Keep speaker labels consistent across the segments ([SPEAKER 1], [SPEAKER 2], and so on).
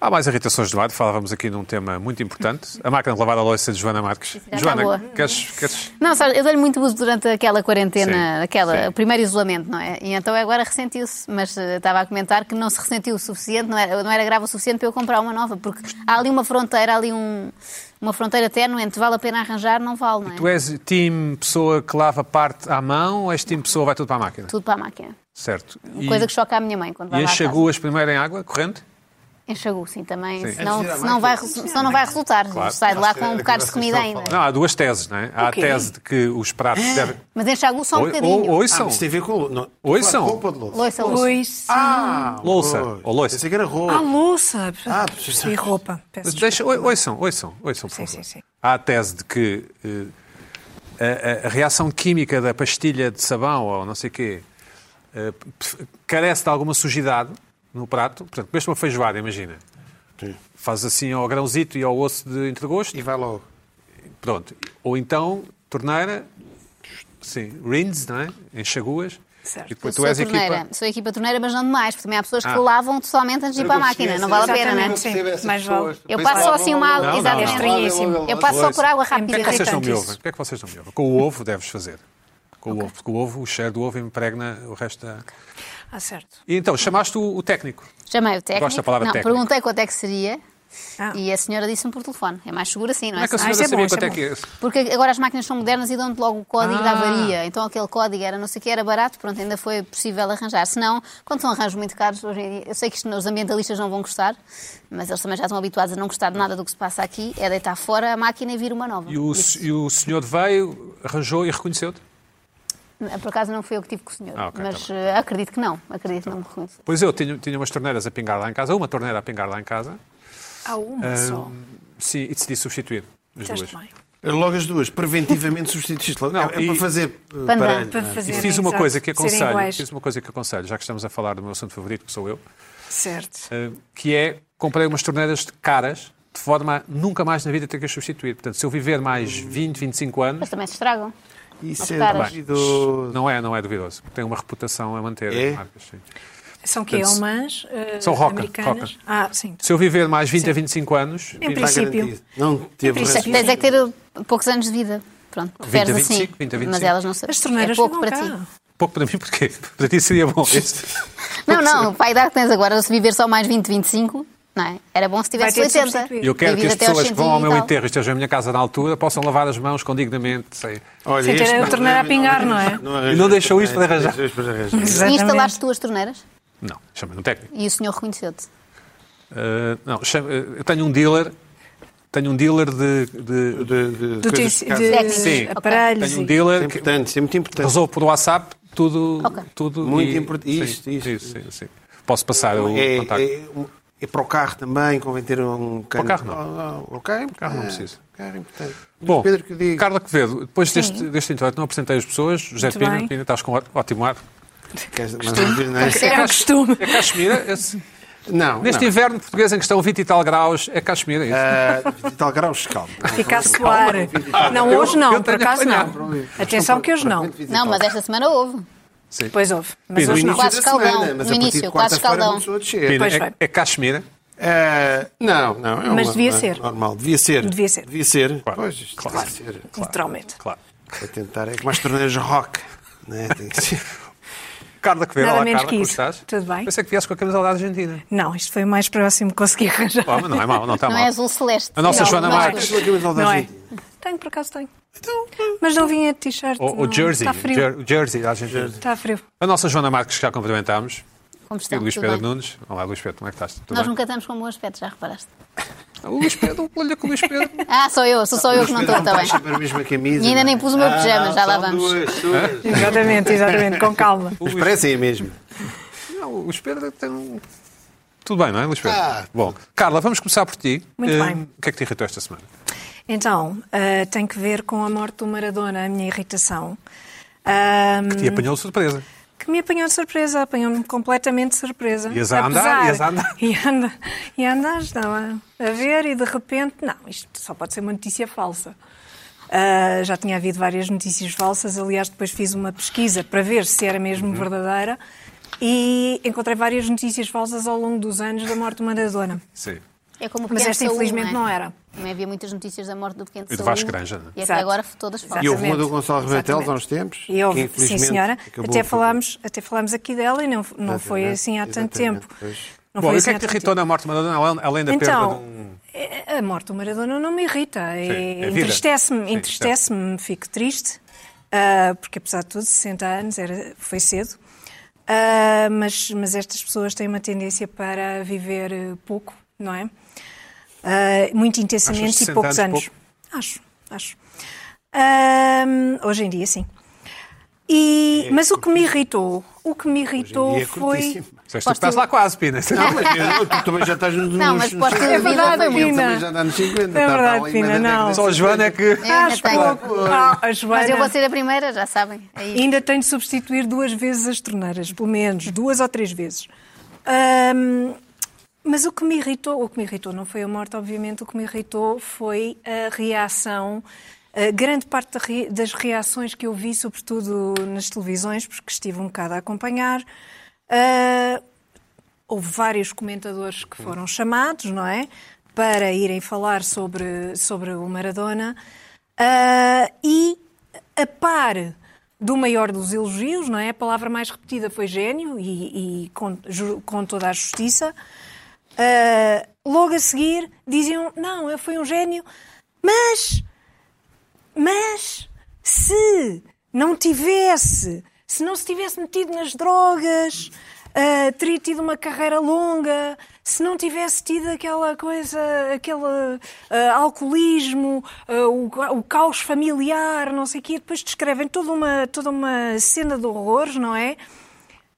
[SPEAKER 1] Há mais irritações do ar, falávamos aqui num tema muito importante. A máquina de lavar a louça de Joana Marques.
[SPEAKER 2] Já
[SPEAKER 1] Joana,
[SPEAKER 2] acabou.
[SPEAKER 1] queres, queres...
[SPEAKER 2] Não, sabe, eu dei-lhe muito uso durante aquela quarentena,
[SPEAKER 1] Sim,
[SPEAKER 2] aquela,
[SPEAKER 1] sim.
[SPEAKER 2] o primeiro isolamento, não é? E então agora ressentiu-se, mas eh, estava a comentar que não se ressentiu o suficiente, não era, não era grave o suficiente para eu comprar uma nova, porque há ali uma fronteira, há ali um, uma fronteira ténue entre vale a pena arranjar, não vale, não é?
[SPEAKER 1] Tu és time pessoa que lava parte à mão ou és time pessoa que vai tudo para a máquina?
[SPEAKER 2] Tudo para a máquina.
[SPEAKER 1] Certo. E,
[SPEAKER 2] Coisa que choca a minha mãe quando vai
[SPEAKER 1] e
[SPEAKER 2] lá à casa.
[SPEAKER 1] enxaguas primeiro em água, corrente?
[SPEAKER 2] Enxagu, sim, também.
[SPEAKER 1] Sim.
[SPEAKER 2] Senão,
[SPEAKER 3] Antes de ir à
[SPEAKER 2] senão, vai,
[SPEAKER 3] máquina.
[SPEAKER 2] resu- senão não vai resultar.
[SPEAKER 1] Claro.
[SPEAKER 2] Sai de lá com um
[SPEAKER 3] Era
[SPEAKER 2] bocado
[SPEAKER 3] que
[SPEAKER 2] de comida
[SPEAKER 3] vocês
[SPEAKER 2] ainda.
[SPEAKER 1] Não, há duas teses, não é? Há a
[SPEAKER 4] quê?
[SPEAKER 1] tese de que os pratos devem...
[SPEAKER 2] Mas enxagu só um
[SPEAKER 1] Ou, ou,
[SPEAKER 2] bocadinho.
[SPEAKER 1] ouçam.
[SPEAKER 3] Ah, mas tem a ver com... Não,
[SPEAKER 1] Oi, são.
[SPEAKER 3] Roupa de louça.
[SPEAKER 2] Loiça, loiça.
[SPEAKER 4] Pois.
[SPEAKER 3] Ah,
[SPEAKER 1] Louça,
[SPEAKER 3] pois.
[SPEAKER 1] ou louça.
[SPEAKER 3] Pensei que era roupa.
[SPEAKER 4] Ah, louça.
[SPEAKER 3] Ah,
[SPEAKER 4] Percebi roupa. Peço
[SPEAKER 1] é. Mas deixa, oi- ouçam, ouçam, ouçam, por
[SPEAKER 4] Sim,
[SPEAKER 1] favor.
[SPEAKER 4] sim, sim.
[SPEAKER 1] Há a tese de que eh, a, a- a reação química da pastilha de sabão ou não sei quê eh, p- carece de alguma sujidade no prato. Portanto, comeste uma feijoada, imagina.
[SPEAKER 3] Sim.
[SPEAKER 1] Faz assim ao grãozito e ao osso de entregosto.
[SPEAKER 3] E vai logo.
[SPEAKER 1] Pronto. Ou então, torneira, sim, rinds, não é? Enxaguas.
[SPEAKER 4] Certo.
[SPEAKER 1] E depois
[SPEAKER 2] sou
[SPEAKER 1] tu és
[SPEAKER 2] torneira.
[SPEAKER 1] equipa.
[SPEAKER 2] Sou equipa torneira, mas não demais, porque também há pessoas que
[SPEAKER 1] Ah.
[SPEAKER 2] lavam totalmente antes de ir para a máquina. Não vale a pena, não é?
[SPEAKER 4] Exatamente. Sim, mas
[SPEAKER 2] Eu passo só assim uma água.
[SPEAKER 1] Não, não, não.
[SPEAKER 2] Exatamente.
[SPEAKER 4] Estranhíssimo.
[SPEAKER 2] Eu passo só por água
[SPEAKER 1] Porquê
[SPEAKER 2] rápida.
[SPEAKER 1] é que vocês não me
[SPEAKER 4] irritante
[SPEAKER 1] ouvem?
[SPEAKER 4] isso.
[SPEAKER 1] Porquê é que vocês não me ouvem? Com o ovo deves fazer. Com o ovo, porque o ovo, o cheiro do ovo impregna o resto da...
[SPEAKER 4] Ah, certo.
[SPEAKER 1] E então, chamaste o, o técnico.
[SPEAKER 2] Chamei o técnico.
[SPEAKER 1] Gosto da palavra
[SPEAKER 2] não,
[SPEAKER 1] técnico.
[SPEAKER 2] perguntei quanto é que seria
[SPEAKER 4] Ah.
[SPEAKER 2] e a senhora disse-me por telefone. É mais seguro assim, não
[SPEAKER 1] Como
[SPEAKER 2] é?
[SPEAKER 1] é que a
[SPEAKER 4] Ah,
[SPEAKER 1] senhora
[SPEAKER 4] isso é bom,
[SPEAKER 1] sabia
[SPEAKER 4] isso é
[SPEAKER 1] quanto é
[SPEAKER 4] bom.
[SPEAKER 1] que é?
[SPEAKER 2] Porque agora as máquinas são modernas e dão-te logo o código da
[SPEAKER 1] Ah.
[SPEAKER 2] avaria. Então aquele código era não sei o que, era barato, pronto, ainda foi possível arranjar. Senão, quando são arranjos muito caros, hoje em dia, eu sei que isto os ambientalistas não vão gostar, mas eles também já estão habituados a não gostar de nada do que se passa aqui, é deitar fora a máquina e vir uma nova.
[SPEAKER 1] E o,
[SPEAKER 2] Isso.
[SPEAKER 1] e o senhor veio, arranjou e reconheceu-te?
[SPEAKER 2] Por acaso não fui eu que tive com o senhor,
[SPEAKER 1] Ah, ok,
[SPEAKER 2] mas
[SPEAKER 1] tá Então.
[SPEAKER 2] eh, acredito que não, acredito que não me reconheço.
[SPEAKER 1] Pois eu tinha, tinha umas torneiras a pingar lá em casa, uma torneira a pingar lá em casa,
[SPEAKER 4] Há
[SPEAKER 1] Ah,
[SPEAKER 4] uma só.
[SPEAKER 1] sim, e decidi substituir as
[SPEAKER 4] Estás
[SPEAKER 1] duas.
[SPEAKER 4] bem.
[SPEAKER 3] Logo as duas, preventivamente substituíste logo.
[SPEAKER 1] Não,
[SPEAKER 3] é, é
[SPEAKER 1] e-
[SPEAKER 3] para fazer uh,
[SPEAKER 2] Pandan.
[SPEAKER 3] parelho.
[SPEAKER 4] Para
[SPEAKER 3] não é?
[SPEAKER 1] E
[SPEAKER 4] fazer.
[SPEAKER 1] fiz uma
[SPEAKER 4] exato,
[SPEAKER 1] coisa que
[SPEAKER 4] serem
[SPEAKER 1] aconselho,
[SPEAKER 4] iguais.
[SPEAKER 1] fiz uma coisa que aconselho, já que estamos a falar do meu assunto favorito, que sou eu,
[SPEAKER 4] Certo.
[SPEAKER 1] eh, que é comprei umas torneiras de caras, de forma a nunca mais na vida ter que as substituir. Portanto, se eu viver mais 20, 25 anos,
[SPEAKER 2] Mas também se estragam.
[SPEAKER 3] Isso
[SPEAKER 2] Tá
[SPEAKER 3] é
[SPEAKER 2] bem.
[SPEAKER 3] duvidoso.
[SPEAKER 1] não é, não é duvidoso. Tem uma reputação a manter.
[SPEAKER 3] É?
[SPEAKER 1] as marcas, sim.
[SPEAKER 4] São que
[SPEAKER 1] É, Portanto,
[SPEAKER 4] alemãs? eh,
[SPEAKER 1] são roca, roca.
[SPEAKER 4] Americanas? Ah, sim.
[SPEAKER 1] Se eu viver mais 20 a 25 anos,
[SPEAKER 4] Em
[SPEAKER 3] Está
[SPEAKER 4] princípio.
[SPEAKER 3] garantido. Não teve
[SPEAKER 2] Por
[SPEAKER 4] Em
[SPEAKER 2] isso é que tens é que ter poucos anos de vida. Pronto,
[SPEAKER 1] 20,
[SPEAKER 2] perdes assim.
[SPEAKER 1] 25, 20,
[SPEAKER 2] Mas
[SPEAKER 1] 25.
[SPEAKER 2] elas não sabem.
[SPEAKER 4] As
[SPEAKER 2] é
[SPEAKER 4] torneiras
[SPEAKER 2] pouco
[SPEAKER 4] ficam
[SPEAKER 2] para ti.
[SPEAKER 4] cá.
[SPEAKER 1] pouco para mim, porque para ti seria bom. Este.
[SPEAKER 2] Não, não, vai dar que tens agora, se viver só mais 20, 25, não é? Era bom se tivesse
[SPEAKER 4] Vai ter de
[SPEAKER 2] 80.
[SPEAKER 4] substituir.
[SPEAKER 1] Eu quero
[SPEAKER 2] Vives
[SPEAKER 1] que as
[SPEAKER 2] até aos
[SPEAKER 1] pessoas que vão ao
[SPEAKER 2] 100 e
[SPEAKER 1] meu
[SPEAKER 2] tal.
[SPEAKER 1] enterro e estejam em minha casa na altura possam lavar as mãos condignamente. Sem...
[SPEAKER 3] Olha,
[SPEAKER 4] Sem ter
[SPEAKER 3] este
[SPEAKER 4] a
[SPEAKER 3] não-
[SPEAKER 4] torneira a pingar, não é?
[SPEAKER 3] arranjas
[SPEAKER 1] Não deixou isto
[SPEAKER 3] torneira,
[SPEAKER 1] de arranjar.
[SPEAKER 3] deixou isto para arranjar.
[SPEAKER 2] E
[SPEAKER 4] Exatamente.
[SPEAKER 2] instalaste tu as torneiras
[SPEAKER 1] Não, chamei um técnico.
[SPEAKER 2] e o senhor reconheceu-te.
[SPEAKER 1] Ah, não, chama- ah, eu tenho um dealer, tenho um dealer de. de-
[SPEAKER 3] De- de
[SPEAKER 4] Do
[SPEAKER 3] coisas
[SPEAKER 4] teu-
[SPEAKER 3] de casa.
[SPEAKER 4] de
[SPEAKER 1] Sim.
[SPEAKER 4] aparelhos.
[SPEAKER 1] tenho um
[SPEAKER 4] e-
[SPEAKER 3] É
[SPEAKER 1] dealer que
[SPEAKER 3] importante, isso é muito importante.
[SPEAKER 1] resolve por WhatsApp tudo.
[SPEAKER 2] Ok.
[SPEAKER 1] tudo
[SPEAKER 3] Muito
[SPEAKER 1] e-
[SPEAKER 3] import-
[SPEAKER 1] sim,
[SPEAKER 3] isto, isto.
[SPEAKER 1] isso, sim, sim. Posso passar o
[SPEAKER 3] É,
[SPEAKER 1] contacto?
[SPEAKER 3] é, um- é para o carro também, convém ter um cano.
[SPEAKER 1] carro não.
[SPEAKER 3] o carro é importante.
[SPEAKER 1] carro não precisa.
[SPEAKER 3] O carro é importante.
[SPEAKER 1] Bom,
[SPEAKER 3] Pedro que eu digo.
[SPEAKER 1] Carla Quevedo, depois deste, deste introito não apresentei as pessoas. José
[SPEAKER 4] Muito
[SPEAKER 1] Pina,
[SPEAKER 4] bem.
[SPEAKER 1] Pina, estás com ó- ótimo ar.
[SPEAKER 3] Queres- mas não diz nada.
[SPEAKER 4] É um costume.
[SPEAKER 1] É Cachemira? esse?
[SPEAKER 3] Não,
[SPEAKER 1] Neste
[SPEAKER 3] não.
[SPEAKER 1] inverno português em que estão 20 e tal graus, é Cachemira. isso?
[SPEAKER 3] Ah, tal graus, calma.
[SPEAKER 4] Fica a soar. Não, hoje
[SPEAKER 1] eu
[SPEAKER 4] não, por
[SPEAKER 1] tenho
[SPEAKER 4] acaso não.
[SPEAKER 1] apanhado.
[SPEAKER 4] Atenção que hoje não.
[SPEAKER 1] Então.
[SPEAKER 2] Não, mas esta semana houve.
[SPEAKER 1] Sim.
[SPEAKER 4] Pois houve. Mas
[SPEAKER 1] Pedro,
[SPEAKER 4] hoje não.
[SPEAKER 2] início- Quase escaldão,
[SPEAKER 3] mas
[SPEAKER 2] no
[SPEAKER 3] a partir
[SPEAKER 2] início,
[SPEAKER 3] de
[SPEAKER 2] quase
[SPEAKER 3] quarta-feira
[SPEAKER 2] escaldão.
[SPEAKER 3] começou a descer.
[SPEAKER 1] Pina,
[SPEAKER 4] Pois
[SPEAKER 1] é,
[SPEAKER 4] bem.
[SPEAKER 1] é Cachemira?
[SPEAKER 3] Ah, não, não. é
[SPEAKER 4] Mas
[SPEAKER 3] uma-
[SPEAKER 4] devia
[SPEAKER 3] uma-
[SPEAKER 4] ser.
[SPEAKER 3] Normal, devia ser.
[SPEAKER 4] Devia ser.
[SPEAKER 3] Devia ser.
[SPEAKER 1] Claro.
[SPEAKER 3] Pois, isto
[SPEAKER 1] Claro.
[SPEAKER 3] devia ser.
[SPEAKER 4] Literalmente.
[SPEAKER 1] Claro.
[SPEAKER 3] Para tentar, é como as torneiras rock. Né? Tem que ser.
[SPEAKER 1] Carla Quevedo,
[SPEAKER 4] Nada
[SPEAKER 1] olá
[SPEAKER 4] menos
[SPEAKER 1] Carla,
[SPEAKER 4] que
[SPEAKER 1] como
[SPEAKER 4] isso.
[SPEAKER 1] estás?
[SPEAKER 4] Tudo bem.
[SPEAKER 1] Pensei que viesse com a camisola da Argentina.
[SPEAKER 4] Não, isto foi o mais próximo que consegui arranjar.
[SPEAKER 1] Pá, mas não é mau, não está
[SPEAKER 2] não
[SPEAKER 1] mal.
[SPEAKER 2] é azul celeste.
[SPEAKER 1] A nossa
[SPEAKER 2] Não,
[SPEAKER 1] Joana
[SPEAKER 2] mas-
[SPEAKER 1] Marques.
[SPEAKER 3] Aquilo que eu vou dar
[SPEAKER 4] Não é?
[SPEAKER 3] gente.
[SPEAKER 4] Tenho, por acaso tenho.
[SPEAKER 3] Então,
[SPEAKER 4] Mas não vinha de t-shirt.
[SPEAKER 1] O, o
[SPEAKER 4] não.
[SPEAKER 1] Jersey,
[SPEAKER 4] Está frio.
[SPEAKER 1] Jer- o Jersey da Argentina.
[SPEAKER 4] Está frio.
[SPEAKER 1] A nossa Joana Marques, que já cumprimentámos. E
[SPEAKER 2] Como
[SPEAKER 1] o
[SPEAKER 2] estão,
[SPEAKER 1] Luís
[SPEAKER 2] Tá, tudo
[SPEAKER 1] Pedro
[SPEAKER 2] bem?
[SPEAKER 1] Nunes. Olá, Luís Pedro, como é que estás? Tudo
[SPEAKER 2] Nós
[SPEAKER 1] bem?
[SPEAKER 2] nunca estamos com um bom aspecto, já reparaste?
[SPEAKER 1] O Luís Pedro, olha com o Luís Pedro.
[SPEAKER 2] Ah, sou eu, sou só eu que não estou, está
[SPEAKER 3] estás
[SPEAKER 2] tá bem.
[SPEAKER 3] sempre a mesma camisa. né?
[SPEAKER 2] E ainda nem pus o meu
[SPEAKER 1] Ah,
[SPEAKER 2] pijama, já lá vamos.
[SPEAKER 4] Exatamente, exatamente. Com calma.
[SPEAKER 3] Mas parecem a mesma.
[SPEAKER 1] Não, o Luís Pedro tem um... Tudo bem, não é, Luís Pedro?
[SPEAKER 3] Ah.
[SPEAKER 1] Bom, Carla, vamos começar por ti.
[SPEAKER 4] Muito
[SPEAKER 1] Eh,
[SPEAKER 4] bem.
[SPEAKER 1] O que é que te irritou esta semana?
[SPEAKER 4] Então, ah, tem que ver com a morte do Maradona, a minha irritação. Ah,
[SPEAKER 1] Te apanhou de surpresa.
[SPEAKER 4] que me apanhou de surpresa, apanhou-me completamente de surpresa.
[SPEAKER 1] Ias a andar,
[SPEAKER 4] Apesar-
[SPEAKER 1] ias a andar.
[SPEAKER 4] E anda, e andar, estava a ver e de repente, não, isto só pode ser uma notícia falsa. Ah, já tinha havido várias notícias falsas, aliás, depois fiz uma pesquisa para ver se era mesmo
[SPEAKER 1] Uhum.
[SPEAKER 4] verdadeira e encontrei várias notícias falsas ao longo dos anos da morte do Maradona.
[SPEAKER 1] Sim.
[SPEAKER 2] É como o
[SPEAKER 4] Mas
[SPEAKER 2] Pequeno
[SPEAKER 4] esta,
[SPEAKER 2] Saúl,
[SPEAKER 4] infelizmente,
[SPEAKER 2] não,
[SPEAKER 4] não
[SPEAKER 2] é?
[SPEAKER 4] era.
[SPEAKER 2] Também havia muitas notícias da morte do pequeno
[SPEAKER 1] E de
[SPEAKER 2] Saúl.
[SPEAKER 1] Vasco Granja, não é?
[SPEAKER 2] E até
[SPEAKER 4] Exato.
[SPEAKER 2] agora todas falsas.
[SPEAKER 3] E
[SPEAKER 4] Exato. eu-
[SPEAKER 3] houve uma do Gonçalo
[SPEAKER 4] Exatamente.
[SPEAKER 3] Rebetelos há uns tempos.
[SPEAKER 4] E houve,
[SPEAKER 3] que
[SPEAKER 4] sim,
[SPEAKER 3] infelizmente
[SPEAKER 4] senhora.
[SPEAKER 3] acabou
[SPEAKER 4] Até
[SPEAKER 3] por-
[SPEAKER 4] falámos, até falámos aqui dela e não, não foi
[SPEAKER 3] Exatamente,
[SPEAKER 4] assim há tanto
[SPEAKER 3] exatamente,
[SPEAKER 4] tempo.
[SPEAKER 3] pois.
[SPEAKER 4] Não
[SPEAKER 1] Bom,
[SPEAKER 4] foi
[SPEAKER 1] e o
[SPEAKER 4] assim
[SPEAKER 1] que é
[SPEAKER 4] há
[SPEAKER 1] que te
[SPEAKER 4] tanto
[SPEAKER 1] irritou
[SPEAKER 4] tempo.
[SPEAKER 1] na morte de Maradona, além- além da perda de
[SPEAKER 4] Então,
[SPEAKER 1] um...
[SPEAKER 4] a morte do Maradona não me irrita.
[SPEAKER 1] Sim,
[SPEAKER 4] É-
[SPEAKER 1] é vida.
[SPEAKER 4] Entristece-me,
[SPEAKER 1] Sim,
[SPEAKER 4] entristece-me, fico triste, ah, porque apesar de tudo, 60 anos era, foi cedo. Ah, mas, mas estas pessoas têm uma tendência para viver eh, pouco, não é? Ah, muito
[SPEAKER 1] Achas
[SPEAKER 4] intensamente e
[SPEAKER 1] 60
[SPEAKER 4] poucos
[SPEAKER 1] anos
[SPEAKER 4] anos. Acho, acho. Ah, hoje em dia, sim. E-
[SPEAKER 1] é
[SPEAKER 4] mas o que me irritou, o que me irritou
[SPEAKER 3] E é
[SPEAKER 4] foi.
[SPEAKER 3] curtíssimo.
[SPEAKER 1] Disseste tu que estás lá quase, Pina.
[SPEAKER 3] Não, mas eu não, tu também já estás nos.
[SPEAKER 2] Não, mas
[SPEAKER 3] nos-
[SPEAKER 2] posso ter
[SPEAKER 4] É verdade,
[SPEAKER 2] ouvido.
[SPEAKER 3] Ele também
[SPEAKER 4] Pina.
[SPEAKER 3] já está nos 50.
[SPEAKER 4] É
[SPEAKER 3] está- está
[SPEAKER 4] verdade,
[SPEAKER 3] ali,
[SPEAKER 4] Pina,
[SPEAKER 3] mas é que
[SPEAKER 4] não.
[SPEAKER 3] desse-
[SPEAKER 1] Só a Joana é que...
[SPEAKER 2] Eu ainda
[SPEAKER 4] Acho
[SPEAKER 2] tenho.
[SPEAKER 4] pouco. Ah, a Joana.
[SPEAKER 2] Mas eu vou ser a primeira, já sabem. É isso.
[SPEAKER 4] Ainda tenho de substituir duas vezes as torneiras, pelo menos, duas ou três vezes. Ahm, mas o que me irritou, o que me irritou não foi a morte, obviamente, o que me irritou foi a reação, a grande parte da re- das reações que eu vi, sobretudo nas televisões, porque estive um bocado a acompanhar. ah, houve vários comentadores que foram chamados, não é? Para irem falar sobre, sobre o Maradona. Ah, e a par do maior dos elogios, não é? A palavra mais repetida foi gênio e, e com, ju- com toda a justiça. Ah, logo a seguir diziam: não, eu fui um gênio, mas mas se não tivesse, se não se tivesse metido nas drogas, ah, teria tido uma carreira longa, se não tivesse tido aquela coisa, aquele ah, alcoolismo, ah, o, ca- o caos familiar, não sei o quê, depois descrevem toda uma, toda uma cena de horrores, não é?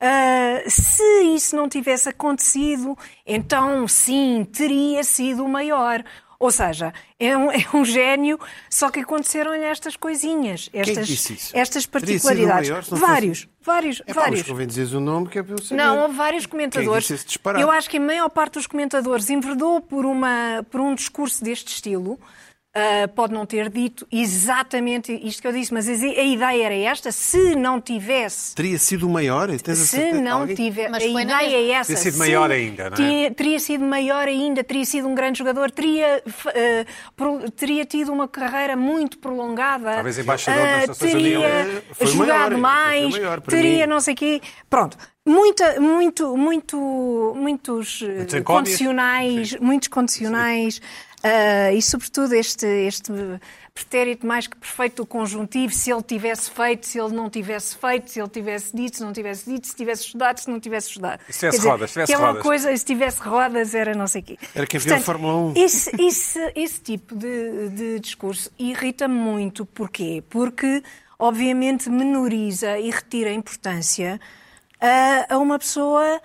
[SPEAKER 4] Uh, se isso não tivesse acontecido, então sim, teria sido o maior. Ou seja, é um, é um gênio, só que aconteceram-lhe estas coisinhas,
[SPEAKER 3] é que
[SPEAKER 4] estas,
[SPEAKER 3] disse isso?
[SPEAKER 4] estas
[SPEAKER 3] Teria sido o maior
[SPEAKER 4] particularidades.
[SPEAKER 3] se não fosse-
[SPEAKER 4] vários, vários,
[SPEAKER 3] É pá, mas
[SPEAKER 4] vários.
[SPEAKER 3] convém dizeres o nome que é para eu saber.
[SPEAKER 4] Não, houve vários comentadores.
[SPEAKER 3] é disse esse disparate?
[SPEAKER 4] Eu acho que a maior parte dos comentadores enverdou por, uma, por um discurso deste estilo. Ah, pode não ter dito exatamente isto que eu disse, mas a a ideia era esta. Se não tivesse
[SPEAKER 3] Teria sido o maior? Tens a
[SPEAKER 4] se
[SPEAKER 3] certeza?
[SPEAKER 4] não
[SPEAKER 3] Alguém-
[SPEAKER 4] tiver.
[SPEAKER 2] Mas
[SPEAKER 4] a
[SPEAKER 2] foi na
[SPEAKER 4] ideia
[SPEAKER 2] mesma.
[SPEAKER 4] é essa.
[SPEAKER 1] Teria sido
[SPEAKER 4] Se
[SPEAKER 1] maior ainda, não é?
[SPEAKER 4] tinha- Teria sido maior ainda, teria sido um grande jogador, teria, f- eh, pro- teria tido uma carreira muito prolongada.
[SPEAKER 1] Talvez embaixador
[SPEAKER 4] eh,
[SPEAKER 1] nas Nações
[SPEAKER 4] Teria
[SPEAKER 3] Unidas. Foi maior,
[SPEAKER 4] jogado
[SPEAKER 3] foi
[SPEAKER 4] mais,
[SPEAKER 3] maior para
[SPEAKER 4] teria
[SPEAKER 3] mim.
[SPEAKER 4] não sei o quê. Pronto. Muita, muito, muito, muitos eh,
[SPEAKER 1] Muitos incógnitas.
[SPEAKER 4] condicionais, muitos condicionais. eh, e sobretudo este, este pretérito mais que perfeito do conjuntivo, se ele tivesse feito, se ele não tivesse feito, se ele tivesse dito, se não tivesse dito, se tivesse estudado, se não tivesse estudado.
[SPEAKER 1] E se tivesse
[SPEAKER 4] Quer dizer,
[SPEAKER 1] rodas, se tivesse
[SPEAKER 4] que é uma
[SPEAKER 1] rodas.
[SPEAKER 4] coisa, se tivesse rodas era não sei o quê.
[SPEAKER 3] Era campeão de Fórmula 1.
[SPEAKER 4] Esse, esse, esse tipo de, de discurso irrita-me muito. Porquê? Porque, obviamente, menoriza e retira importância ah, a, uma pessoa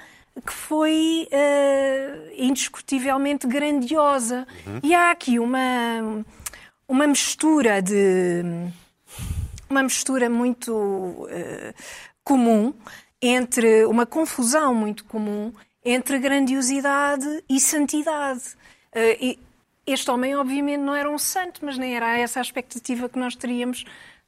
[SPEAKER 4] que foi ah, indiscutivelmente grandiosa.
[SPEAKER 3] Uhum.
[SPEAKER 4] E há aqui uma, uma mistura de uma mistura muito eh, comum entre uma confusão muito comum entre grandiosidade e santidade. Eh, e este homem, obviamente, não era um santo, mas nem era essa a expectativa que nós teríamos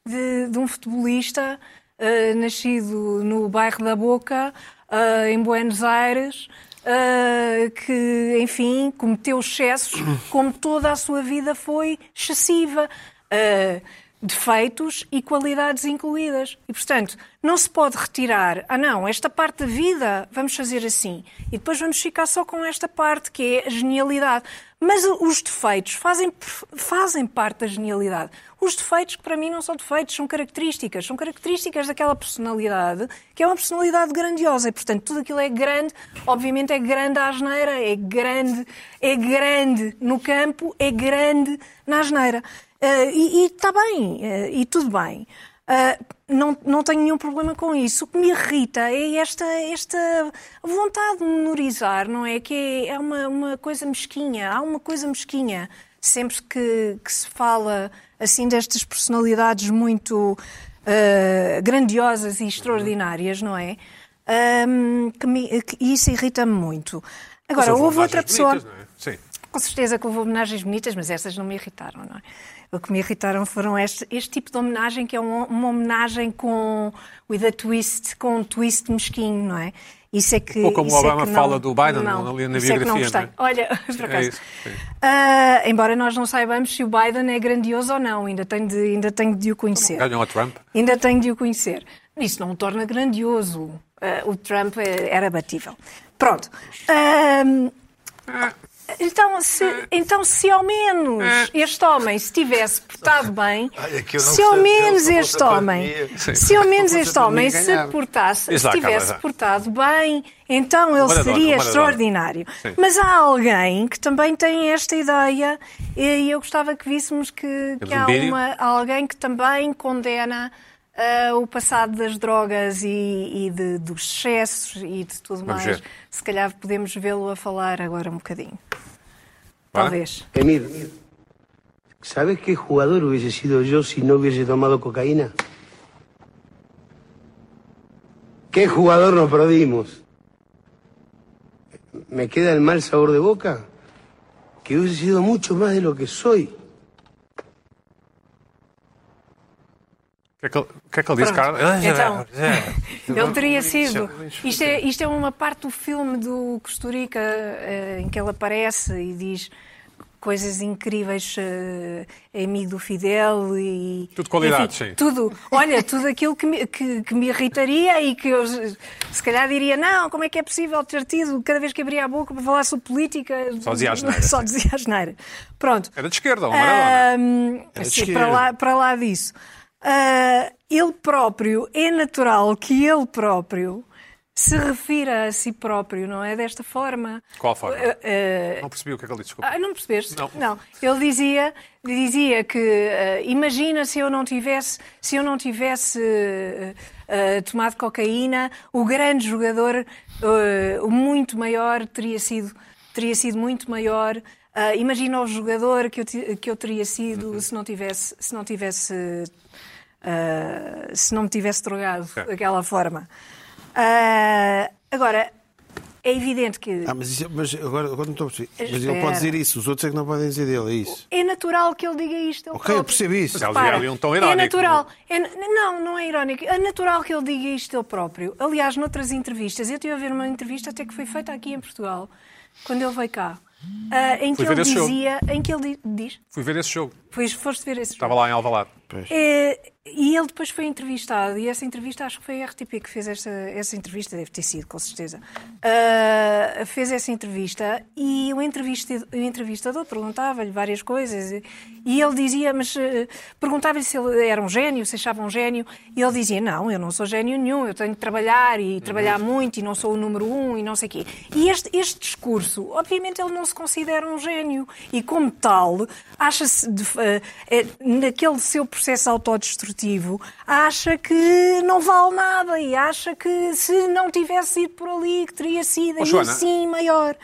[SPEAKER 4] de, de um futebolista eh, nascido no bairro da Boca, eh, em Buenos Aires, eh, que, enfim, cometeu excessos, como toda a sua vida foi excessiva. Eh, defeitos e qualidades incluídas. E, portanto, não se pode retirar, ah não, esta parte da vida vamos fazer assim e depois vamos ficar só com esta parte que é a genialidade. Mas o- os defeitos fazem, fazem parte da genialidade. Os defeitos, que para mim não são defeitos, são características. São características daquela personalidade, que é uma personalidade grandiosa. E, portanto, tudo aquilo é grande, obviamente é grande à asneira, é grande, é grande no campo, é grande na asneira. Eh, e está bem, eh, e tudo bem. Eh, não, não tenho nenhum problema com isso. O que me irrita é esta, esta vontade de menorizar, não é? Que é, é uma, uma coisa mesquinha. Há uma coisa mesquinha. Sempre que, que se fala assim destas personalidades muito eh, grandiosas e extraordinárias, não é? Ahm, que me- que isso irrita-me muito. Agora, houve outra pessoa.
[SPEAKER 1] é? Sim.
[SPEAKER 4] Com certeza que houve homenagens bonitas, mas estas não me irritaram, não é? O que me irritaram foram este, este tipo de homenagem, que é um- uma homenagem com with a twist, com um twist mesquinho, não é? Isso é que.
[SPEAKER 1] Ou como o
[SPEAKER 4] isso é
[SPEAKER 1] Obama
[SPEAKER 4] que não-
[SPEAKER 1] fala do Biden
[SPEAKER 4] não,
[SPEAKER 1] na- na
[SPEAKER 4] isso é que não
[SPEAKER 1] biografia,
[SPEAKER 4] gostei.
[SPEAKER 1] não é?
[SPEAKER 4] Olha, por acaso.
[SPEAKER 1] isso, sim.
[SPEAKER 4] Ah, embora nós não saibamos se o Biden é grandioso ou não, ainda tenho de, ainda tenho de o conhecer.
[SPEAKER 1] Ganham ao Trump.
[SPEAKER 4] Ainda tenho de o conhecer. Isso não o torna grandioso. Ah, o Trump eh, era batível. Pronto. Ah, Ahm, então, se, então, se ao menos
[SPEAKER 5] É.
[SPEAKER 4] este homem se tivesse portado bem,
[SPEAKER 5] Olha é que eu não
[SPEAKER 4] se ao
[SPEAKER 5] gostei dele,
[SPEAKER 4] menos
[SPEAKER 5] se não fosse
[SPEAKER 4] este
[SPEAKER 5] a
[SPEAKER 4] homem,
[SPEAKER 5] pandemia.
[SPEAKER 1] Sim.
[SPEAKER 4] se ao menos
[SPEAKER 3] fosse a
[SPEAKER 4] este homem
[SPEAKER 3] pandemia,
[SPEAKER 4] se
[SPEAKER 3] ganhava.
[SPEAKER 4] portasse, se
[SPEAKER 1] Exato,
[SPEAKER 4] tivesse
[SPEAKER 1] Carla, já.
[SPEAKER 4] portado bem, então ele
[SPEAKER 1] Maradona,
[SPEAKER 4] seria
[SPEAKER 1] Maradona.
[SPEAKER 4] extraordinário.
[SPEAKER 1] Sim.
[SPEAKER 4] Mas há alguém que também tem esta ideia e eu gostava que víssemos
[SPEAKER 5] É
[SPEAKER 4] que, que há
[SPEAKER 1] Zambelli?
[SPEAKER 4] uma- alguém que também condena ah, o passado das drogas e, e de- dos excessos e de tudo
[SPEAKER 1] Vamos
[SPEAKER 4] mais.
[SPEAKER 1] ver.
[SPEAKER 4] Se calhar podemos vê-lo a falar agora um bocadinho.
[SPEAKER 1] Vá.
[SPEAKER 4] Talvez.
[SPEAKER 6] Emir, ¿sabes qué jugador hubiese sido yo si no hubiese tomado cocaína? ¿Qué jugador nos perdimos? Me queda el mal sabor de boca que hubiese sido mucho más de lo que soy.
[SPEAKER 1] O que é que ele, o que é que ele diz,
[SPEAKER 4] Pronto.
[SPEAKER 1] Carla?
[SPEAKER 4] Então.
[SPEAKER 1] É.
[SPEAKER 4] Ele teria sido. Isto é, isto é uma parte do filme do Costurica eh, em que ele aparece e diz coisas incríveis, eh, é amigo do Fidel e.
[SPEAKER 1] Tudo qualidade,
[SPEAKER 4] enfim,
[SPEAKER 1] sim.
[SPEAKER 4] Tudo. Olha, tudo aquilo que me, que- que me irritaria e que eu se calhar diria: não, como é que é possível ter tido, cada vez que abria a boca para falar sobre política.
[SPEAKER 1] Só dizia asneira,
[SPEAKER 4] Só
[SPEAKER 1] sim. É
[SPEAKER 4] dizia asneira. Pronto.
[SPEAKER 1] Era de esquerda, o Maradona.
[SPEAKER 4] Ahm,
[SPEAKER 3] Era de
[SPEAKER 4] sim,
[SPEAKER 3] esquerda.
[SPEAKER 4] para, lá, para lá disso. Ah, ele próprio, é natural que ele próprio se refira a si próprio, não é? Desta forma.
[SPEAKER 1] Qual forma?
[SPEAKER 4] Ah, ah,
[SPEAKER 1] Não percebi o que é que ele disse, desculpa.
[SPEAKER 4] ah, não percebeste?
[SPEAKER 1] Não.
[SPEAKER 4] Ele dizia, dizia que ah, imagina se eu não tivesse, se eu não tivesse ah, ah, tomado cocaína, o grande jogador, ah, o muito maior teria sido, teria sido muito maior. Ah, imagina o jogador que eu, ti- que eu teria sido se não tivesse, se não tivesse, ah, se não me tivesse drogado
[SPEAKER 1] Ok.
[SPEAKER 4] daquela forma. Ah, agora é evidente que
[SPEAKER 3] Ah, mas, isso- mas agora, agora não estou a perceber. Mas ele
[SPEAKER 4] Espera.
[SPEAKER 3] pode dizer isso, os outros é que não podem dizer dele, é isso.
[SPEAKER 4] É natural que ele diga isto.
[SPEAKER 3] Ok,
[SPEAKER 4] Ele
[SPEAKER 3] eu
[SPEAKER 4] próprio.
[SPEAKER 3] percebi isso.
[SPEAKER 1] Mas ela-
[SPEAKER 4] Repara,
[SPEAKER 1] Ali um tom irónico,
[SPEAKER 4] É natural. É na- não, não é irónico. É natural que ele diga isto ele próprio. Aliás, noutras entrevistas, eu estive a ver uma entrevista até que foi feita aqui em Portugal, quando ele veio cá, ah, em que
[SPEAKER 1] Fui ver
[SPEAKER 4] ele
[SPEAKER 1] esse jogo.
[SPEAKER 4] dizia, em que ele di- diz,
[SPEAKER 1] Fui ver esse jogo.
[SPEAKER 4] pois foste ver esse
[SPEAKER 1] Estava lá em Alvalade.
[SPEAKER 4] é, e ele depois foi entrevistado, e essa entrevista acho que foi a RTP que fez essa, essa entrevista, deve ter sido, com certeza. Ah, fez essa entrevista e o, entrevistado, o entrevistador perguntava-lhe várias coisas e, e ele dizia, mas eh, perguntava-lhe se ele era um gênio, se achava um gênio, e ele dizia: Não, eu não sou gênio nenhum, eu tenho de trabalhar e trabalhar
[SPEAKER 1] Uhum.
[SPEAKER 4] muito e não sou o número um e não sei o quê. E este, este discurso, obviamente, ele não se considera um gênio e, como tal, acha-se, de- eh, eh, naquele seu processo autodestrutivo, acha que não vale nada e acha que se não tivesse ido por ali, que teria sido
[SPEAKER 1] Oh,
[SPEAKER 4] aí
[SPEAKER 1] Joana,
[SPEAKER 4] sim maior.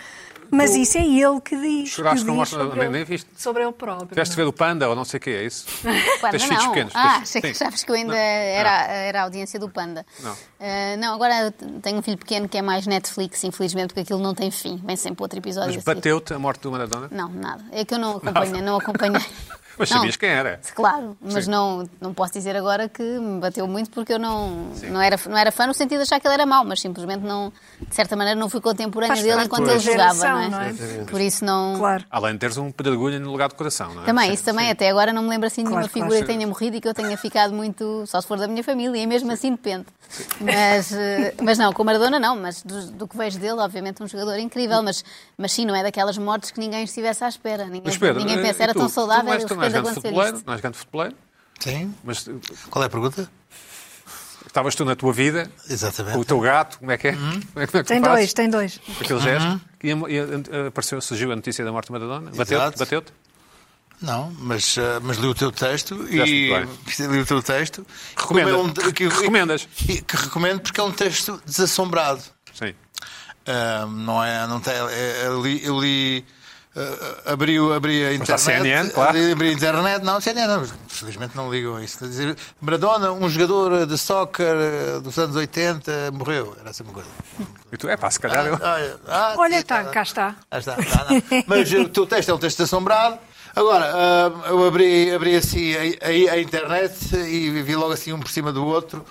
[SPEAKER 4] Mas isso é ele que diz.
[SPEAKER 1] choraste
[SPEAKER 4] que
[SPEAKER 1] com
[SPEAKER 4] diz
[SPEAKER 1] uma-
[SPEAKER 4] sobre,
[SPEAKER 1] nem-
[SPEAKER 4] ele,
[SPEAKER 1] nem viste.
[SPEAKER 4] sobre ele próprio.
[SPEAKER 1] Tiveste de ver o Panda ou não sei o quê, é isso?
[SPEAKER 2] Panda
[SPEAKER 1] Tens
[SPEAKER 2] não.
[SPEAKER 1] filhos pequenos.
[SPEAKER 2] Ah,
[SPEAKER 1] Tens-
[SPEAKER 2] achei que
[SPEAKER 1] sim.
[SPEAKER 2] achavas que eu ainda
[SPEAKER 1] Não.
[SPEAKER 2] era, era a audiência do Panda.
[SPEAKER 1] Não.
[SPEAKER 2] Ah, não, agora tenho um filho pequeno que é mais Netflix, infelizmente, porque aquilo não tem fim. Vem sempre outro episódio.
[SPEAKER 1] Mas
[SPEAKER 2] a seguir.
[SPEAKER 1] bateu-te a morte do Maradona?
[SPEAKER 2] Não, nada. É que eu não acompanho, não acompanhei.
[SPEAKER 1] Mas
[SPEAKER 2] Não.
[SPEAKER 1] sabias quem era?
[SPEAKER 2] Claro, mas
[SPEAKER 1] Sim.
[SPEAKER 2] não, não posso dizer agora que me bateu muito porque eu não, não, era, não era fã no sentido de achar que ele era mau, mas simplesmente não, de certa maneira não fui contemporânea
[SPEAKER 4] Faz
[SPEAKER 2] dele
[SPEAKER 4] parte
[SPEAKER 2] enquanto
[SPEAKER 4] da
[SPEAKER 2] ele jogava,
[SPEAKER 4] geração,
[SPEAKER 2] não é?
[SPEAKER 4] não
[SPEAKER 2] Por isso não.
[SPEAKER 4] Claro.
[SPEAKER 1] Além de teres um pedregulho no lugar do coração, não é?
[SPEAKER 2] Também,
[SPEAKER 1] Sim,
[SPEAKER 2] isso também, até agora não me lembro assim de nenhuma
[SPEAKER 4] Claro, claro.
[SPEAKER 2] figura que tenha morrido e que eu tenha ficado muito, só se for da minha família, e mesmo assim depende. Mas, eh, mas não, com o Maradona não, mas do, do que vejo dele, obviamente um jogador incrível, mas, mas sim, não é daquelas mortes que ninguém estivesse à espera. Ninguém,
[SPEAKER 1] Mas Pedro,
[SPEAKER 2] é ninguém
[SPEAKER 1] eh,
[SPEAKER 2] pensa, era
[SPEAKER 1] tu,
[SPEAKER 2] tão
[SPEAKER 1] tu
[SPEAKER 2] saudável
[SPEAKER 1] não
[SPEAKER 2] e
[SPEAKER 1] és,
[SPEAKER 2] de
[SPEAKER 1] tu não és
[SPEAKER 2] repente
[SPEAKER 1] grande
[SPEAKER 2] aconteceu
[SPEAKER 1] futeboleiro,
[SPEAKER 2] isto.
[SPEAKER 1] não és grande futeboleiro,
[SPEAKER 5] Sim.
[SPEAKER 1] mas eh,
[SPEAKER 5] Qual é a pergunta?
[SPEAKER 1] estavas tu na tua vida,
[SPEAKER 5] Exatamente.
[SPEAKER 1] com o teu gato, como é que é? Como é que- como é que
[SPEAKER 4] Tem
[SPEAKER 1] fazes?
[SPEAKER 4] dois, tem dois.
[SPEAKER 1] Aquele gesto. E, e- e apareceu, surgiu a notícia da morte do Maradona. Bateu-te?
[SPEAKER 5] Exato.
[SPEAKER 1] Bateu-te?
[SPEAKER 5] Não, mas, ah, mas li o teu texto
[SPEAKER 1] Fizeste
[SPEAKER 5] e
[SPEAKER 1] muito
[SPEAKER 5] li o teu texto.
[SPEAKER 1] Recomenda.
[SPEAKER 5] Como é um
[SPEAKER 1] Que- que recomendas?
[SPEAKER 5] e- que recomendo porque é um texto desassombrado.
[SPEAKER 1] Sim.
[SPEAKER 5] Ah, não é, não tem, é- eu li, eu li, ah, abri, o- abri a
[SPEAKER 1] Mas dá
[SPEAKER 5] internet,
[SPEAKER 1] CNN, claro.
[SPEAKER 5] abri, abri a internet, não, CNN, não, felizmente não ligam a isso. Quer dizer, Maradona, um jogador de soccer ah, dos anos 80, morreu, era assim uma coisa.
[SPEAKER 1] E tu, é pá, se calhar eu...
[SPEAKER 5] Olha, ah,
[SPEAKER 4] Olha,
[SPEAKER 5] sim,
[SPEAKER 4] tá, cá está.
[SPEAKER 5] ah, está, está, não. Mas o teu texto é um texto assombrado. Agora, ah, eu abri, abri assim a, a- a internet e vi logo assim eh, um por cima do outro.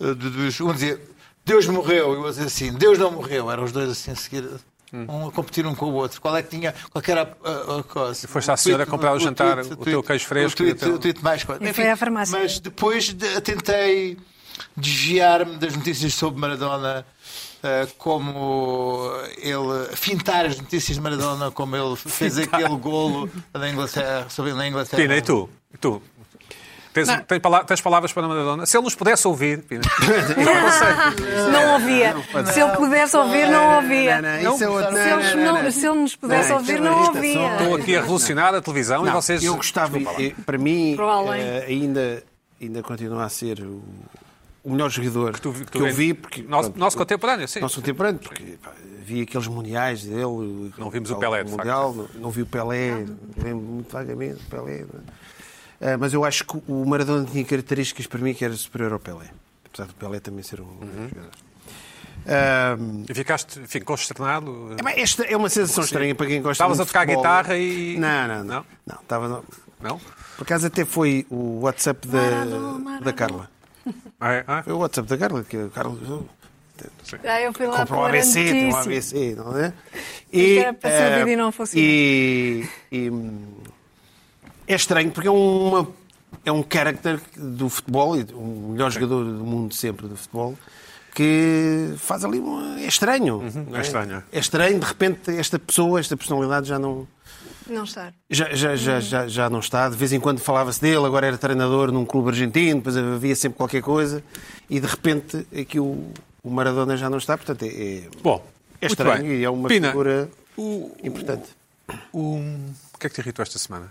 [SPEAKER 5] ah, do- dos- um dizia Deus morreu, eu vou dizer assim, Deus não morreu. Eram os dois assim a seguir,
[SPEAKER 1] Hum.
[SPEAKER 5] um a competir um com o outro. Qual é que tinha, qual que era eh, a, a, a coisa?
[SPEAKER 1] Foste à
[SPEAKER 5] é O
[SPEAKER 1] senhora
[SPEAKER 5] tweet-
[SPEAKER 1] comprar o jantar,
[SPEAKER 5] tweet-
[SPEAKER 1] o teu queijo fresco
[SPEAKER 5] O
[SPEAKER 1] e o
[SPEAKER 5] tweet,
[SPEAKER 1] teu-
[SPEAKER 5] o tweet mais coisa.
[SPEAKER 4] E foi à farmácia.
[SPEAKER 5] Mas depois de- tentei desviar-me das notícias sobre Maradona, eh, como ele. fintar as notícias de Maradona, como ele fez aquele golo na Inglaterra, sobre na Inglaterra.
[SPEAKER 1] Pina, e tu? E tu? Tens, tens pala- tens palavras para a Madonna? Se ele nos pudesse ouvir, Pina.
[SPEAKER 4] Não ouvia. Se ele pudesse ouvir, não ouvia.
[SPEAKER 3] Não, não, isso é outro-
[SPEAKER 4] Se eles
[SPEAKER 3] não, não,
[SPEAKER 4] não-
[SPEAKER 3] não, não.
[SPEAKER 4] se ele nos pudesse
[SPEAKER 3] Não,
[SPEAKER 4] ouvir,
[SPEAKER 3] isso é
[SPEAKER 4] não
[SPEAKER 3] uma
[SPEAKER 4] ouvia.
[SPEAKER 3] irritação.
[SPEAKER 1] Estou aqui a revolucionar a televisão e
[SPEAKER 3] Não,
[SPEAKER 1] vocês.
[SPEAKER 3] Eu gostava,
[SPEAKER 1] Desculpa lá.
[SPEAKER 3] eh, para mim,
[SPEAKER 4] Para além.
[SPEAKER 3] eh, ainda, ainda continua a ser o, o melhor jogador que,
[SPEAKER 1] tu vi- que tu
[SPEAKER 3] eu
[SPEAKER 1] vês.
[SPEAKER 3] vi. Porque,
[SPEAKER 1] Nosso-
[SPEAKER 3] pronto,
[SPEAKER 1] nosso contemporâneo, sim.
[SPEAKER 3] Nosso contemporâneo, porque pá, vi aqueles mundiais dele.
[SPEAKER 1] Não vimos o
[SPEAKER 3] tal
[SPEAKER 1] Pelé, de
[SPEAKER 3] mundial, não, não vi o Pelé, lembro muito vagamente o Pelé. não é? Ah, mas eu acho que o Maradona tinha características para mim que era superior ao Pelé. Apesar do Pelé também ser um
[SPEAKER 1] Uhum.
[SPEAKER 3] grande jogador. Ah,
[SPEAKER 1] E ficaste, enfim, consternado.
[SPEAKER 3] é, mas esta é uma sensação estranha para quem gosta
[SPEAKER 1] Estavas
[SPEAKER 3] muito
[SPEAKER 1] a tocar
[SPEAKER 3] de futebol.
[SPEAKER 1] guitarra e-
[SPEAKER 3] Não, não,
[SPEAKER 1] Não?
[SPEAKER 3] não. Não, estava...
[SPEAKER 1] Não?
[SPEAKER 3] Por acaso até foi o WhatsApp da, da Carla.
[SPEAKER 1] Ah, é? Ah,
[SPEAKER 3] Foi o WhatsApp da Carla, que a Carla oh,
[SPEAKER 4] Ah, eu fui lá
[SPEAKER 3] comprou o
[SPEAKER 4] pela
[SPEAKER 3] ABC, tem um
[SPEAKER 4] notícia.
[SPEAKER 3] ABC, não é?
[SPEAKER 4] Isto era para ser
[SPEAKER 3] eh,
[SPEAKER 4] vídeo e não funcionou.
[SPEAKER 3] e- e, hum, é estranho porque é uma é um character do futebol, e o melhor jogador do mundo sempre do futebol, que faz ali um. É estranho.
[SPEAKER 4] Uhum.
[SPEAKER 3] não
[SPEAKER 1] é estranho, é.
[SPEAKER 3] É estranho, de repente, esta pessoa, esta personalidade já não.
[SPEAKER 4] Não estar.
[SPEAKER 3] Já, já, já, já, já não está. De vez em quando falava-se dele, agora era treinador num clube argentino, depois havia sempre qualquer coisa. E de repente aqui o, o Maradona já não está. Portanto, é, é-
[SPEAKER 1] Bom,
[SPEAKER 3] é
[SPEAKER 1] muito
[SPEAKER 3] estranho
[SPEAKER 1] bem.
[SPEAKER 3] e é uma
[SPEAKER 1] Pina,
[SPEAKER 3] figura
[SPEAKER 1] o-
[SPEAKER 3] importante.
[SPEAKER 1] o, o que é que te irritou esta semana?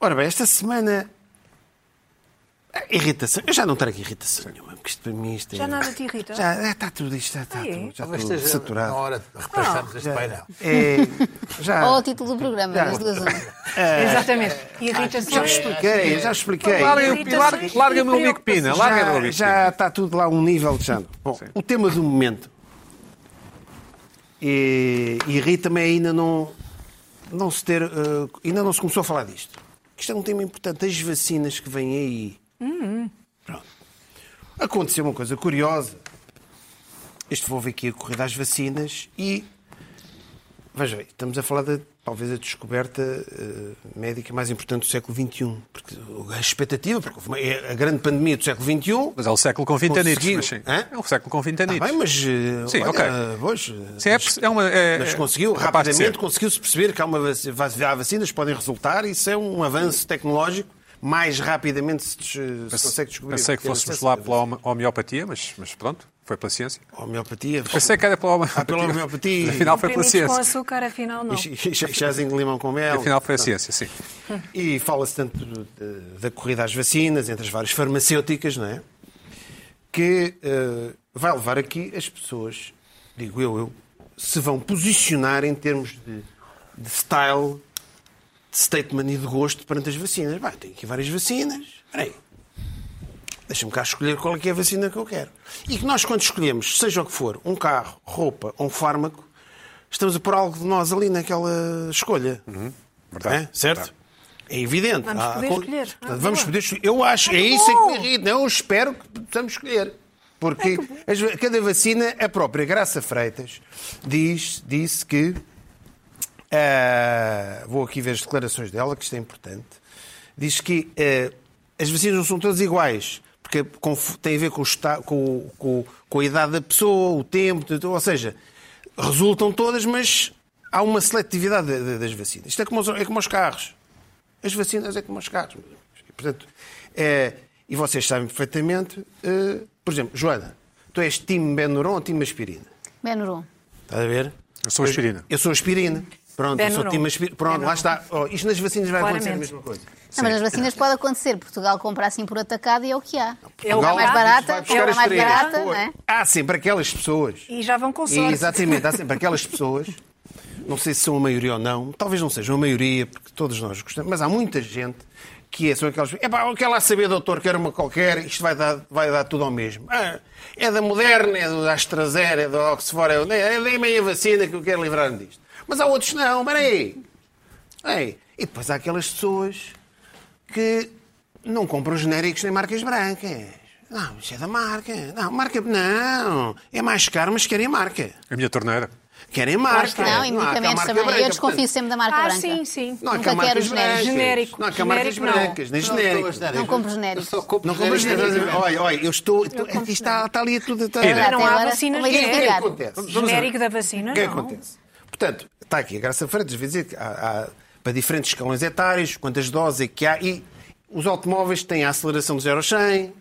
[SPEAKER 3] Ora bem, esta semana. a Irritação. Eu já não trago irritação nenhuma, porque isto para mim isto é-
[SPEAKER 4] Já nada te irrita?
[SPEAKER 3] Já é, está tudo isto, já está
[SPEAKER 4] Ah, é?
[SPEAKER 3] tudo, já
[SPEAKER 5] Talvez
[SPEAKER 3] estou
[SPEAKER 5] esteja Na
[SPEAKER 3] saturado. Ah.
[SPEAKER 5] hora de repensarmos este painel.
[SPEAKER 3] É, já,
[SPEAKER 2] Ou o título do programa,
[SPEAKER 3] Já.
[SPEAKER 2] das duas uma.
[SPEAKER 4] Exatamente. Irrita-se.
[SPEAKER 3] Ah, já expliquei, já expliquei.
[SPEAKER 1] Larga-me
[SPEAKER 4] Irritações
[SPEAKER 1] larga-me o
[SPEAKER 4] e
[SPEAKER 1] Mico Pina. Larga-me o
[SPEAKER 3] já,
[SPEAKER 1] Mico
[SPEAKER 3] já
[SPEAKER 1] Pina.
[SPEAKER 3] está tudo lá a um nível de chão. Bom, o tema do momento. E irrita-me ainda não, não se ter. eh, ainda não se começou a falar disto. Isto é um tema importante. As vacinas que vêm aí. Pronto. Aconteceu uma coisa curiosa. Este vou ver aqui a corrida às vacinas e. Veja bem, estamos a falar de talvez a descoberta eh, médica mais importante do século XXI. Porque a expectativa, porque houve uma- é a grande pandemia do século XXI.
[SPEAKER 1] Mas é um século com 20 anitos.
[SPEAKER 3] Conseguiu.
[SPEAKER 1] Mas sim.
[SPEAKER 3] Hã?
[SPEAKER 1] É um século com 20
[SPEAKER 3] Está
[SPEAKER 1] anitos.
[SPEAKER 3] bem, mas. eh,
[SPEAKER 1] Sim,
[SPEAKER 3] Sim,
[SPEAKER 1] ok. Sim, é, é uma, é,
[SPEAKER 3] eh, mas
[SPEAKER 1] é
[SPEAKER 3] conseguiu,
[SPEAKER 1] capaz de ser.
[SPEAKER 3] rapidamente, conseguiu-se perceber que há, uma, vac- vac- há vacinas que podem resultar, isso é um avanço tecnológico. Mais rapidamente se, des- se consegue descobrir. é
[SPEAKER 1] Pensei que
[SPEAKER 3] Porque
[SPEAKER 1] fôssemos
[SPEAKER 3] acesso
[SPEAKER 1] lá
[SPEAKER 3] a
[SPEAKER 1] pela homo- homeopatia, mas, mas pronto, foi pela ciência.
[SPEAKER 3] Homeopatia.
[SPEAKER 1] Pensei que era pela homeopatia.
[SPEAKER 3] Ah, pela homeopatia.
[SPEAKER 1] Afinal foi pela
[SPEAKER 4] Comprimidos com
[SPEAKER 1] ciência.
[SPEAKER 4] açúcar, afinal não.
[SPEAKER 3] E ch- e ch- chazinho de limão com mel.
[SPEAKER 1] Afinal foi a ciência, sim.
[SPEAKER 3] E fala-se tanto do- de- da corrida às vacinas, entre as várias farmacêuticas, não é? Que eh, vai levar aqui as pessoas, digo eu, eu, se vão posicionar em termos de, de style, de statement e de gosto perante as vacinas. Vai, tem aqui várias vacinas. Espera aí. Deixa-me cá escolher qual é, que é a vacina que eu quero. E que nós, quando escolhemos, seja o que for, um carro, roupa ou um fármaco, estamos a pôr algo de nós ali naquela escolha.
[SPEAKER 1] Uhum. Verdade.
[SPEAKER 3] É? Certo? É evidente.
[SPEAKER 4] Vamos
[SPEAKER 3] Há-
[SPEAKER 4] poder
[SPEAKER 3] con-
[SPEAKER 4] escolher.
[SPEAKER 3] Portanto,
[SPEAKER 4] Ah,
[SPEAKER 3] Vamos
[SPEAKER 4] boa.
[SPEAKER 3] poder escolher. Eu acho, é
[SPEAKER 4] que
[SPEAKER 3] isso é que me
[SPEAKER 4] bom. Tá
[SPEAKER 3] irrita. Eu espero que possamos escolher. Porque as va- cada vacina, a própria Graça Freitas diz, disse que. ah, vou aqui ver as declarações dela, que isto é importante. Diz que ah, as vacinas não são todas iguais. Porque conf- tem a ver com, o esta- com o- com- com a idade da pessoa, o tempo, tudo. ou seja, resultam todas, mas há uma seletividade de- de- das vacinas. Isto é como os- é como os carros. As vacinas é como os carros. meus amigos. E, portanto, eh, e vocês sabem perfeitamente, eh, por exemplo, Joana, tu és time Benuron ou time aspirina?
[SPEAKER 2] Benuron.
[SPEAKER 3] Estás a ver?
[SPEAKER 1] Eu sou aspirina.
[SPEAKER 3] Eu sou aspirina. Pronto, eu sou
[SPEAKER 4] Benuron.
[SPEAKER 3] time aspirina. Pronto, lá está. Oh, isto nas vacinas vai acontecer a
[SPEAKER 4] Claramente.
[SPEAKER 3] mesma coisa.
[SPEAKER 2] Não, mas as vacinas pode acontecer. Portugal compra assim por atacado e é o que há.
[SPEAKER 4] É o
[SPEAKER 3] Portugal
[SPEAKER 4] que
[SPEAKER 2] mais
[SPEAKER 4] há.
[SPEAKER 2] barata,
[SPEAKER 3] vai buscar
[SPEAKER 2] é
[SPEAKER 3] as
[SPEAKER 2] mais
[SPEAKER 3] três.
[SPEAKER 2] barata,
[SPEAKER 3] Pô,
[SPEAKER 2] não é?
[SPEAKER 3] Há sempre aquelas pessoas.
[SPEAKER 4] E já vão com
[SPEAKER 3] E,
[SPEAKER 4] sorte.
[SPEAKER 3] exatamente, há sempre aquelas pessoas, não sei se são a maioria ou não, talvez não sejam a maioria, porque todos nós gostamos, mas há muita gente que é, são aquelas pessoas. Epá, eu quero lá saber, doutor, quero uma qualquer, isto vai dar, vai dar tudo ao mesmo. Ah, é da Moderna, é da AstraZeneca, é da Oxford, é, é, é meia vacina que eu quero livrar-me disto. Mas há outros que não, peraí. Ei, e depois há aquelas pessoas que não compram genéricos nem marcas brancas. Não, isso é da marca. Não, marca. Não, é mais caro, mas querem marca.
[SPEAKER 1] A minha torneira.
[SPEAKER 3] Querem marca.
[SPEAKER 2] Não, e
[SPEAKER 3] há cá
[SPEAKER 2] medicamentos
[SPEAKER 3] marca
[SPEAKER 2] também.
[SPEAKER 3] branca,
[SPEAKER 2] eu desconfio
[SPEAKER 3] portanto,
[SPEAKER 2] sempre da marca
[SPEAKER 4] Ah,
[SPEAKER 2] branca.
[SPEAKER 4] sim, sim.
[SPEAKER 3] Não há
[SPEAKER 2] Nunca
[SPEAKER 3] cá marcas
[SPEAKER 2] quero genéricos.
[SPEAKER 3] brancas.
[SPEAKER 4] Genérico.
[SPEAKER 3] Não há cá marcas
[SPEAKER 4] Genérico, não.
[SPEAKER 3] brancas, nem
[SPEAKER 5] Não estou a
[SPEAKER 3] genéricos.
[SPEAKER 5] genérico.
[SPEAKER 2] Não compro
[SPEAKER 5] Eu
[SPEAKER 2] genérico.
[SPEAKER 5] só compro
[SPEAKER 3] Não compras
[SPEAKER 5] genérico.
[SPEAKER 3] nada. Olha, olha, eu estou. estou-
[SPEAKER 4] compro
[SPEAKER 3] está, está ali tudo. Está,
[SPEAKER 1] Pera,
[SPEAKER 4] Não
[SPEAKER 2] Até
[SPEAKER 4] há
[SPEAKER 2] agora,
[SPEAKER 4] vacinas
[SPEAKER 2] vou
[SPEAKER 4] genéricas.
[SPEAKER 2] investigar.
[SPEAKER 3] O que é que acontece?
[SPEAKER 4] Genérico da vacina,
[SPEAKER 3] O que é que
[SPEAKER 4] não.
[SPEAKER 3] acontece? Portanto, está aqui a Graça Freitas, vai dizer que há, há para diferentes escalões etários, quantas doses é que há, e os automóveis têm a aceleração de 0 a 100,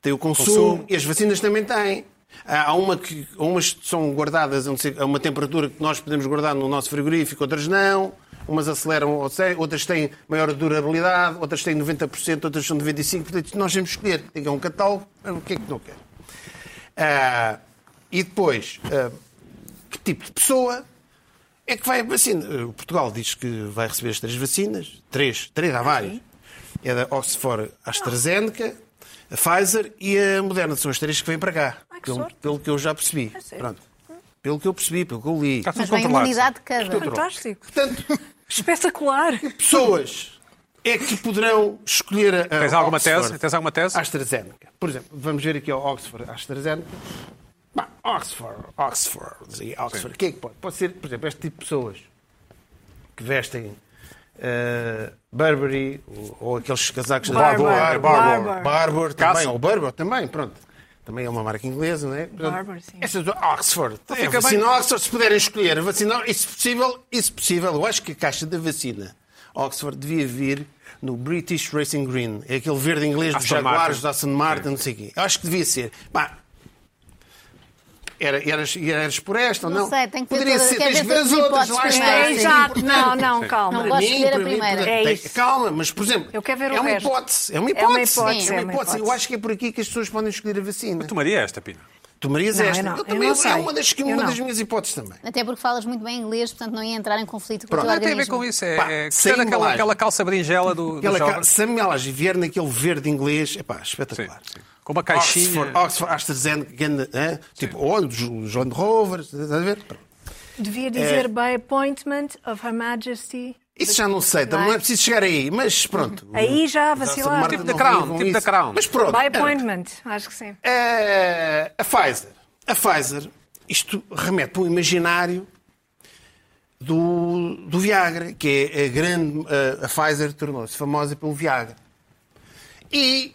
[SPEAKER 3] têm o consumo,
[SPEAKER 1] Consumo.
[SPEAKER 3] e as vacinas também têm. Há há uma que, há umas que são guardadas a não ser- a uma temperatura que nós podemos guardar no nosso frigorífico, outras não. Umas aceleram, ao zero, outras têm maior durabilidade, outras têm 90%, outras são 95%. Portanto, nós temos que escolher. Tem que é um catálogo, o que é que não quer? Ah, e depois, ah, que tipo de pessoa é que vai a vacina? Ah, o Portugal diz que vai receber as três vacinas. Três, três, há várias. É da Oxford AstraZeneca, a Pfizer e a Moderna. São as três que vêm para cá.
[SPEAKER 4] Ai, que
[SPEAKER 3] pelo,
[SPEAKER 4] sorte. É
[SPEAKER 3] pelo que eu já percebi.
[SPEAKER 4] sério?
[SPEAKER 3] Pronto. Pelo que eu percebi, pelo que eu li.
[SPEAKER 1] Está tudo
[SPEAKER 2] Mas uma
[SPEAKER 1] controlado.
[SPEAKER 2] imunidade de cada.
[SPEAKER 4] Fantástico.
[SPEAKER 3] Portanto,
[SPEAKER 4] Espetacular.
[SPEAKER 3] pessoas é que poderão escolher a. a
[SPEAKER 1] Tens alguma
[SPEAKER 3] Oxford.
[SPEAKER 1] tese? Tens alguma tese?
[SPEAKER 3] AstraZeneca. Por exemplo, vamos ver aqui ao Oxford AstraZeneca. Bah, Oxford, Oxford, e Oxford. Quem é que pode? Pode ser, por exemplo, este tipo de pessoas que vestem eh, Burberry ou, ou aqueles casacos da
[SPEAKER 4] Barbour,
[SPEAKER 3] Barbour,
[SPEAKER 4] Barbour.
[SPEAKER 3] Barbour também,
[SPEAKER 1] Caça.
[SPEAKER 3] ou Burberry também, pronto. Também é uma marca inglesa, não é? Portanto,
[SPEAKER 4] Barbour, sim.
[SPEAKER 3] Essas do Oxford.
[SPEAKER 1] fica
[SPEAKER 3] a
[SPEAKER 1] bem.
[SPEAKER 3] vacina Oxford, se puderem escolher, a vacina, e se possível, e se possível, eu acho que a caixa da vacina Oxford devia vir no British Racing Green. É aquele verde inglês dos
[SPEAKER 1] Aston Martin.
[SPEAKER 3] Jaguares, da Aston Martin, não sei o quê. Eu acho que devia ser. Pá, era, eras, eras por esta ou
[SPEAKER 2] Não
[SPEAKER 3] não?
[SPEAKER 2] sei, tem que ver
[SPEAKER 3] Poderia
[SPEAKER 2] todas-
[SPEAKER 3] ser,
[SPEAKER 2] quer
[SPEAKER 3] tens
[SPEAKER 2] ver
[SPEAKER 3] que ver as
[SPEAKER 2] todas as
[SPEAKER 3] outras,
[SPEAKER 2] hipóteses
[SPEAKER 3] lá está.
[SPEAKER 2] primeiro.
[SPEAKER 4] É,
[SPEAKER 3] Sim.
[SPEAKER 4] exato. Não, não,
[SPEAKER 2] Não
[SPEAKER 4] calma.
[SPEAKER 2] gosto. de
[SPEAKER 3] Mim,
[SPEAKER 2] escolher a
[SPEAKER 3] para mim,
[SPEAKER 2] primeira.
[SPEAKER 3] tem-
[SPEAKER 4] É isso.
[SPEAKER 3] Calma, mas por exemplo,
[SPEAKER 4] Eu quero ver o
[SPEAKER 3] é uma
[SPEAKER 4] resto.
[SPEAKER 3] hipótese. É uma
[SPEAKER 4] É uma
[SPEAKER 3] hipótese.
[SPEAKER 4] hipótese, é uma
[SPEAKER 3] hipótese. Eu
[SPEAKER 4] hipótese.
[SPEAKER 3] acho que é por aqui que as pessoas podem escolher a vacina.
[SPEAKER 1] Tomaria esta, Pina.
[SPEAKER 3] Tomarias
[SPEAKER 4] Não, eu
[SPEAKER 3] esta?
[SPEAKER 4] não. Eu
[SPEAKER 3] também.
[SPEAKER 4] não
[SPEAKER 3] É
[SPEAKER 4] sei.
[SPEAKER 3] uma das,
[SPEAKER 4] Eu
[SPEAKER 3] uma
[SPEAKER 4] não.
[SPEAKER 3] das minhas hipóteses também.
[SPEAKER 2] Até porque falas muito bem inglês, portanto não ia entrar em conflito com o teu
[SPEAKER 1] Não tem a ver
[SPEAKER 2] organismo.
[SPEAKER 1] com isso. É,
[SPEAKER 3] Pá,
[SPEAKER 1] é
[SPEAKER 3] sem
[SPEAKER 1] gostei daquela
[SPEAKER 3] embalagem.
[SPEAKER 1] aquela calça berinjela do, do
[SPEAKER 3] Aquela
[SPEAKER 1] jovem.
[SPEAKER 3] ca... Se a melagem vier naquele verde inglês, é pá,
[SPEAKER 1] Sim,
[SPEAKER 3] espetacular.
[SPEAKER 1] sim. Com uma caixinha.
[SPEAKER 3] Oxford, Oxford AstraZeneca, ganda, hã? tipo, olha, os os Land Rovers, estás a ver?
[SPEAKER 4] Devia
[SPEAKER 3] É.
[SPEAKER 4] dizer by appointment of Her Majesty.
[SPEAKER 3] Isso já não sei, também não é preciso chegar aí, mas pronto.
[SPEAKER 4] Aí já
[SPEAKER 3] Aston
[SPEAKER 4] vacilaram.
[SPEAKER 3] Martin
[SPEAKER 1] Tipo da
[SPEAKER 3] não
[SPEAKER 1] Crown,
[SPEAKER 3] vive com
[SPEAKER 1] tipo da
[SPEAKER 3] isso.
[SPEAKER 1] Crown.
[SPEAKER 3] Mas pronto.
[SPEAKER 4] By
[SPEAKER 3] era-
[SPEAKER 4] appointment, acho que sim.
[SPEAKER 3] É, a Pfizer. A Pfizer, isto remete para um imaginário do, do Viagra, que é a grande. A, a Pfizer tornou-se famosa pelo Viagra. E,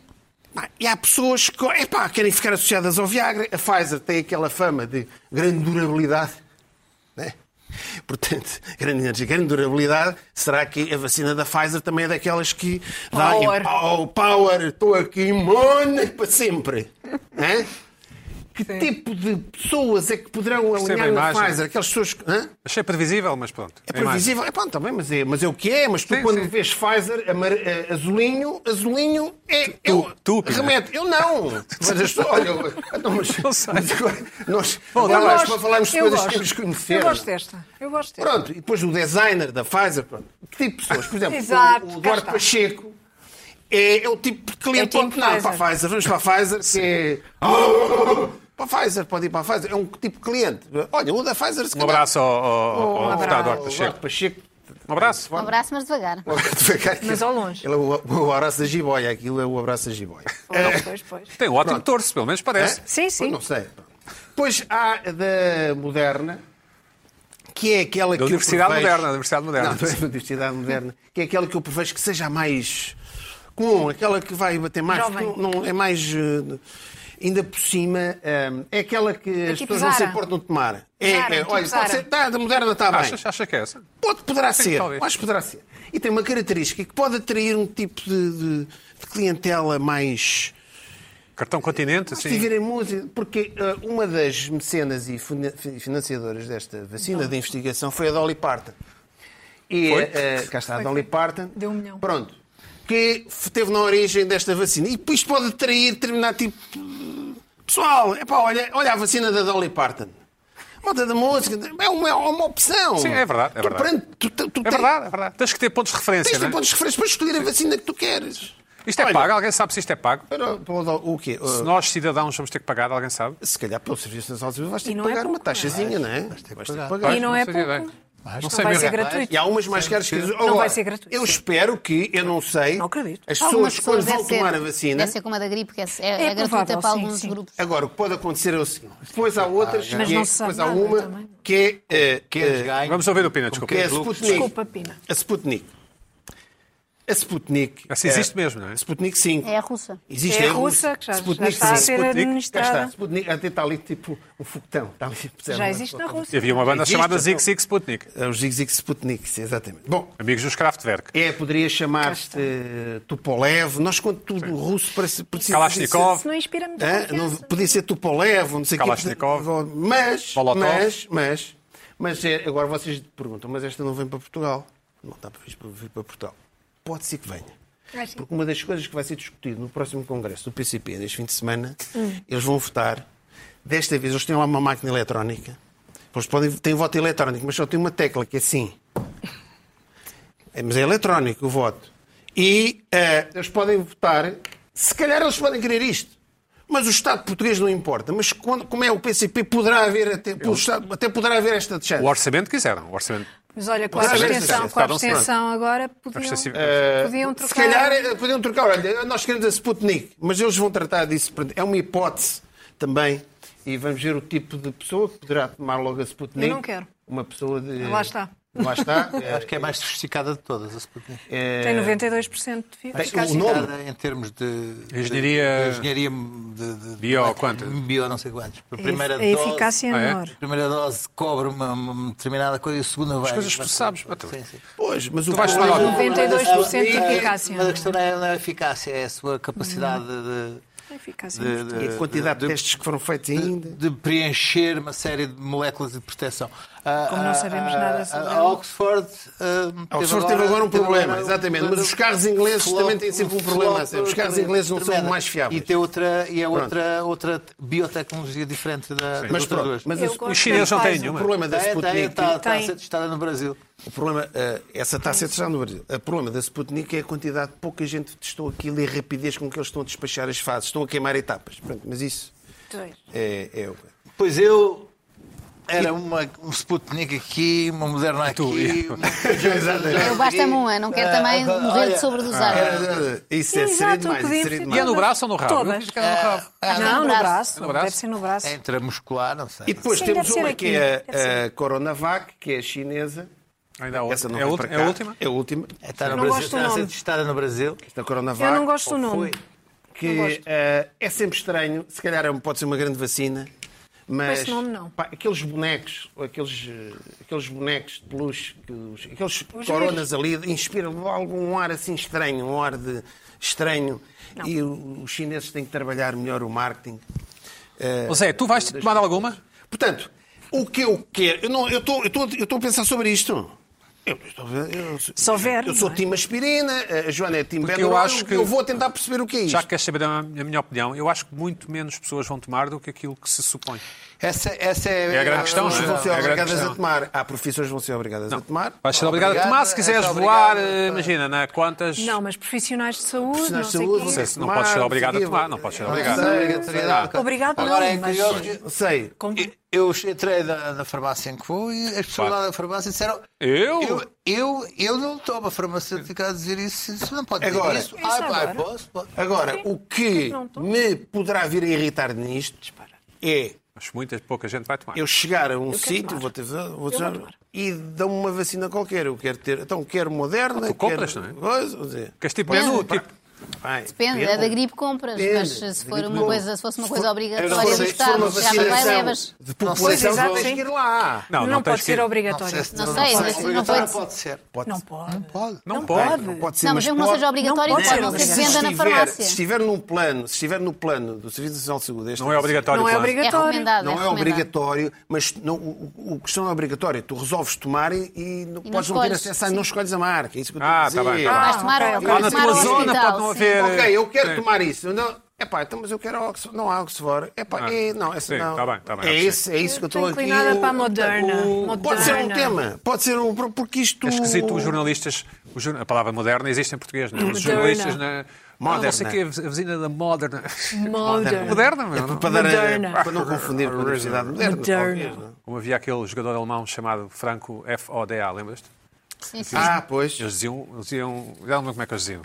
[SPEAKER 3] pá, e há pessoas que epá, querem ficar associadas ao Viagra. A Pfizer tem aquela fama de grande durabilidade. né? Portanto, grande energia, grande durabilidade. Será que a vacina da Pfizer também é daquelas que dá
[SPEAKER 4] Power.
[SPEAKER 3] Oh, power, estou aqui imune para sempre. Hã? Que tipo de pessoas é que poderão
[SPEAKER 1] Percebe a
[SPEAKER 3] alinhar na
[SPEAKER 1] imagem?
[SPEAKER 3] Pfizer? Aquelas pessoas que. hã?
[SPEAKER 1] Achei previsível, mas pronto.
[SPEAKER 3] É
[SPEAKER 1] a imagem.
[SPEAKER 3] previsível. É pronto, também, mas é, mas é o que é. Mas tu,
[SPEAKER 1] Sim,
[SPEAKER 3] quando
[SPEAKER 1] sim.
[SPEAKER 3] vês Pfizer amar, eh, azulinho, azulinho é. eu,
[SPEAKER 1] tu, Pina.
[SPEAKER 3] remete. Eu não. Mas as pessoas. Olha, eu- então, mas,
[SPEAKER 1] Não sei.
[SPEAKER 3] mas agora nós.
[SPEAKER 1] Bom,
[SPEAKER 3] agora
[SPEAKER 1] eu
[SPEAKER 3] nós
[SPEAKER 1] gosto,
[SPEAKER 3] para falarmos de
[SPEAKER 4] eu
[SPEAKER 3] coisas que
[SPEAKER 4] gosto.
[SPEAKER 3] temos que conhecer.
[SPEAKER 4] Eu gosto desta. Eu gosto desta.
[SPEAKER 3] Pronto, e depois o designer da Pfizer, pronto. que tipo de pessoas? Por exemplo,
[SPEAKER 4] Exato,
[SPEAKER 3] o,
[SPEAKER 4] cá
[SPEAKER 3] o Eduardo
[SPEAKER 4] está.
[SPEAKER 3] Pacheco é, é o tipo de cliente
[SPEAKER 4] É o time
[SPEAKER 3] ponto- não,
[SPEAKER 4] Pfizer.
[SPEAKER 3] para a Pfizer, vamos para a Pfizer, que é. Oh, para a Pfizer, pode ir para a Pfizer, é um tipo de cliente. Olha, o da Pfizer se
[SPEAKER 1] Um
[SPEAKER 3] calhar-
[SPEAKER 1] abraço ao, ao, ao, ao
[SPEAKER 3] O
[SPEAKER 1] deputado
[SPEAKER 4] abraço.
[SPEAKER 1] Duarte Pacheco.
[SPEAKER 3] Eduardo Pacheco.
[SPEAKER 1] Um abraço.
[SPEAKER 2] Um abraço, mas devagar.
[SPEAKER 4] Mas ao longe.
[SPEAKER 3] Ele é o, o abraço da jiboia, aquilo é o abraço da jiboia.
[SPEAKER 4] Pois, pois, pois.
[SPEAKER 1] Tem um ótimo torso, pelo menos
[SPEAKER 3] É?
[SPEAKER 1] parece.
[SPEAKER 4] Sim,
[SPEAKER 3] Pois
[SPEAKER 4] sim.
[SPEAKER 3] é. Não sei. Depois há a da Moderna, que é aquela que. eu
[SPEAKER 1] Universidade
[SPEAKER 3] prevejo-
[SPEAKER 1] Moderna, da Universidade Moderna.
[SPEAKER 3] Não, não é da Universidade Moderna, que é aquela que eu prevejo que seja a mais comum, aquela que vai bater mais.
[SPEAKER 4] Jovem.
[SPEAKER 3] porque Não, não- é mais. eh, Ainda por cima, eh, é aquela que as
[SPEAKER 4] tipo
[SPEAKER 3] pessoas não se
[SPEAKER 4] Zara.
[SPEAKER 3] importam de tomar. É,
[SPEAKER 4] Zara,
[SPEAKER 3] é,
[SPEAKER 4] tipo
[SPEAKER 3] olha,
[SPEAKER 4] Zara.
[SPEAKER 3] pode ser, tá, da moderna está bem.
[SPEAKER 1] Achas, acha que é essa?
[SPEAKER 3] Pode, poderá
[SPEAKER 1] Sim,
[SPEAKER 3] ser,
[SPEAKER 1] talvez.
[SPEAKER 3] acho que poderá ser. E tem uma característica que pode atrair um tipo de, de- de clientela mais.
[SPEAKER 1] Cartão Continente,
[SPEAKER 3] Se
[SPEAKER 1] sim.
[SPEAKER 3] tiverem música, porque ah, uma das mecenas e fina- fi- financiadoras desta vacina de investigação foi a Dolly Parton. E
[SPEAKER 1] Foi?
[SPEAKER 3] ah, cá está a Dolly Parton.
[SPEAKER 4] Deu um milhão.
[SPEAKER 3] Pronto. Que f- teve na origem desta vacina. E isto pode atrair determinado tipo. de- Pessoal, epá, olha, olha a vacina da Dolly Parton. Moda da música, é uma, é uma opção.
[SPEAKER 1] Sim, é verdade, é
[SPEAKER 3] Tu
[SPEAKER 1] verdade.
[SPEAKER 3] prende- tu- tu- tu
[SPEAKER 1] É
[SPEAKER 3] tens-
[SPEAKER 1] verdade, é verdade. Tens que ter pontos de referência,
[SPEAKER 3] Tens de
[SPEAKER 1] não é?
[SPEAKER 3] pontos de referência para escolher a vacina que tu queres.
[SPEAKER 1] Isto é
[SPEAKER 3] Olha, Ah.
[SPEAKER 1] pago? Alguém sabe se isto é pago?
[SPEAKER 3] para- para o o quê? Ah,
[SPEAKER 1] Se nós, cidadãos, vamos ter que pagar, alguém sabe?
[SPEAKER 3] Se calhar pelo Serviço Nacional de Saúde vais ter
[SPEAKER 4] E
[SPEAKER 3] que
[SPEAKER 4] não é
[SPEAKER 3] pagar uma
[SPEAKER 4] pouco, não é?
[SPEAKER 3] taxazinha, não é? Vais ter que pagar.
[SPEAKER 4] E não é
[SPEAKER 1] Pois,
[SPEAKER 4] pouco.
[SPEAKER 1] sei bem. Não
[SPEAKER 4] Não
[SPEAKER 1] sei é
[SPEAKER 4] vai
[SPEAKER 1] mesmo.
[SPEAKER 4] ser gratuito.
[SPEAKER 3] E há umas mais caras que as outras.
[SPEAKER 4] Não
[SPEAKER 3] Agora,
[SPEAKER 4] vai ser gratuito.
[SPEAKER 3] Eu espero que, eu não sei,
[SPEAKER 4] Não acredito.
[SPEAKER 3] as
[SPEAKER 2] Algumas
[SPEAKER 3] pessoas quando vão
[SPEAKER 2] deve ser-
[SPEAKER 3] tomar a vacina,
[SPEAKER 2] Deve ser como a da gripe, que é, é,
[SPEAKER 4] É
[SPEAKER 2] é gratuita
[SPEAKER 4] provável,
[SPEAKER 2] para
[SPEAKER 4] sim,
[SPEAKER 2] alguns
[SPEAKER 4] sim.
[SPEAKER 2] grupos.
[SPEAKER 3] Agora, o que pode acontecer é o seguinte: depois há outras,
[SPEAKER 4] Mas
[SPEAKER 3] que
[SPEAKER 4] não
[SPEAKER 3] é-
[SPEAKER 4] se sabe
[SPEAKER 3] depois há
[SPEAKER 4] nada
[SPEAKER 3] uma
[SPEAKER 4] também.
[SPEAKER 3] que é, eh,
[SPEAKER 5] Que
[SPEAKER 3] eh,
[SPEAKER 5] é desganho.
[SPEAKER 1] Vamos ouvir o Pina, desculpa.
[SPEAKER 3] que é a Sputnik.
[SPEAKER 4] Desculpa, Pina.
[SPEAKER 3] A Sputnik. A Sputnik.
[SPEAKER 1] Essa existe mesmo, não é?
[SPEAKER 3] A Sputnik 5.
[SPEAKER 2] É a russa.
[SPEAKER 3] Existe
[SPEAKER 4] É a russa, que já- já está a ser administrada.
[SPEAKER 3] Já está. Sputnik, até está ali tipo um foguetão. Está ali, puseram
[SPEAKER 4] Já
[SPEAKER 3] uma-
[SPEAKER 4] existe na Rússia.
[SPEAKER 1] Havia uma banda
[SPEAKER 3] Existe,
[SPEAKER 1] chamada
[SPEAKER 3] então.
[SPEAKER 1] Zig Zig Sputnik.
[SPEAKER 3] É Os Zig Zig Sputnik, sim, exatamente. Bom,
[SPEAKER 1] Amigos dos Kraftwerk.
[SPEAKER 3] é, poderia chamar-se eh, Tupolev. Nós, quando tudo russo, parece, precisa.
[SPEAKER 1] Kalashnikov.
[SPEAKER 4] Isso não inspira muito
[SPEAKER 3] um Hã? É? Não,
[SPEAKER 4] confiança.
[SPEAKER 3] podia ser Tupolev, não sei o quê.
[SPEAKER 1] Kalashnikov.
[SPEAKER 3] Mas,
[SPEAKER 1] Molotov.
[SPEAKER 3] mas, mas, mas é, agora vocês perguntam, mas esta não vem para Portugal. Não está previsto para vir para Portugal. Pode ser que venha.
[SPEAKER 4] Acho que-
[SPEAKER 3] Porque uma das coisas que vai ser discutido no próximo congresso do PCP, neste fim de semana,
[SPEAKER 4] Hum.
[SPEAKER 3] eles vão votar. Desta vez eles têm lá uma máquina eletrónica. Eles podem, têm voto eletrónico, mas só tem uma tecla que é sim. É, mas é eletrónico o voto. E eh, eles podem votar. Se calhar eles podem querer isto. Mas o Estado português não importa. Mas quando- como é o PCP, poderá haver até, pelo Estado, até poderá haver esta chance.
[SPEAKER 1] O orçamento quiseram. O orçamento.
[SPEAKER 4] Mas olha, com a
[SPEAKER 3] Mas às vezes
[SPEAKER 4] abstenção,
[SPEAKER 3] vocês
[SPEAKER 4] com a
[SPEAKER 1] estavam
[SPEAKER 4] abstenção agora podiam,
[SPEAKER 1] Abstenci-
[SPEAKER 4] podiam
[SPEAKER 3] Se
[SPEAKER 4] trocar.
[SPEAKER 3] calhar eh, podiam trocar. Olha, nós queremos a Sputnik, mas eles vão tratar disso. É uma hipótese também. E vamos ver o tipo de pessoa que poderá tomar logo a Sputnik.
[SPEAKER 4] Eu não quero.
[SPEAKER 3] Uma pessoa de.
[SPEAKER 4] Lá está.
[SPEAKER 3] Lá está.
[SPEAKER 5] Acho que é a mais sofisticada de todas, a Sputnik.
[SPEAKER 4] Tem 92% de
[SPEAKER 3] Mas
[SPEAKER 4] eficácia.
[SPEAKER 3] é- o nome.
[SPEAKER 5] Em termos de.
[SPEAKER 1] Engenharia-
[SPEAKER 5] De, de engenharia de, de-
[SPEAKER 1] Bio,
[SPEAKER 5] de-
[SPEAKER 1] quanto?
[SPEAKER 5] Bio, não sei quantos. A primeira
[SPEAKER 4] A
[SPEAKER 5] dose.
[SPEAKER 4] eficácia é
[SPEAKER 1] Ah, é?
[SPEAKER 4] menor.
[SPEAKER 5] A primeira dose cobre uma, uma determinada coisa e a segunda vai.
[SPEAKER 1] coisas que tu sabes,
[SPEAKER 5] vai-
[SPEAKER 1] Matheus.
[SPEAKER 5] Sim, sim.
[SPEAKER 3] Pois, mas o
[SPEAKER 1] vais
[SPEAKER 3] problema- é
[SPEAKER 1] tomar logo.
[SPEAKER 4] 92% de
[SPEAKER 5] Mas a
[SPEAKER 4] eficácia.
[SPEAKER 5] questão não é não é a eficácia, é a sua capacidade
[SPEAKER 4] Uhum.
[SPEAKER 5] de.
[SPEAKER 4] Eficácia.
[SPEAKER 5] de- de-
[SPEAKER 3] E a quantidade de, testes que foram feitos ainda.
[SPEAKER 5] de preencher uma série de moléculas de proteção. Ah,
[SPEAKER 4] Como não
[SPEAKER 5] ah,
[SPEAKER 4] sabemos nada
[SPEAKER 5] ah,
[SPEAKER 4] sobre
[SPEAKER 5] a
[SPEAKER 4] ela.
[SPEAKER 5] Oxford, ah,
[SPEAKER 3] A Oxford teve agora um problema, exatamente. Mas os carros ingleses
[SPEAKER 5] Flop-
[SPEAKER 3] também têm sempre um problema, assim. Os carros ingleses não são mais fiáveis.
[SPEAKER 5] E, tem outra, e é outra, outra biotecnologia diferente da, das
[SPEAKER 3] Mas
[SPEAKER 5] outras
[SPEAKER 3] pronto,
[SPEAKER 5] duas.
[SPEAKER 3] mas
[SPEAKER 4] Eu
[SPEAKER 3] o-
[SPEAKER 4] gosto
[SPEAKER 1] Os chineses não têm
[SPEAKER 4] da
[SPEAKER 3] o
[SPEAKER 1] nenhuma.
[SPEAKER 3] problema da
[SPEAKER 5] Tem, tem,
[SPEAKER 3] Sputnik.
[SPEAKER 5] está, está a
[SPEAKER 4] Tem.
[SPEAKER 5] ser testada tá no Brasil.
[SPEAKER 3] O problema, eh, essa está a ser testada no Brasil. O problema da Sputnik é a quantidade de pouca gente que testou aquilo e a rapidez com que eles estão a despachar as fases. Estão a queimar etapas. Pronto, mas isso
[SPEAKER 4] Dois.
[SPEAKER 3] é, é o-
[SPEAKER 5] Pois eu. Era uma, um Sputnik aqui, uma moderna aqui.
[SPEAKER 1] É tu, yeah.
[SPEAKER 5] uma- assim.
[SPEAKER 2] Eu basta-me uma, não quero também
[SPEAKER 5] Ah,
[SPEAKER 2] morrer
[SPEAKER 5] olha,
[SPEAKER 2] de sobredosar.
[SPEAKER 3] Isso é
[SPEAKER 4] Exato,
[SPEAKER 3] ser demais. seria
[SPEAKER 4] podemos ter-
[SPEAKER 1] E é
[SPEAKER 3] demais.
[SPEAKER 1] no braço ou no rabo?
[SPEAKER 4] Todas.
[SPEAKER 1] Eu disse que era no
[SPEAKER 3] Ah.
[SPEAKER 1] rabo.
[SPEAKER 4] Não, no
[SPEAKER 2] braço.
[SPEAKER 4] braço.
[SPEAKER 1] No braço?
[SPEAKER 4] Deve ser no braço.
[SPEAKER 5] É intramuscular, não sei.
[SPEAKER 3] E depois
[SPEAKER 4] Sim,
[SPEAKER 3] temos
[SPEAKER 4] deve ser
[SPEAKER 3] uma
[SPEAKER 4] aqui,
[SPEAKER 3] que é
[SPEAKER 4] deve ser.
[SPEAKER 3] a, a Coronavac, que é a chinesa.
[SPEAKER 1] Ainda há outra.
[SPEAKER 3] Essa
[SPEAKER 1] É
[SPEAKER 3] não
[SPEAKER 1] a
[SPEAKER 3] vem
[SPEAKER 1] ulti-
[SPEAKER 3] para
[SPEAKER 1] é a
[SPEAKER 3] cá.
[SPEAKER 1] última?
[SPEAKER 3] É a última.
[SPEAKER 5] Está no
[SPEAKER 4] Não
[SPEAKER 5] Brasil,
[SPEAKER 4] gosto do
[SPEAKER 5] está a ser
[SPEAKER 4] nome.
[SPEAKER 5] testada no Brasil.
[SPEAKER 3] Esta Coronavac.
[SPEAKER 4] Eu não gosto do
[SPEAKER 5] ou
[SPEAKER 4] nome.
[SPEAKER 3] que
[SPEAKER 4] Não gosto.
[SPEAKER 3] eh, é sempre estranho, se calhar é um- pode ser uma grande vacina, mas
[SPEAKER 4] esse nome, não.
[SPEAKER 3] pá, aqueles bonecos, ou aqueles, eh, aqueles bonecos de peluche, que os- aqueles
[SPEAKER 4] Os
[SPEAKER 3] coronas ali, inspiram algum ar assim estranho, um ar de estranho. E o- os chineses têm que trabalhar melhor o marketing. É.
[SPEAKER 1] Ô Zé, tu vais tomar alguma?
[SPEAKER 3] Portanto, o que eu quero. Eu não- eu estou eu tô- eu tô a pensar sobre isto. Eu, eu, tô- eu-
[SPEAKER 4] Se houver,
[SPEAKER 3] eu sou
[SPEAKER 4] não é?
[SPEAKER 3] Tim Aspirina, a Joana é Tim
[SPEAKER 1] Porque eu
[SPEAKER 3] Bedoron,
[SPEAKER 1] acho que-
[SPEAKER 3] eu vou tentar perceber o que é isto.
[SPEAKER 1] Já que queres saber a minha a minha opinião, eu acho que muito menos pessoas vão tomar do que aquilo que se supõe.
[SPEAKER 5] Essa, essa é,
[SPEAKER 1] É a grande
[SPEAKER 5] Ah,
[SPEAKER 1] questão,
[SPEAKER 5] não,
[SPEAKER 1] não é?
[SPEAKER 3] Pessoas vão ser
[SPEAKER 1] É a grande
[SPEAKER 3] obrigadas
[SPEAKER 1] questão.
[SPEAKER 3] a tomar. Há profissões que vão ser obrigadas a tomar.
[SPEAKER 1] Vais ser obrigado, a
[SPEAKER 5] Obrigado,
[SPEAKER 1] tomar se
[SPEAKER 5] é
[SPEAKER 1] quiseres
[SPEAKER 5] só
[SPEAKER 1] voar,
[SPEAKER 5] obrigado,
[SPEAKER 1] eh,
[SPEAKER 5] pá.
[SPEAKER 1] imagina, não é? quantas.
[SPEAKER 4] Não, mas profissionais de saúde, não
[SPEAKER 3] Profissionais de
[SPEAKER 4] sei é.
[SPEAKER 3] saúde,
[SPEAKER 4] quê.
[SPEAKER 3] vão
[SPEAKER 1] sei se não podes ser
[SPEAKER 3] tomar,
[SPEAKER 1] obrigado a
[SPEAKER 3] sei
[SPEAKER 1] tomar,
[SPEAKER 3] quê.
[SPEAKER 1] não podes ser
[SPEAKER 3] Não
[SPEAKER 1] obrigado.
[SPEAKER 3] sei.
[SPEAKER 5] Obrigatoriedade.
[SPEAKER 4] Obrigado
[SPEAKER 5] Agora
[SPEAKER 4] não,
[SPEAKER 5] é
[SPEAKER 4] mas-
[SPEAKER 5] curioso que
[SPEAKER 3] Não sei.
[SPEAKER 4] Como-
[SPEAKER 5] eu entrei na, na farmácia em que vou e as pessoas
[SPEAKER 1] Claro.
[SPEAKER 5] lá da farmácia disseram
[SPEAKER 1] Eu?
[SPEAKER 5] eu, eu, eu não tomo a farmacêutica a dizer isso, isso não pode
[SPEAKER 3] Agora.
[SPEAKER 5] dizer isso.
[SPEAKER 4] Isso
[SPEAKER 5] ah, pá,
[SPEAKER 4] agora.
[SPEAKER 5] posso, posso.
[SPEAKER 3] Agora, o que
[SPEAKER 4] Não tomo.
[SPEAKER 3] me poderá vir a irritar nisto é
[SPEAKER 1] Mas muita pouca gente vai tomar.
[SPEAKER 3] eu chegar a um sítio,
[SPEAKER 4] tomar.
[SPEAKER 3] vou ter, vou
[SPEAKER 4] Eu
[SPEAKER 3] ter,
[SPEAKER 4] vou tomar.
[SPEAKER 3] e dão-me uma vacina qualquer. Eu quero ter. Então, quero moderna.
[SPEAKER 1] tu compras,
[SPEAKER 3] quero,
[SPEAKER 1] não é?
[SPEAKER 3] Coisa, vou dizer,
[SPEAKER 1] Queres tipo
[SPEAKER 2] Depende.
[SPEAKER 1] menu, tipo.
[SPEAKER 3] vai,
[SPEAKER 2] Depende, é a da gripe compras,
[SPEAKER 3] Depende.
[SPEAKER 2] mas se for
[SPEAKER 3] Gripe
[SPEAKER 2] uma
[SPEAKER 3] não.
[SPEAKER 2] coisa, se fosse uma coisa
[SPEAKER 3] Se
[SPEAKER 2] obrigatória
[SPEAKER 3] for-
[SPEAKER 2] do
[SPEAKER 3] se for uma
[SPEAKER 2] Estado, já não vai
[SPEAKER 3] vacinação
[SPEAKER 2] levas.
[SPEAKER 3] De
[SPEAKER 4] Pois,
[SPEAKER 3] população,
[SPEAKER 4] exato,
[SPEAKER 3] vamos
[SPEAKER 4] sim.
[SPEAKER 3] ir lá.
[SPEAKER 1] Não, não, tens
[SPEAKER 4] pode
[SPEAKER 1] que ir.
[SPEAKER 4] ser obrigatório.
[SPEAKER 5] se-
[SPEAKER 2] Não sei,
[SPEAKER 5] pode
[SPEAKER 2] mas
[SPEAKER 5] ser
[SPEAKER 2] não
[SPEAKER 5] obrigatório,
[SPEAKER 2] pode-
[SPEAKER 5] pode ser.
[SPEAKER 4] Não pode.
[SPEAKER 5] Pode.
[SPEAKER 1] Não
[SPEAKER 4] pode.
[SPEAKER 1] pode.
[SPEAKER 3] Pode ser,
[SPEAKER 2] Não, mas
[SPEAKER 3] mas
[SPEAKER 2] mesmo que não
[SPEAKER 3] pode.
[SPEAKER 2] seja obrigatório,
[SPEAKER 4] Não
[SPEAKER 2] não
[SPEAKER 4] pode
[SPEAKER 2] pode, não
[SPEAKER 4] ser
[SPEAKER 2] ser que
[SPEAKER 4] obrigatório.
[SPEAKER 2] venda na
[SPEAKER 3] estiver-
[SPEAKER 2] farmácia.
[SPEAKER 3] Se estiver num plano, se estiver no plano do Serviço Nacional de Saúde, esta
[SPEAKER 1] Não é
[SPEAKER 3] vacina-
[SPEAKER 1] obrigatório.
[SPEAKER 4] Não é
[SPEAKER 1] claro.
[SPEAKER 2] É
[SPEAKER 4] obrigatório.
[SPEAKER 2] recomendado.
[SPEAKER 3] Não é
[SPEAKER 2] recomendado.
[SPEAKER 3] obrigatório, mas não, o, o- o questão não é obrigatória. Tu resolves tomar e, e
[SPEAKER 2] não
[SPEAKER 3] não, podes não ter
[SPEAKER 2] escolhes,
[SPEAKER 3] acesso a
[SPEAKER 2] sim.
[SPEAKER 3] não escolhes a marca. É isso que eu estou
[SPEAKER 1] Ah,
[SPEAKER 3] a
[SPEAKER 1] tá
[SPEAKER 3] dizer.
[SPEAKER 1] bem, tá
[SPEAKER 2] Vais
[SPEAKER 4] Ah,
[SPEAKER 2] tomar
[SPEAKER 4] ok,
[SPEAKER 2] ao-
[SPEAKER 4] ok.
[SPEAKER 2] vais
[SPEAKER 1] Lá na
[SPEAKER 2] tomar
[SPEAKER 1] tua
[SPEAKER 2] ao
[SPEAKER 1] zona
[SPEAKER 2] hospital,
[SPEAKER 1] pode não
[SPEAKER 2] sim.
[SPEAKER 1] haver.
[SPEAKER 3] Ok, eu quero
[SPEAKER 1] Sim.
[SPEAKER 3] tomar isso. Não, epá, então, mas eu quero Oxford. Não há Oxford. Epá,
[SPEAKER 1] Ah,
[SPEAKER 3] é, não, essa
[SPEAKER 1] sim,
[SPEAKER 3] não.
[SPEAKER 1] tá bem, tá bem,
[SPEAKER 3] é,
[SPEAKER 1] acho que
[SPEAKER 3] esse, é isso que eu
[SPEAKER 4] Eu
[SPEAKER 3] estou
[SPEAKER 4] estou
[SPEAKER 3] aqui.
[SPEAKER 4] inclinada
[SPEAKER 3] o-
[SPEAKER 4] para a moderna.
[SPEAKER 3] o- Pode ser um
[SPEAKER 4] Moderna.
[SPEAKER 3] tema. Pode ser um... Porque isto...
[SPEAKER 1] É esquisito os jornalistas. os jorna- A palavra moderna existe em português, não é? Os
[SPEAKER 4] Moderna.
[SPEAKER 1] jornalistas na.
[SPEAKER 3] Moderna.
[SPEAKER 1] Não sei o que, a vizinha da moderna.
[SPEAKER 4] Moderna.
[SPEAKER 1] Moderna, meu.
[SPEAKER 3] É
[SPEAKER 1] não?
[SPEAKER 3] para, dar,
[SPEAKER 4] Moderna.
[SPEAKER 3] para não confundir com a universidade moderna.
[SPEAKER 4] Moderna.
[SPEAKER 3] talvez, não é?
[SPEAKER 1] Como havia aquele jogador alemão chamado Franco FODA, lembras-te?
[SPEAKER 2] Sim, sim.
[SPEAKER 3] Ah, pois.
[SPEAKER 1] Eles diziam, eles diziam, já não lembro como é que eles diziam.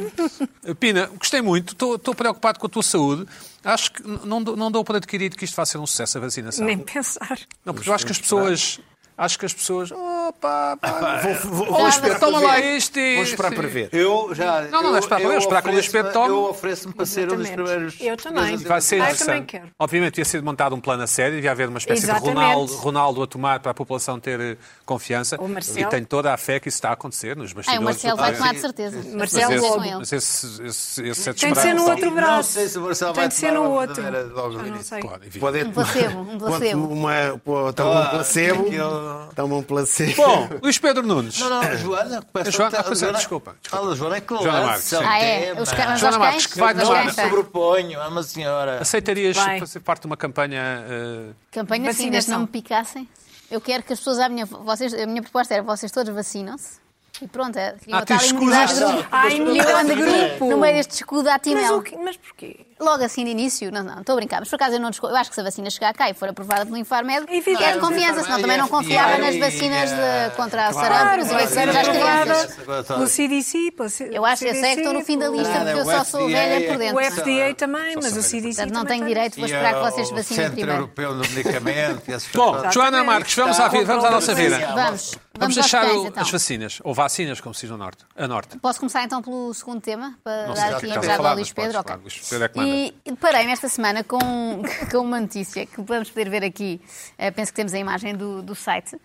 [SPEAKER 1] Bom, Pina, gostei muito, estou preocupado com a tua saúde. Acho que n- não, dou- não dou por adquirido que isto vai ser um sucesso a vacinação.
[SPEAKER 4] Nem pensar.
[SPEAKER 1] Não, porque eu acho que as
[SPEAKER 3] é
[SPEAKER 1] pessoas. Acho que as pessoas. Opa, pá,
[SPEAKER 3] Vou, vou,
[SPEAKER 1] vou
[SPEAKER 3] vou esperar
[SPEAKER 1] toma
[SPEAKER 3] para
[SPEAKER 1] lá
[SPEAKER 3] ver.
[SPEAKER 1] isto e.
[SPEAKER 3] Vou esperar
[SPEAKER 1] e-
[SPEAKER 3] para ver.
[SPEAKER 5] Eu já.
[SPEAKER 1] Não, não,
[SPEAKER 5] eu,
[SPEAKER 1] não, espera, eu esperar que o Luís
[SPEAKER 5] ofereço-me-
[SPEAKER 1] Pedro tome.
[SPEAKER 5] Eu ofereço-me para ser um dos
[SPEAKER 4] Exatamente.
[SPEAKER 5] primeiros.
[SPEAKER 4] Eu também.
[SPEAKER 5] portugueses a
[SPEAKER 1] Vai ser assim.
[SPEAKER 4] Ah, eu também
[SPEAKER 1] interessante.
[SPEAKER 4] quero.
[SPEAKER 1] Obviamente ia ser montado um plano a sério, devia haver uma espécie de
[SPEAKER 4] Exatamente.
[SPEAKER 1] Ronaldo, Ronaldo a tomar para a população ter eh, confiança.
[SPEAKER 4] O Marcelo.
[SPEAKER 1] E tenho toda a fé que isso está a acontecer nos
[SPEAKER 2] Ah,
[SPEAKER 1] bastidores.
[SPEAKER 2] o Marcelo
[SPEAKER 1] do
[SPEAKER 2] vai
[SPEAKER 1] Paris.
[SPEAKER 2] tomar de certeza.
[SPEAKER 4] Marcelo
[SPEAKER 1] mas
[SPEAKER 2] Vocês
[SPEAKER 1] esse,
[SPEAKER 2] com ele.
[SPEAKER 1] Mas esse, esse, esse é de
[SPEAKER 4] Tem de ser
[SPEAKER 1] esperar.
[SPEAKER 4] no outro
[SPEAKER 5] Não
[SPEAKER 4] braço.
[SPEAKER 5] sei se o Marcelo
[SPEAKER 4] Tem
[SPEAKER 5] vai
[SPEAKER 4] de ser no
[SPEAKER 5] tomar uma
[SPEAKER 4] outro.
[SPEAKER 5] verdadeira logo
[SPEAKER 4] Ah,
[SPEAKER 5] no
[SPEAKER 4] não
[SPEAKER 5] início.
[SPEAKER 4] sei.
[SPEAKER 1] Claro, evidente.
[SPEAKER 3] Pode é
[SPEAKER 2] Um placebo, um placebo.
[SPEAKER 3] Uma, pô, toma um placebo.
[SPEAKER 5] aquilo-
[SPEAKER 3] Toma um placebo.
[SPEAKER 1] Bom, Luís Pedro Nunes.
[SPEAKER 5] Não, não, Joana, começa
[SPEAKER 1] É. Joana,
[SPEAKER 5] tá-
[SPEAKER 1] ah, pois é, desculpa, desculpa.
[SPEAKER 5] Ah, Joana é que
[SPEAKER 1] Joana Marques,
[SPEAKER 5] lança o
[SPEAKER 1] sim.
[SPEAKER 2] Ah, é?
[SPEAKER 5] tema.
[SPEAKER 2] Os
[SPEAKER 4] um.
[SPEAKER 2] caras
[SPEAKER 1] Joana
[SPEAKER 2] aos
[SPEAKER 1] Marques,
[SPEAKER 2] cães?
[SPEAKER 1] que vai
[SPEAKER 2] Aos
[SPEAKER 5] Não,
[SPEAKER 1] tomar.
[SPEAKER 5] me
[SPEAKER 2] cães, tá.
[SPEAKER 5] sobreponho, ama senhora.
[SPEAKER 1] Aceitarias
[SPEAKER 4] Vai.
[SPEAKER 1] fazer parte de uma campanha. eh,
[SPEAKER 2] Campanha assim, desde que não me picassem. Eu quero que as pessoas à minha. Vocês, a minha proposta era vocês todos vacinam-se. E pronto, é,
[SPEAKER 1] Ah,
[SPEAKER 2] criam
[SPEAKER 1] tens
[SPEAKER 2] imunidade de
[SPEAKER 1] escusas.
[SPEAKER 2] grupo.
[SPEAKER 4] Ai, milhão de grupo.
[SPEAKER 2] é. No meio deste escudo à
[SPEAKER 4] Mas,
[SPEAKER 2] Timel.
[SPEAKER 4] o quê? Mas porquê?
[SPEAKER 2] Logo assim de início, não, não, estou a brincar, mas por acaso eu não desco... Eu acho que se a vacina chegar cá e for aprovada pelo Infarmed,
[SPEAKER 4] Evidente.
[SPEAKER 2] é de confiança, senão também não
[SPEAKER 5] Infarmed,
[SPEAKER 2] confiava nas
[SPEAKER 5] FBI,
[SPEAKER 2] vacinas de... contra a sarampo,
[SPEAKER 4] Claro,
[SPEAKER 2] não sei o
[SPEAKER 4] vai
[SPEAKER 2] que,
[SPEAKER 4] ser
[SPEAKER 2] mas às crianças.
[SPEAKER 4] aprovada pelo CDC, pelo C-
[SPEAKER 2] Eu acho, eu sei que é estou no fim da lista
[SPEAKER 5] Nada,
[SPEAKER 2] porque eu
[SPEAKER 5] o
[SPEAKER 2] só sou
[SPEAKER 5] FDA
[SPEAKER 2] velha por
[SPEAKER 5] é-
[SPEAKER 2] dentro.
[SPEAKER 4] O FDA também, mas o CDC
[SPEAKER 2] Portanto, não
[SPEAKER 4] também
[SPEAKER 2] tenho
[SPEAKER 4] tem.
[SPEAKER 2] direito, vou
[SPEAKER 5] E
[SPEAKER 2] esperar que
[SPEAKER 5] ao
[SPEAKER 2] vocês vacinem
[SPEAKER 5] Centro
[SPEAKER 2] primeiro.
[SPEAKER 5] Europeu do Medicamento. e essas
[SPEAKER 1] Bom,
[SPEAKER 5] coisas.
[SPEAKER 1] Joana Marques, vamos à, vida, vamos à nossa vida.
[SPEAKER 5] Vamos.
[SPEAKER 2] Vamos,
[SPEAKER 1] Vamos
[SPEAKER 2] vamos
[SPEAKER 1] achar
[SPEAKER 2] aos
[SPEAKER 1] o-
[SPEAKER 2] cães, então.
[SPEAKER 1] as vacinas, ou vacinas, como se diz no norte, a norte.
[SPEAKER 2] Posso começar então pelo segundo tema, para
[SPEAKER 1] Não sei
[SPEAKER 2] dar
[SPEAKER 1] já que
[SPEAKER 2] aqui a
[SPEAKER 1] estás a
[SPEAKER 2] entrada
[SPEAKER 1] falar,
[SPEAKER 2] ao Luís
[SPEAKER 1] mas podes,
[SPEAKER 2] Pedro. ok.
[SPEAKER 1] claro, Luís Pedro é que
[SPEAKER 2] e deparei-me esta semana com, com uma notícia que vamos poder ver aqui. Eh, penso que temos a imagem do, do site,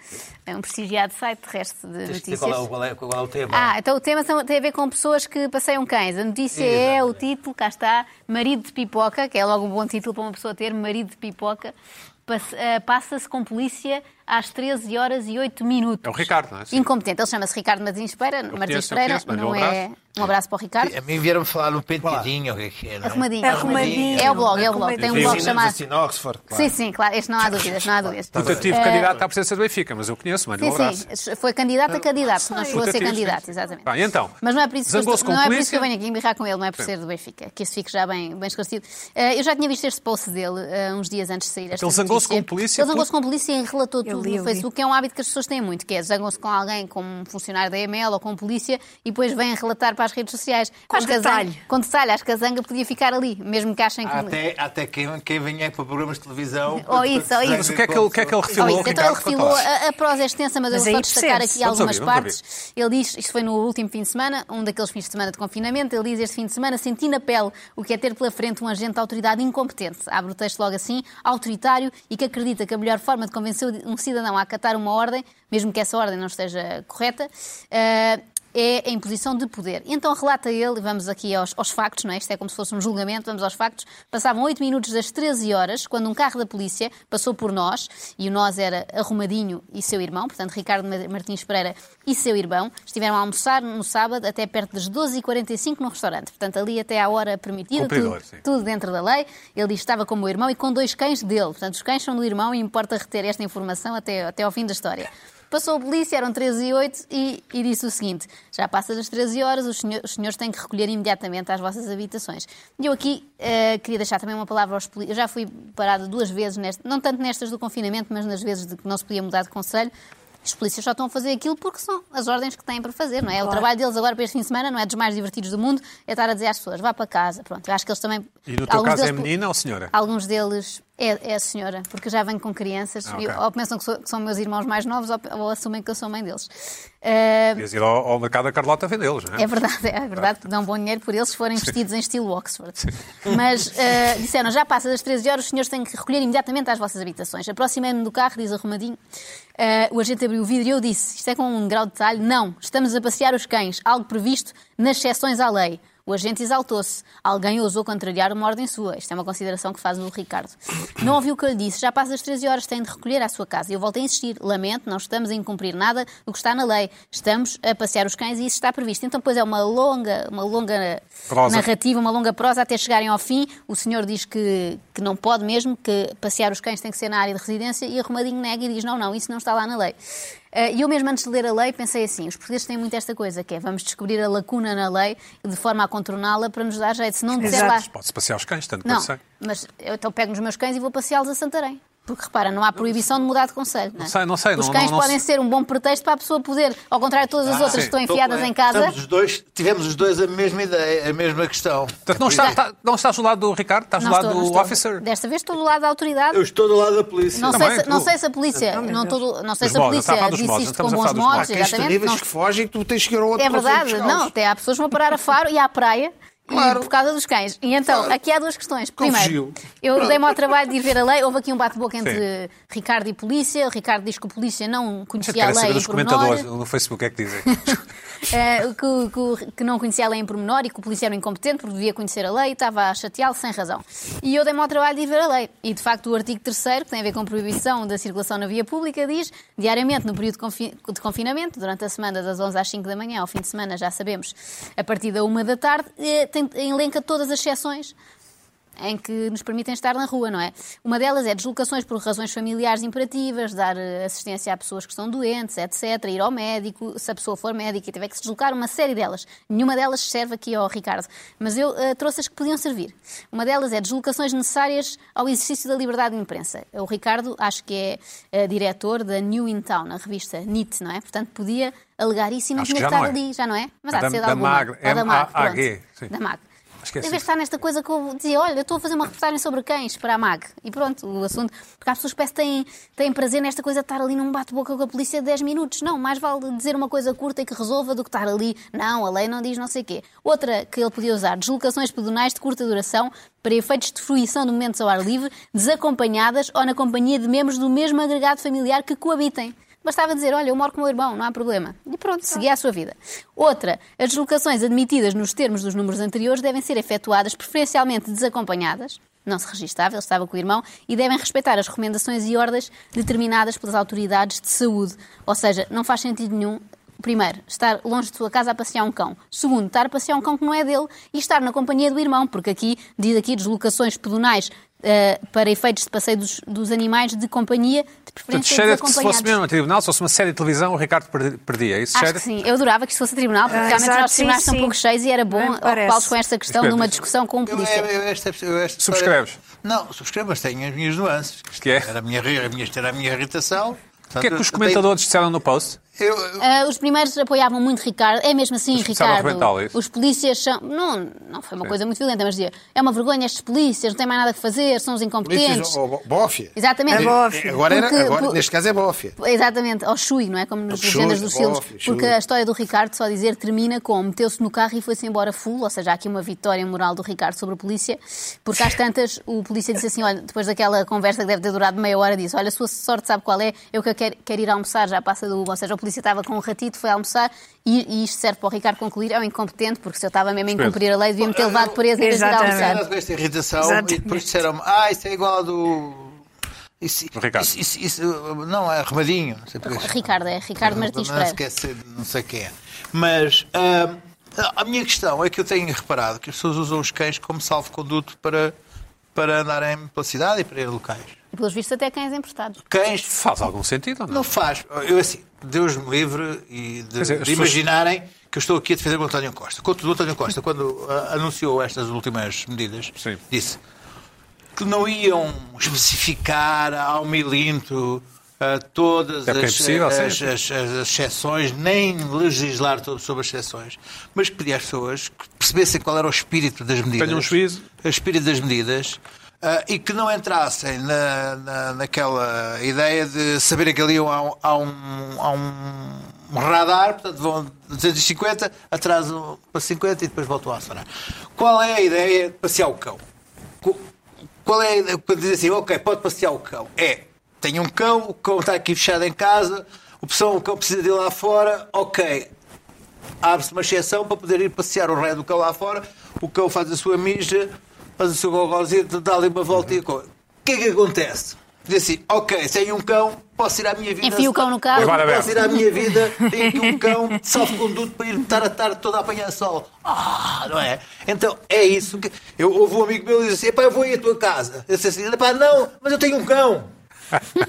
[SPEAKER 2] é um prestigiado site terrestre de notícias.
[SPEAKER 5] qual é, qual é o tema?
[SPEAKER 2] Ah, então o tema são- tem a ver com pessoas que passeiam cães. A notícia é o título, cá está, marido de pipoca, que é logo um bom título para uma pessoa ter, marido de pipoca, passe- eh, passa-se com polícia às 13 horas e 8 minutos.
[SPEAKER 1] É o Ricardo, não é? Sim.
[SPEAKER 2] Incompetente. Ele chama-se Ricardo Martins Pereira, Martins
[SPEAKER 1] conheço, eu
[SPEAKER 2] Pereira
[SPEAKER 1] conheço, manda-lhe
[SPEAKER 2] não
[SPEAKER 1] um
[SPEAKER 2] é...
[SPEAKER 1] abraço.
[SPEAKER 2] Um abraço para o Ricardo.
[SPEAKER 5] A mim vieram-me falar no penteadinho, o que é que é? não é?
[SPEAKER 2] Arrumadinho.
[SPEAKER 4] Arrumadinho.
[SPEAKER 2] É o blog, é o blog. Tem um blog
[SPEAKER 3] Vacinamos
[SPEAKER 2] chamado...
[SPEAKER 3] assim, Oxford, claro.
[SPEAKER 2] Sim, sim, claro. Este não há dúvidas, não há dúvidas.
[SPEAKER 3] Tá
[SPEAKER 2] Eh,
[SPEAKER 1] Tentativo
[SPEAKER 4] É.
[SPEAKER 1] candidato à presença do Benfica, mas eu conheço, mano. Um abraço.
[SPEAKER 2] Sim, sim, foi candidato a candidato, não chegou a ser
[SPEAKER 1] Tentativo,
[SPEAKER 2] candidato,
[SPEAKER 1] sim.
[SPEAKER 2] exatamente.
[SPEAKER 1] Bem, então,
[SPEAKER 2] Mas não é por isso que eu,
[SPEAKER 1] zangou-se
[SPEAKER 2] estou-
[SPEAKER 1] com
[SPEAKER 2] não
[SPEAKER 1] a
[SPEAKER 2] é por isso que
[SPEAKER 1] polícia?
[SPEAKER 2] eu venho aqui embirrar com ele, não é por
[SPEAKER 1] Sim.
[SPEAKER 2] ser do Benfica, que isso fique já bem, bem esclarecido. Eh, eu já tinha visto este post dele eh, uns dias antes de sair. esta
[SPEAKER 1] Ele Então zangou-se
[SPEAKER 2] notícia.
[SPEAKER 1] com a polícia
[SPEAKER 2] Ele zangou-se com a polícia e relatou tudo
[SPEAKER 4] li, eu
[SPEAKER 2] no
[SPEAKER 4] li.
[SPEAKER 2] Facebook, que é um hábito que as pessoas têm muito, que é zangam-se com alguém, com um funcionário da EML ou com a polícia, e depois vêm relatar para as redes sociais.
[SPEAKER 4] Com
[SPEAKER 2] Acho que a zanga-
[SPEAKER 4] detalhe.
[SPEAKER 2] com detalhe, acho que a zanga podia ficar ali, mesmo que achem que.
[SPEAKER 5] Há
[SPEAKER 1] Ah,
[SPEAKER 5] até, há até quem, quem venha para programas de televisão.
[SPEAKER 2] Ou Oh, isso, ou isso.
[SPEAKER 1] Mas o que é que ele, o que é que ele refilou,
[SPEAKER 2] Olha,
[SPEAKER 1] Ricardo?
[SPEAKER 2] então ele
[SPEAKER 1] Conta
[SPEAKER 2] refilou,
[SPEAKER 1] lá.
[SPEAKER 2] a, a prosa é extensa, mas, eu
[SPEAKER 4] Mas
[SPEAKER 2] vou
[SPEAKER 4] aí
[SPEAKER 2] só destacar
[SPEAKER 4] percebe-se.
[SPEAKER 2] aqui
[SPEAKER 1] Vamos
[SPEAKER 2] algumas
[SPEAKER 1] ouvir, vamos
[SPEAKER 2] partes. Ele diz, isto foi no último fim de semana, um daqueles fins de semana de confinamento, ele diz este fim de semana senti na pele o que é ter pela frente um agente de autoridade incompetente. Abre o texto logo assim, autoritário e que acredita que a melhor forma de convencer um cidadão a acatar uma ordem, mesmo que essa ordem não esteja correta, eh, é a imposição de poder. Então relata ele, e vamos aqui aos, aos factos, não é? Isto é como se fosse um julgamento, vamos aos factos. Passavam 8 minutos das 13 horas, quando um carro da polícia passou por nós, e o nós era Arrumadinho e seu irmão, portanto Ricardo Ma- Martins Pereira e seu irmão, estiveram a almoçar no sábado até perto das 12h45 no restaurante. Portanto, ali até à hora permitida,
[SPEAKER 1] Cumpridor,
[SPEAKER 2] tudo,
[SPEAKER 1] sim.
[SPEAKER 2] tudo dentro da lei. Ele diz que estava com o meu irmão e com dois cães dele. Portanto, os cães são do irmão e importa reter esta informação até, até ao fim da história. Passou a polícia, eram 13 e 8 e, e disse o seguinte: já passa das 13 horas, os, senhor- os senhores têm que recolher imediatamente às vossas habitações. E eu aqui eh, queria deixar também uma palavra aos polícias. Eu já fui parada duas vezes, neste, não tanto nestas do confinamento, mas nas vezes de que não se podia mudar de conselho. Os polícias só estão a fazer aquilo porque são as ordens que têm para fazer, não é? O trabalho deles agora para este fim de semana não é dos mais divertidos do mundo, é estar a dizer às pessoas, vá para casa. Pronto, eu acho que eles também.
[SPEAKER 1] E no teu
[SPEAKER 2] alguns
[SPEAKER 1] caso é
[SPEAKER 2] deles-
[SPEAKER 1] menina ou senhora?
[SPEAKER 2] Alguns deles é, é a senhora, porque eu já venho com crianças,
[SPEAKER 1] Ah,
[SPEAKER 2] e
[SPEAKER 1] ok.
[SPEAKER 2] ou pensam que, sou- que são meus irmãos mais novos ou, ou assumem que eu sou mãe deles. Ah,
[SPEAKER 1] Quer ir ao, ao mercado da Carlota vendê-los, não é?
[SPEAKER 2] é verdade, é verdade, que dão bom dinheiro por eles se forem vestidos em estilo Oxford. Mas eh, disseram, já passa das 13 horas, os senhores têm que recolher imediatamente às vossas habitações. Aproximei-me do carro, diz arrumadinho. Eh, o agente abriu o vidro e eu disse, isto é com um grau de detalhe, não, estamos a passear os cães, algo previsto nas exceções à lei. O agente exaltou-se. Alguém ousou contrariar uma ordem sua. Isto é uma consideração que faz o Ricardo. Não ouviu o que eu lhe disse. Já passa as 13 horas, tem de recolher à sua casa. Eu volto a insistir. Lamento, não estamos a incumprir nada do que está na lei. Estamos a passear os cães e isso está previsto. Então, pois é uma longa, uma longa
[SPEAKER 1] Prosa.
[SPEAKER 2] narrativa, uma longa prosa até chegarem ao fim. O senhor diz que, que não pode mesmo, que passear os cães tem que ser na área de residência e arrumadinho nega e diz: não, não, isso não está lá na lei. Eh, E eu mesmo antes de ler a lei pensei assim: os portugueses têm muito esta coisa, que é vamos descobrir a lacuna na lei de forma a contorná-la para nos dar jeito. Se não disser
[SPEAKER 4] Exato.
[SPEAKER 2] lá.
[SPEAKER 1] Pode-se passear os cães, tanto
[SPEAKER 2] Não,
[SPEAKER 1] quanto sei.
[SPEAKER 2] mas eu então pego nos meus cães e vou passeá-los a Santarém. Porque repara, não há proibição de mudar de conselho. Não, é?
[SPEAKER 1] sei, não sei,
[SPEAKER 2] Os
[SPEAKER 1] não-
[SPEAKER 2] cães
[SPEAKER 1] não- não
[SPEAKER 2] podem ser um bom pretexto para a pessoa poder, ao contrário de todas as outras
[SPEAKER 1] sim. é.
[SPEAKER 2] que estão
[SPEAKER 5] Estou
[SPEAKER 2] enfiadas
[SPEAKER 5] bem.
[SPEAKER 2] em casa.
[SPEAKER 5] Estamos os dois, tivemos os dois a mesma ideia, a mesma questão.
[SPEAKER 1] Portanto, não, está, está- não estás do lado do Ricardo, estás do
[SPEAKER 2] Não
[SPEAKER 1] lado
[SPEAKER 2] estou, não
[SPEAKER 1] do
[SPEAKER 2] estou.
[SPEAKER 1] officer.
[SPEAKER 2] Desta vez estou do lado da autoridade.
[SPEAKER 5] Eu estou do lado da polícia.
[SPEAKER 2] Não,
[SPEAKER 1] Sim,
[SPEAKER 2] sei
[SPEAKER 1] também,
[SPEAKER 2] se, não
[SPEAKER 1] tu.
[SPEAKER 2] sei se a polícia, não, todo, não sei
[SPEAKER 1] Os
[SPEAKER 2] se
[SPEAKER 1] modos, estamos
[SPEAKER 2] a
[SPEAKER 1] a
[SPEAKER 2] polícia
[SPEAKER 1] falar dos
[SPEAKER 2] disse
[SPEAKER 1] modos,
[SPEAKER 2] isto com
[SPEAKER 1] estamos a falar
[SPEAKER 2] bons
[SPEAKER 1] dos
[SPEAKER 3] Há
[SPEAKER 2] modos,
[SPEAKER 1] modos.
[SPEAKER 3] aqueles
[SPEAKER 2] exatamente.
[SPEAKER 3] terríveis
[SPEAKER 2] não-
[SPEAKER 3] que fogem que tu tens que ir ao outro
[SPEAKER 2] é verdade,
[SPEAKER 3] conselho
[SPEAKER 2] não, até há pessoas que vão parar a Faro e à praia. e Por causa dos cães. E então, aqui há duas questões. Primeiro,
[SPEAKER 3] fugiu.
[SPEAKER 2] eu dei-me ao trabalho de ir ver a lei. Houve aqui um bate-boca entre Ricardo e polícia. O Ricardo diz que a polícia não
[SPEAKER 1] Gente,
[SPEAKER 2] conhecia a
[SPEAKER 1] quero
[SPEAKER 2] lei
[SPEAKER 1] é saber
[SPEAKER 2] em
[SPEAKER 1] dos
[SPEAKER 2] pormenor.
[SPEAKER 1] comentadores no Facebook o que é que dizem.
[SPEAKER 2] Eh, que, que- que não conhecia a lei em pormenor e que o polícia era um incompetente porque devia conhecer a lei e estava a chateá-lo sem razão. E eu dei-me ao trabalho de ir ver a lei. E, de facto, o artigo 3 que tem a ver com a proibição da circulação na via pública, diz diariamente no período de confi- de confinamento, durante a semana das 11 às 5 da manhã, ao fim de semana, já sabemos, a partir da 1 da tarde, eh, tem- elenca todas as exceções em que nos permitem estar na rua, não é? Uma delas é deslocações por razões familiares imperativas, dar eh, assistência a pessoas que estão doentes, etc., ir ao médico, se a pessoa for médica e tiver que se deslocar, uma série delas. Nenhuma delas serve aqui ao Ricardo, mas eu eh, trouxe as que podiam servir. Uma delas é deslocações necessárias ao exercício da liberdade de imprensa. O Ricardo, acho que é eh, diretor da New In Town, a revista NIT, não é? Portanto, podia alegar isso e não
[SPEAKER 1] Acho que
[SPEAKER 2] tinha que
[SPEAKER 1] já
[SPEAKER 2] estar
[SPEAKER 1] não é.
[SPEAKER 2] ali, já não é? Mas
[SPEAKER 1] É
[SPEAKER 2] há de
[SPEAKER 1] da-
[SPEAKER 2] ser de
[SPEAKER 1] da
[SPEAKER 2] alguma.
[SPEAKER 1] Mag,
[SPEAKER 2] Ou da Mag, pronto.
[SPEAKER 1] M-A-H-G, sim.
[SPEAKER 2] Da Mag.
[SPEAKER 1] Esquece
[SPEAKER 2] Em vez de
[SPEAKER 1] isso.
[SPEAKER 2] estar nesta coisa que eu dizia, olha, eu estou a fazer uma reportagem sobre cães para a MAG. E pronto, o assunto. Porque há pessoas que parece que têm, têm prazer nesta coisa de estar ali num bate-boca com a polícia de 10 minutos. Não, mais vale dizer uma coisa curta e que resolva do que estar ali. Não, a lei não diz não sei quê. Outra que ele podia usar, deslocações pedonais de curta duração para efeitos de fruição de momentos ao ar livre, desacompanhadas ou na companhia de membros do mesmo agregado familiar que coabitem. Bastava dizer, olha, eu moro com o meu irmão, não há problema. E pronto, seguia a sua vida. Outra, as deslocações admitidas nos termos dos números anteriores devem ser efetuadas preferencialmente desacompanhadas, não se registava, ele estava com o irmão, e devem respeitar as recomendações e ordens determinadas pelas autoridades de saúde. Ou seja, não faz sentido nenhum, primeiro, estar longe de sua casa a passear um cão. Segundo, estar a passear um cão que não é dele e estar na companhia do irmão, porque aqui, diz aqui, deslocações pedonais eh, para efeitos de passeio dos, dos animais de companhia, de
[SPEAKER 1] Portanto,
[SPEAKER 2] preferência
[SPEAKER 1] Sheriff, se
[SPEAKER 2] desacompanhados.
[SPEAKER 1] fosse mesmo um tribunal, se fosse uma série de televisão, o Ricardo perdi- perdia. É isso,
[SPEAKER 2] Acho que
[SPEAKER 1] Sheriff?
[SPEAKER 2] sim. Eu adorava que isto fosse tribunal, porque
[SPEAKER 4] Ah,
[SPEAKER 2] realmente os
[SPEAKER 4] exato,
[SPEAKER 2] nossos tribunais
[SPEAKER 4] sim,
[SPEAKER 2] são um
[SPEAKER 4] sim.
[SPEAKER 2] pouco cheios e era bom
[SPEAKER 4] Bem, parece.
[SPEAKER 2] ocupá-los com esta questão
[SPEAKER 1] Espera,
[SPEAKER 2] numa
[SPEAKER 1] mas-
[SPEAKER 2] discussão com um
[SPEAKER 3] é
[SPEAKER 5] Eu-
[SPEAKER 2] polícia.
[SPEAKER 5] eu- eu- esta- eu- esta
[SPEAKER 1] Subscreves?
[SPEAKER 5] história- Não, subscrevo, mas tenho as minhas nuances.
[SPEAKER 1] Que é?
[SPEAKER 5] Era a minha, ri- a minha, era a minha irritação.
[SPEAKER 1] O que é que os comentadores disseram no post?
[SPEAKER 5] Eu, eu-
[SPEAKER 2] Ah, os primeiros apoiavam muito Ricardo. É mesmo assim,
[SPEAKER 1] Mas começaram a
[SPEAKER 2] Ricardo.
[SPEAKER 1] arrebentá-lo, é isso?
[SPEAKER 2] Os polícias são. Não, não foi uma coisa muito violenta, mas dizia: é uma vergonha estes polícias, não têm mais nada que fazer, são os incompetentes.
[SPEAKER 3] Polícias, ou bo- Bófia.
[SPEAKER 2] Exatamente.
[SPEAKER 4] É bófia.
[SPEAKER 3] Agora, era,
[SPEAKER 2] Porque-
[SPEAKER 3] agora
[SPEAKER 2] por-
[SPEAKER 3] neste caso é Bófia.
[SPEAKER 2] Exatamente, ao Chui, não é? Como nos
[SPEAKER 3] Ao Chui,
[SPEAKER 2] legendas dos
[SPEAKER 3] ao
[SPEAKER 2] filmes.
[SPEAKER 3] Chui.
[SPEAKER 2] Porque a história do Ricardo, só dizer, termina com meteu-se no carro e foi-se embora full, ou seja, há aqui uma vitória moral do Ricardo sobre a polícia, porque às tantas o polícia disse assim: olha, depois daquela conversa que deve ter durado meia hora, disse: olha, a sua sorte sabe qual é, eu que quero, quero ir almoçar, já passa do. Ou seja, a polícia estava com um ratito, foi almoçar, e, e isto serve para o Ricardo concluir: é um incompetente, porque se eu estava mesmo a incumprir a lei, devia-me ter levado preso em vez de ir
[SPEAKER 4] Exatamente.
[SPEAKER 2] almoçar.
[SPEAKER 5] eu com esta irritação
[SPEAKER 4] Exatamente.
[SPEAKER 5] e depois disseram-me, ah, isso é igual ao do. Isso,
[SPEAKER 1] Do Ricardo.
[SPEAKER 5] Isso, isso- isso- não, é Ramadinho. Não sei porque.
[SPEAKER 2] Ricardo, é Ricardo Martins
[SPEAKER 5] não, não,
[SPEAKER 2] Pereira.
[SPEAKER 5] esquece, não sei quem é. Mas ah, a minha questão é que eu tenho reparado que as pessoas usam os cães como salvo-conduto para, para andarem pela cidade e para ir a locais.
[SPEAKER 2] Pelos vistos, até cães emprestados.
[SPEAKER 5] Cães
[SPEAKER 1] Faz algum sentido ou Então não?
[SPEAKER 5] Não faz. Eu assim, Deus me livre e de,
[SPEAKER 1] dizer, as
[SPEAKER 5] de
[SPEAKER 1] pessoas-
[SPEAKER 5] imaginarem que eu estou aqui a defender o António Costa. Contudo, o António Costa, quando ah, anunciou estas últimas medidas,
[SPEAKER 1] Sim.
[SPEAKER 5] disse que não iam especificar ao milímetro ah, todas
[SPEAKER 1] Até porque é
[SPEAKER 5] as, eh,
[SPEAKER 1] impossível,
[SPEAKER 5] as,
[SPEAKER 1] sim.
[SPEAKER 5] as- as- as exceções, nem legislar to- sobre as exceções, mas que pedia às pessoas que percebessem qual era o espírito das medidas.
[SPEAKER 1] Tenham um juízo.
[SPEAKER 5] O espírito das medidas. ah, e que não entrassem na, na- naquela ideia de saberem que ali há um, há um, há um radar, portanto vão de 250, atrasam para 50 e depois voltam a acelerar. Qual é a ideia de passear o cão? Co- Qual é a ideia para dizer assim, ok, pode passear o cão? É, tem um cão, o cão está aqui fechado em casa, o pessoal, o cão precisa de ir lá fora, ok, abre-se uma exceção para poder ir passear o rei do cão lá fora, o cão faz a sua mija, faz o seu gogozinho, dá ali
[SPEAKER 1] Uhum.
[SPEAKER 5] uma volta e a coisa. O que é que acontece? Diz assim, ok, sem um cão, posso ir à minha vida.
[SPEAKER 2] Enfia o cão no carro.
[SPEAKER 1] Agora aberto.
[SPEAKER 5] Posso ir à minha vida, tenho aqui um cão de salvo-conduto para ir estar a tarde toda a apanhar sol. Ah, não é? Então, é isso que... Eu, houve um amigo meu que disse assim, epá, eu vou ir à tua casa. Eu disse assim, epá, não, mas eu tenho um cão.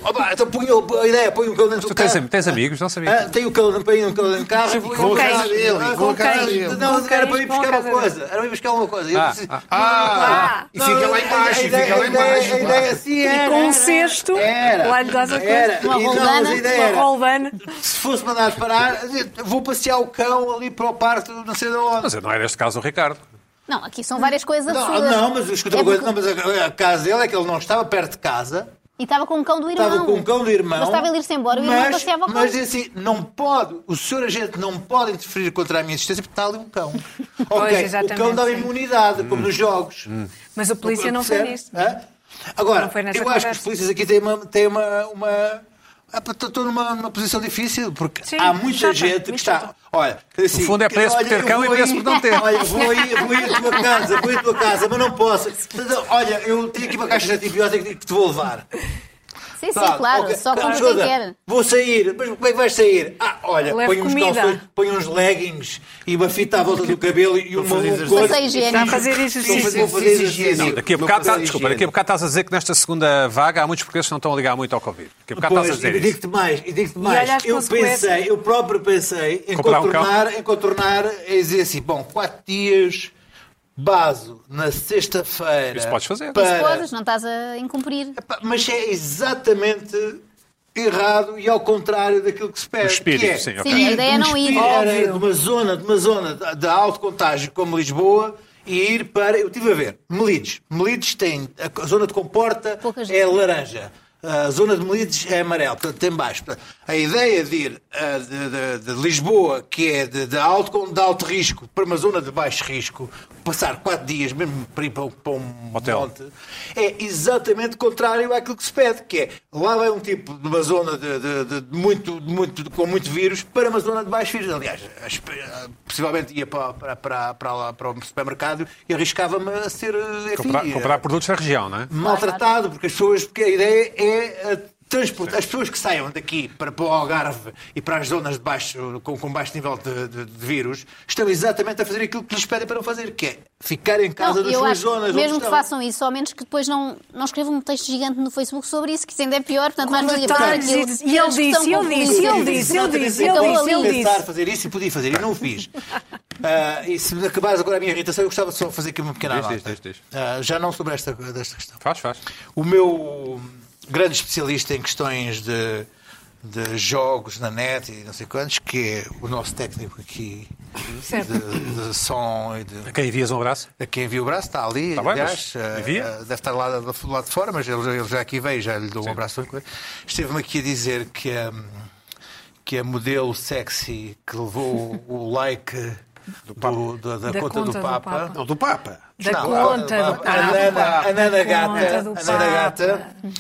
[SPEAKER 5] Opa, então põe o- a ideia, põe o cão dentro
[SPEAKER 1] Tu
[SPEAKER 5] do
[SPEAKER 1] tens,
[SPEAKER 5] carro.
[SPEAKER 1] am-
[SPEAKER 2] é.
[SPEAKER 1] tens amigos? Não sabia.
[SPEAKER 5] Ah, tem o cão, põe o cão dentro do carro e vou
[SPEAKER 3] Com
[SPEAKER 5] vou-
[SPEAKER 3] a casa
[SPEAKER 5] ah,
[SPEAKER 3] dele,
[SPEAKER 5] ah,
[SPEAKER 3] com a casa
[SPEAKER 5] cães.
[SPEAKER 3] dele.
[SPEAKER 5] Não,
[SPEAKER 4] Com
[SPEAKER 5] era para
[SPEAKER 4] cães,
[SPEAKER 5] ir
[SPEAKER 4] com a
[SPEAKER 5] buscar uma
[SPEAKER 4] casa dele.
[SPEAKER 5] coisa. Era para ir buscar uma coisa. Eu
[SPEAKER 1] Ah,
[SPEAKER 5] disse-
[SPEAKER 1] ah,
[SPEAKER 3] Ah, e fica lá embaixo,
[SPEAKER 5] a
[SPEAKER 3] e fica
[SPEAKER 5] ideia-
[SPEAKER 3] lá
[SPEAKER 5] a ideia-
[SPEAKER 3] embaixo.
[SPEAKER 5] A ideia assim era.
[SPEAKER 4] E com um
[SPEAKER 5] era,
[SPEAKER 4] cesto,
[SPEAKER 5] era,
[SPEAKER 4] lá lhe dás a
[SPEAKER 5] era.
[SPEAKER 4] coisa.
[SPEAKER 5] E não,
[SPEAKER 2] Uma
[SPEAKER 5] mas a
[SPEAKER 2] rolvana,
[SPEAKER 5] ideia era,
[SPEAKER 4] Uma rolvana.
[SPEAKER 5] Se fosse mandado parar, vou passear o cão ali para o parque, não sei de onde.
[SPEAKER 1] Mas não era este caso o Ricardo.
[SPEAKER 2] Não, aqui são várias coisas
[SPEAKER 3] é
[SPEAKER 5] Não,
[SPEAKER 2] absurdas.
[SPEAKER 5] não, mas escuta
[SPEAKER 2] É
[SPEAKER 5] uma coisa,
[SPEAKER 2] porque-
[SPEAKER 5] não, mas a, a casa dele é que ele não estava perto de casa,
[SPEAKER 2] E estava com um cão do irmão.
[SPEAKER 5] estava com o cão do irmão.
[SPEAKER 2] Mas estava ele ir-se embora e o irmão
[SPEAKER 5] mas-
[SPEAKER 2] passeava com
[SPEAKER 5] Mas disse assim, não pode, o senhor agente não pode interferir contra a minha existência porque está ali um cão. ok, o cão
[SPEAKER 4] exatamente,
[SPEAKER 5] dá
[SPEAKER 4] sim.
[SPEAKER 5] imunidade,
[SPEAKER 3] Hum.
[SPEAKER 5] como nos jogos.
[SPEAKER 4] Mas a polícia não
[SPEAKER 5] Percebe?
[SPEAKER 4] fez isso.
[SPEAKER 5] Hã? Agora,
[SPEAKER 4] Não foi nessa
[SPEAKER 5] eu acho que os
[SPEAKER 4] conversa.
[SPEAKER 5] polícias aqui têm uma. Têm uma, uma... ah, pá, Estou estou numa, numa posição difícil, porque
[SPEAKER 4] Sim,
[SPEAKER 5] há muita
[SPEAKER 4] chata,
[SPEAKER 5] gente que
[SPEAKER 4] muito
[SPEAKER 5] está.
[SPEAKER 4] chata.
[SPEAKER 5] Olha, assim,
[SPEAKER 1] No fundo é
[SPEAKER 5] que-
[SPEAKER 1] preço por
[SPEAKER 5] olha,
[SPEAKER 1] ter
[SPEAKER 5] eu
[SPEAKER 1] cão
[SPEAKER 5] vou
[SPEAKER 1] e preço
[SPEAKER 5] aí-
[SPEAKER 1] por não ter.
[SPEAKER 5] Olha, vou aí, vou aí à tua casa, vou aí à tua casa, mas não posso. Então, Olha, eu tenho aqui uma caixa de antibiótico que te vou levar.
[SPEAKER 2] Sim, sim,
[SPEAKER 5] Sabe?
[SPEAKER 2] claro.
[SPEAKER 5] Tá, Ok, então
[SPEAKER 2] Só compra quem
[SPEAKER 5] ajuda,
[SPEAKER 2] quer.
[SPEAKER 5] Vou sair, mas como é que vais sair? Ah, olha,
[SPEAKER 4] Leve
[SPEAKER 5] põe uns,
[SPEAKER 4] comida.
[SPEAKER 5] calções, põe uns leggings e uma fita à volta do cabelo e uma um
[SPEAKER 3] fazer
[SPEAKER 5] uma
[SPEAKER 3] exercício.
[SPEAKER 5] coisa.
[SPEAKER 2] Para higiene.
[SPEAKER 4] Está a fazer
[SPEAKER 5] Vou
[SPEAKER 3] é
[SPEAKER 5] fazer- vou
[SPEAKER 4] exercício.
[SPEAKER 5] fazer exercício.
[SPEAKER 3] Não,
[SPEAKER 1] Daqui a,
[SPEAKER 3] Uma
[SPEAKER 1] bocado,
[SPEAKER 3] coisa
[SPEAKER 1] tá-
[SPEAKER 3] de
[SPEAKER 1] desculpa,
[SPEAKER 3] higiene.
[SPEAKER 1] daqui a bocado estás a dizer que nesta segunda vaga há muitos portugueses que não estão a ligar muito ao Covid. Daqui a bocado
[SPEAKER 5] Pois,
[SPEAKER 1] Tipo, estás a dizer
[SPEAKER 5] e
[SPEAKER 1] isso.
[SPEAKER 5] digo-te mais, e digo-te
[SPEAKER 4] olha
[SPEAKER 5] mais.
[SPEAKER 4] as
[SPEAKER 5] Eu
[SPEAKER 4] consequências.
[SPEAKER 5] pensei, eu próprio pensei em
[SPEAKER 1] Comprar um
[SPEAKER 5] contornar, em contornar, em dizer assim, bom, quatro dias, baso na sexta-feira.
[SPEAKER 1] Isso podes fazer.
[SPEAKER 5] para-
[SPEAKER 2] Isso podes, não estás a incumprir.
[SPEAKER 5] Epá, Mas é exatamente errado e ao contrário daquilo que se pede.
[SPEAKER 1] O espírito,
[SPEAKER 5] que é,
[SPEAKER 1] sim, ok.
[SPEAKER 2] Sim, a ideia é não ir.
[SPEAKER 5] ir
[SPEAKER 4] Óbvio.
[SPEAKER 5] de uma zona, de uma zona de- de alto contágio como Lisboa e ir para. Eu estive a ver, Melides. Melides tem. A zona de comporta
[SPEAKER 2] Pouca gente.
[SPEAKER 5] é laranja. A zona de Melides é amarelo, portanto, tem baixo. Portanto, a ideia de ir ah, de, de- de Lisboa, que é de, de alto, con- de alto risco, para uma zona de baixo risco, passar quatro dias mesmo para ir para, um- para um
[SPEAKER 1] Hotel.
[SPEAKER 5] monte, é exatamente contrário àquilo que se pede, que é lá vai um tipo de uma zona de, de- de- de muito, de muito- com muito vírus para uma zona de baixo vírus. Aliás, as- possivelmente ia para, para, para, para, lá, para o supermercado e arriscava-me a ser eh, enfim,
[SPEAKER 1] Comprar,
[SPEAKER 5] eh,
[SPEAKER 1] comprar produtos da região, não é?
[SPEAKER 5] maltratado, porque as pessoas, porque a ideia é eh, transportar as pessoas que saiam daqui para, para o Algarve e para as zonas de baixo, com, com baixo nível de, de- de vírus, estão exatamente a fazer aquilo que lhes pedem para não fazer, que é ficar em casa
[SPEAKER 2] Não,
[SPEAKER 5] nas
[SPEAKER 2] eu
[SPEAKER 5] suas
[SPEAKER 2] acho que
[SPEAKER 5] zonas. onde
[SPEAKER 2] mesmo que
[SPEAKER 5] estão.
[SPEAKER 2] façam isso, ao menos que depois não, não escrevam um texto gigante no Facebook sobre isso, que isso ainda é pior, portanto, mais valia falar
[SPEAKER 4] detalhes,
[SPEAKER 2] aquilo.
[SPEAKER 4] e- e ele disse,
[SPEAKER 2] Discussão
[SPEAKER 4] ele
[SPEAKER 2] com
[SPEAKER 4] disse,
[SPEAKER 2] polícia.
[SPEAKER 4] ele disse, ele disse,
[SPEAKER 2] Então,
[SPEAKER 4] ele disse,
[SPEAKER 2] ali-
[SPEAKER 4] ele disse.
[SPEAKER 5] pensar fazer isso e podia fazer e não o fiz. Ah, e se me acabasse agora a minha irritação, eu gostava só de fazer aqui uma pequena
[SPEAKER 1] Diz,
[SPEAKER 5] nota.
[SPEAKER 1] diz, diz, diz.
[SPEAKER 5] Ah, já não sobre esta desta questão.
[SPEAKER 1] Faz, faz.
[SPEAKER 5] O meu grande especialista em questões de, de jogos na net e não sei quantos, que é o nosso técnico aqui
[SPEAKER 4] Certo.
[SPEAKER 5] de, de som e de
[SPEAKER 1] A quem envias um abraço?
[SPEAKER 5] a quem viu o braço está ali,
[SPEAKER 1] Está bem,
[SPEAKER 5] aliás,
[SPEAKER 1] mas
[SPEAKER 5] ah,
[SPEAKER 1] envia.
[SPEAKER 5] ah, deve estar lá do do lado de fora, mas ele, ele já aqui veio, já lhe dou um abraço. Esteve-me aqui a dizer que, hum, que a modelo sexy que levou o like do, da, da
[SPEAKER 4] Da
[SPEAKER 5] conta, do
[SPEAKER 4] Papa.
[SPEAKER 5] Papa.
[SPEAKER 3] Não, do Papa.
[SPEAKER 4] Da
[SPEAKER 5] Não,
[SPEAKER 4] conta
[SPEAKER 5] a-
[SPEAKER 4] do
[SPEAKER 5] a- A Nana,
[SPEAKER 4] Papa.
[SPEAKER 5] a Nana Gata,
[SPEAKER 4] Conta
[SPEAKER 5] a
[SPEAKER 4] do
[SPEAKER 5] Nana Gata
[SPEAKER 4] Papa.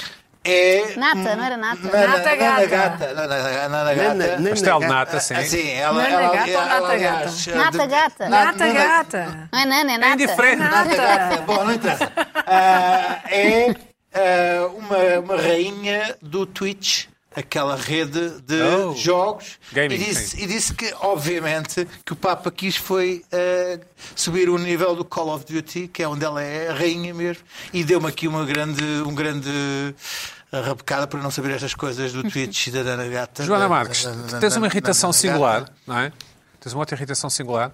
[SPEAKER 5] é.
[SPEAKER 2] Nata, não era nata?
[SPEAKER 5] Nana,
[SPEAKER 4] Nata
[SPEAKER 5] Nana
[SPEAKER 4] Gata.
[SPEAKER 5] Gata. Nana, a Nana Gata.
[SPEAKER 3] Nana- Nana
[SPEAKER 1] Pastel de
[SPEAKER 3] Gata.
[SPEAKER 1] nata, sim.
[SPEAKER 5] Assim, ela,
[SPEAKER 4] Nana
[SPEAKER 5] ela,
[SPEAKER 4] Gata ou
[SPEAKER 5] ela,
[SPEAKER 4] Nata
[SPEAKER 5] aliás, é
[SPEAKER 2] Gata? Nata
[SPEAKER 5] de-
[SPEAKER 2] Gata.
[SPEAKER 5] Na-
[SPEAKER 4] Nata
[SPEAKER 5] Nana-
[SPEAKER 4] gata.
[SPEAKER 2] Não é nana, é nata.
[SPEAKER 1] É indiferente.
[SPEAKER 4] Nada.
[SPEAKER 5] Nada gata. Bom, não interessa. Ah, é ah, uma, uma rainha do Twitch, aquela rede de
[SPEAKER 1] Oh.
[SPEAKER 5] jogos.
[SPEAKER 1] Gaming,
[SPEAKER 5] e, disse,
[SPEAKER 1] sim.
[SPEAKER 5] e disse que, obviamente, que o Papa quis foi ah, subir o nível do Call of Duty, que é onde ela é a rainha mesmo. E deu-me aqui uma grande, um grande ah, rabecada para não saber estas coisas do Twitch e da Nana Gata.
[SPEAKER 1] Joana
[SPEAKER 5] da-
[SPEAKER 1] Marques,
[SPEAKER 5] da- da-
[SPEAKER 1] tu
[SPEAKER 5] da-
[SPEAKER 1] tens
[SPEAKER 5] da-
[SPEAKER 1] uma
[SPEAKER 5] da-
[SPEAKER 1] irritação
[SPEAKER 5] da- da-
[SPEAKER 1] singular, não é? Tens uma outra irritação singular.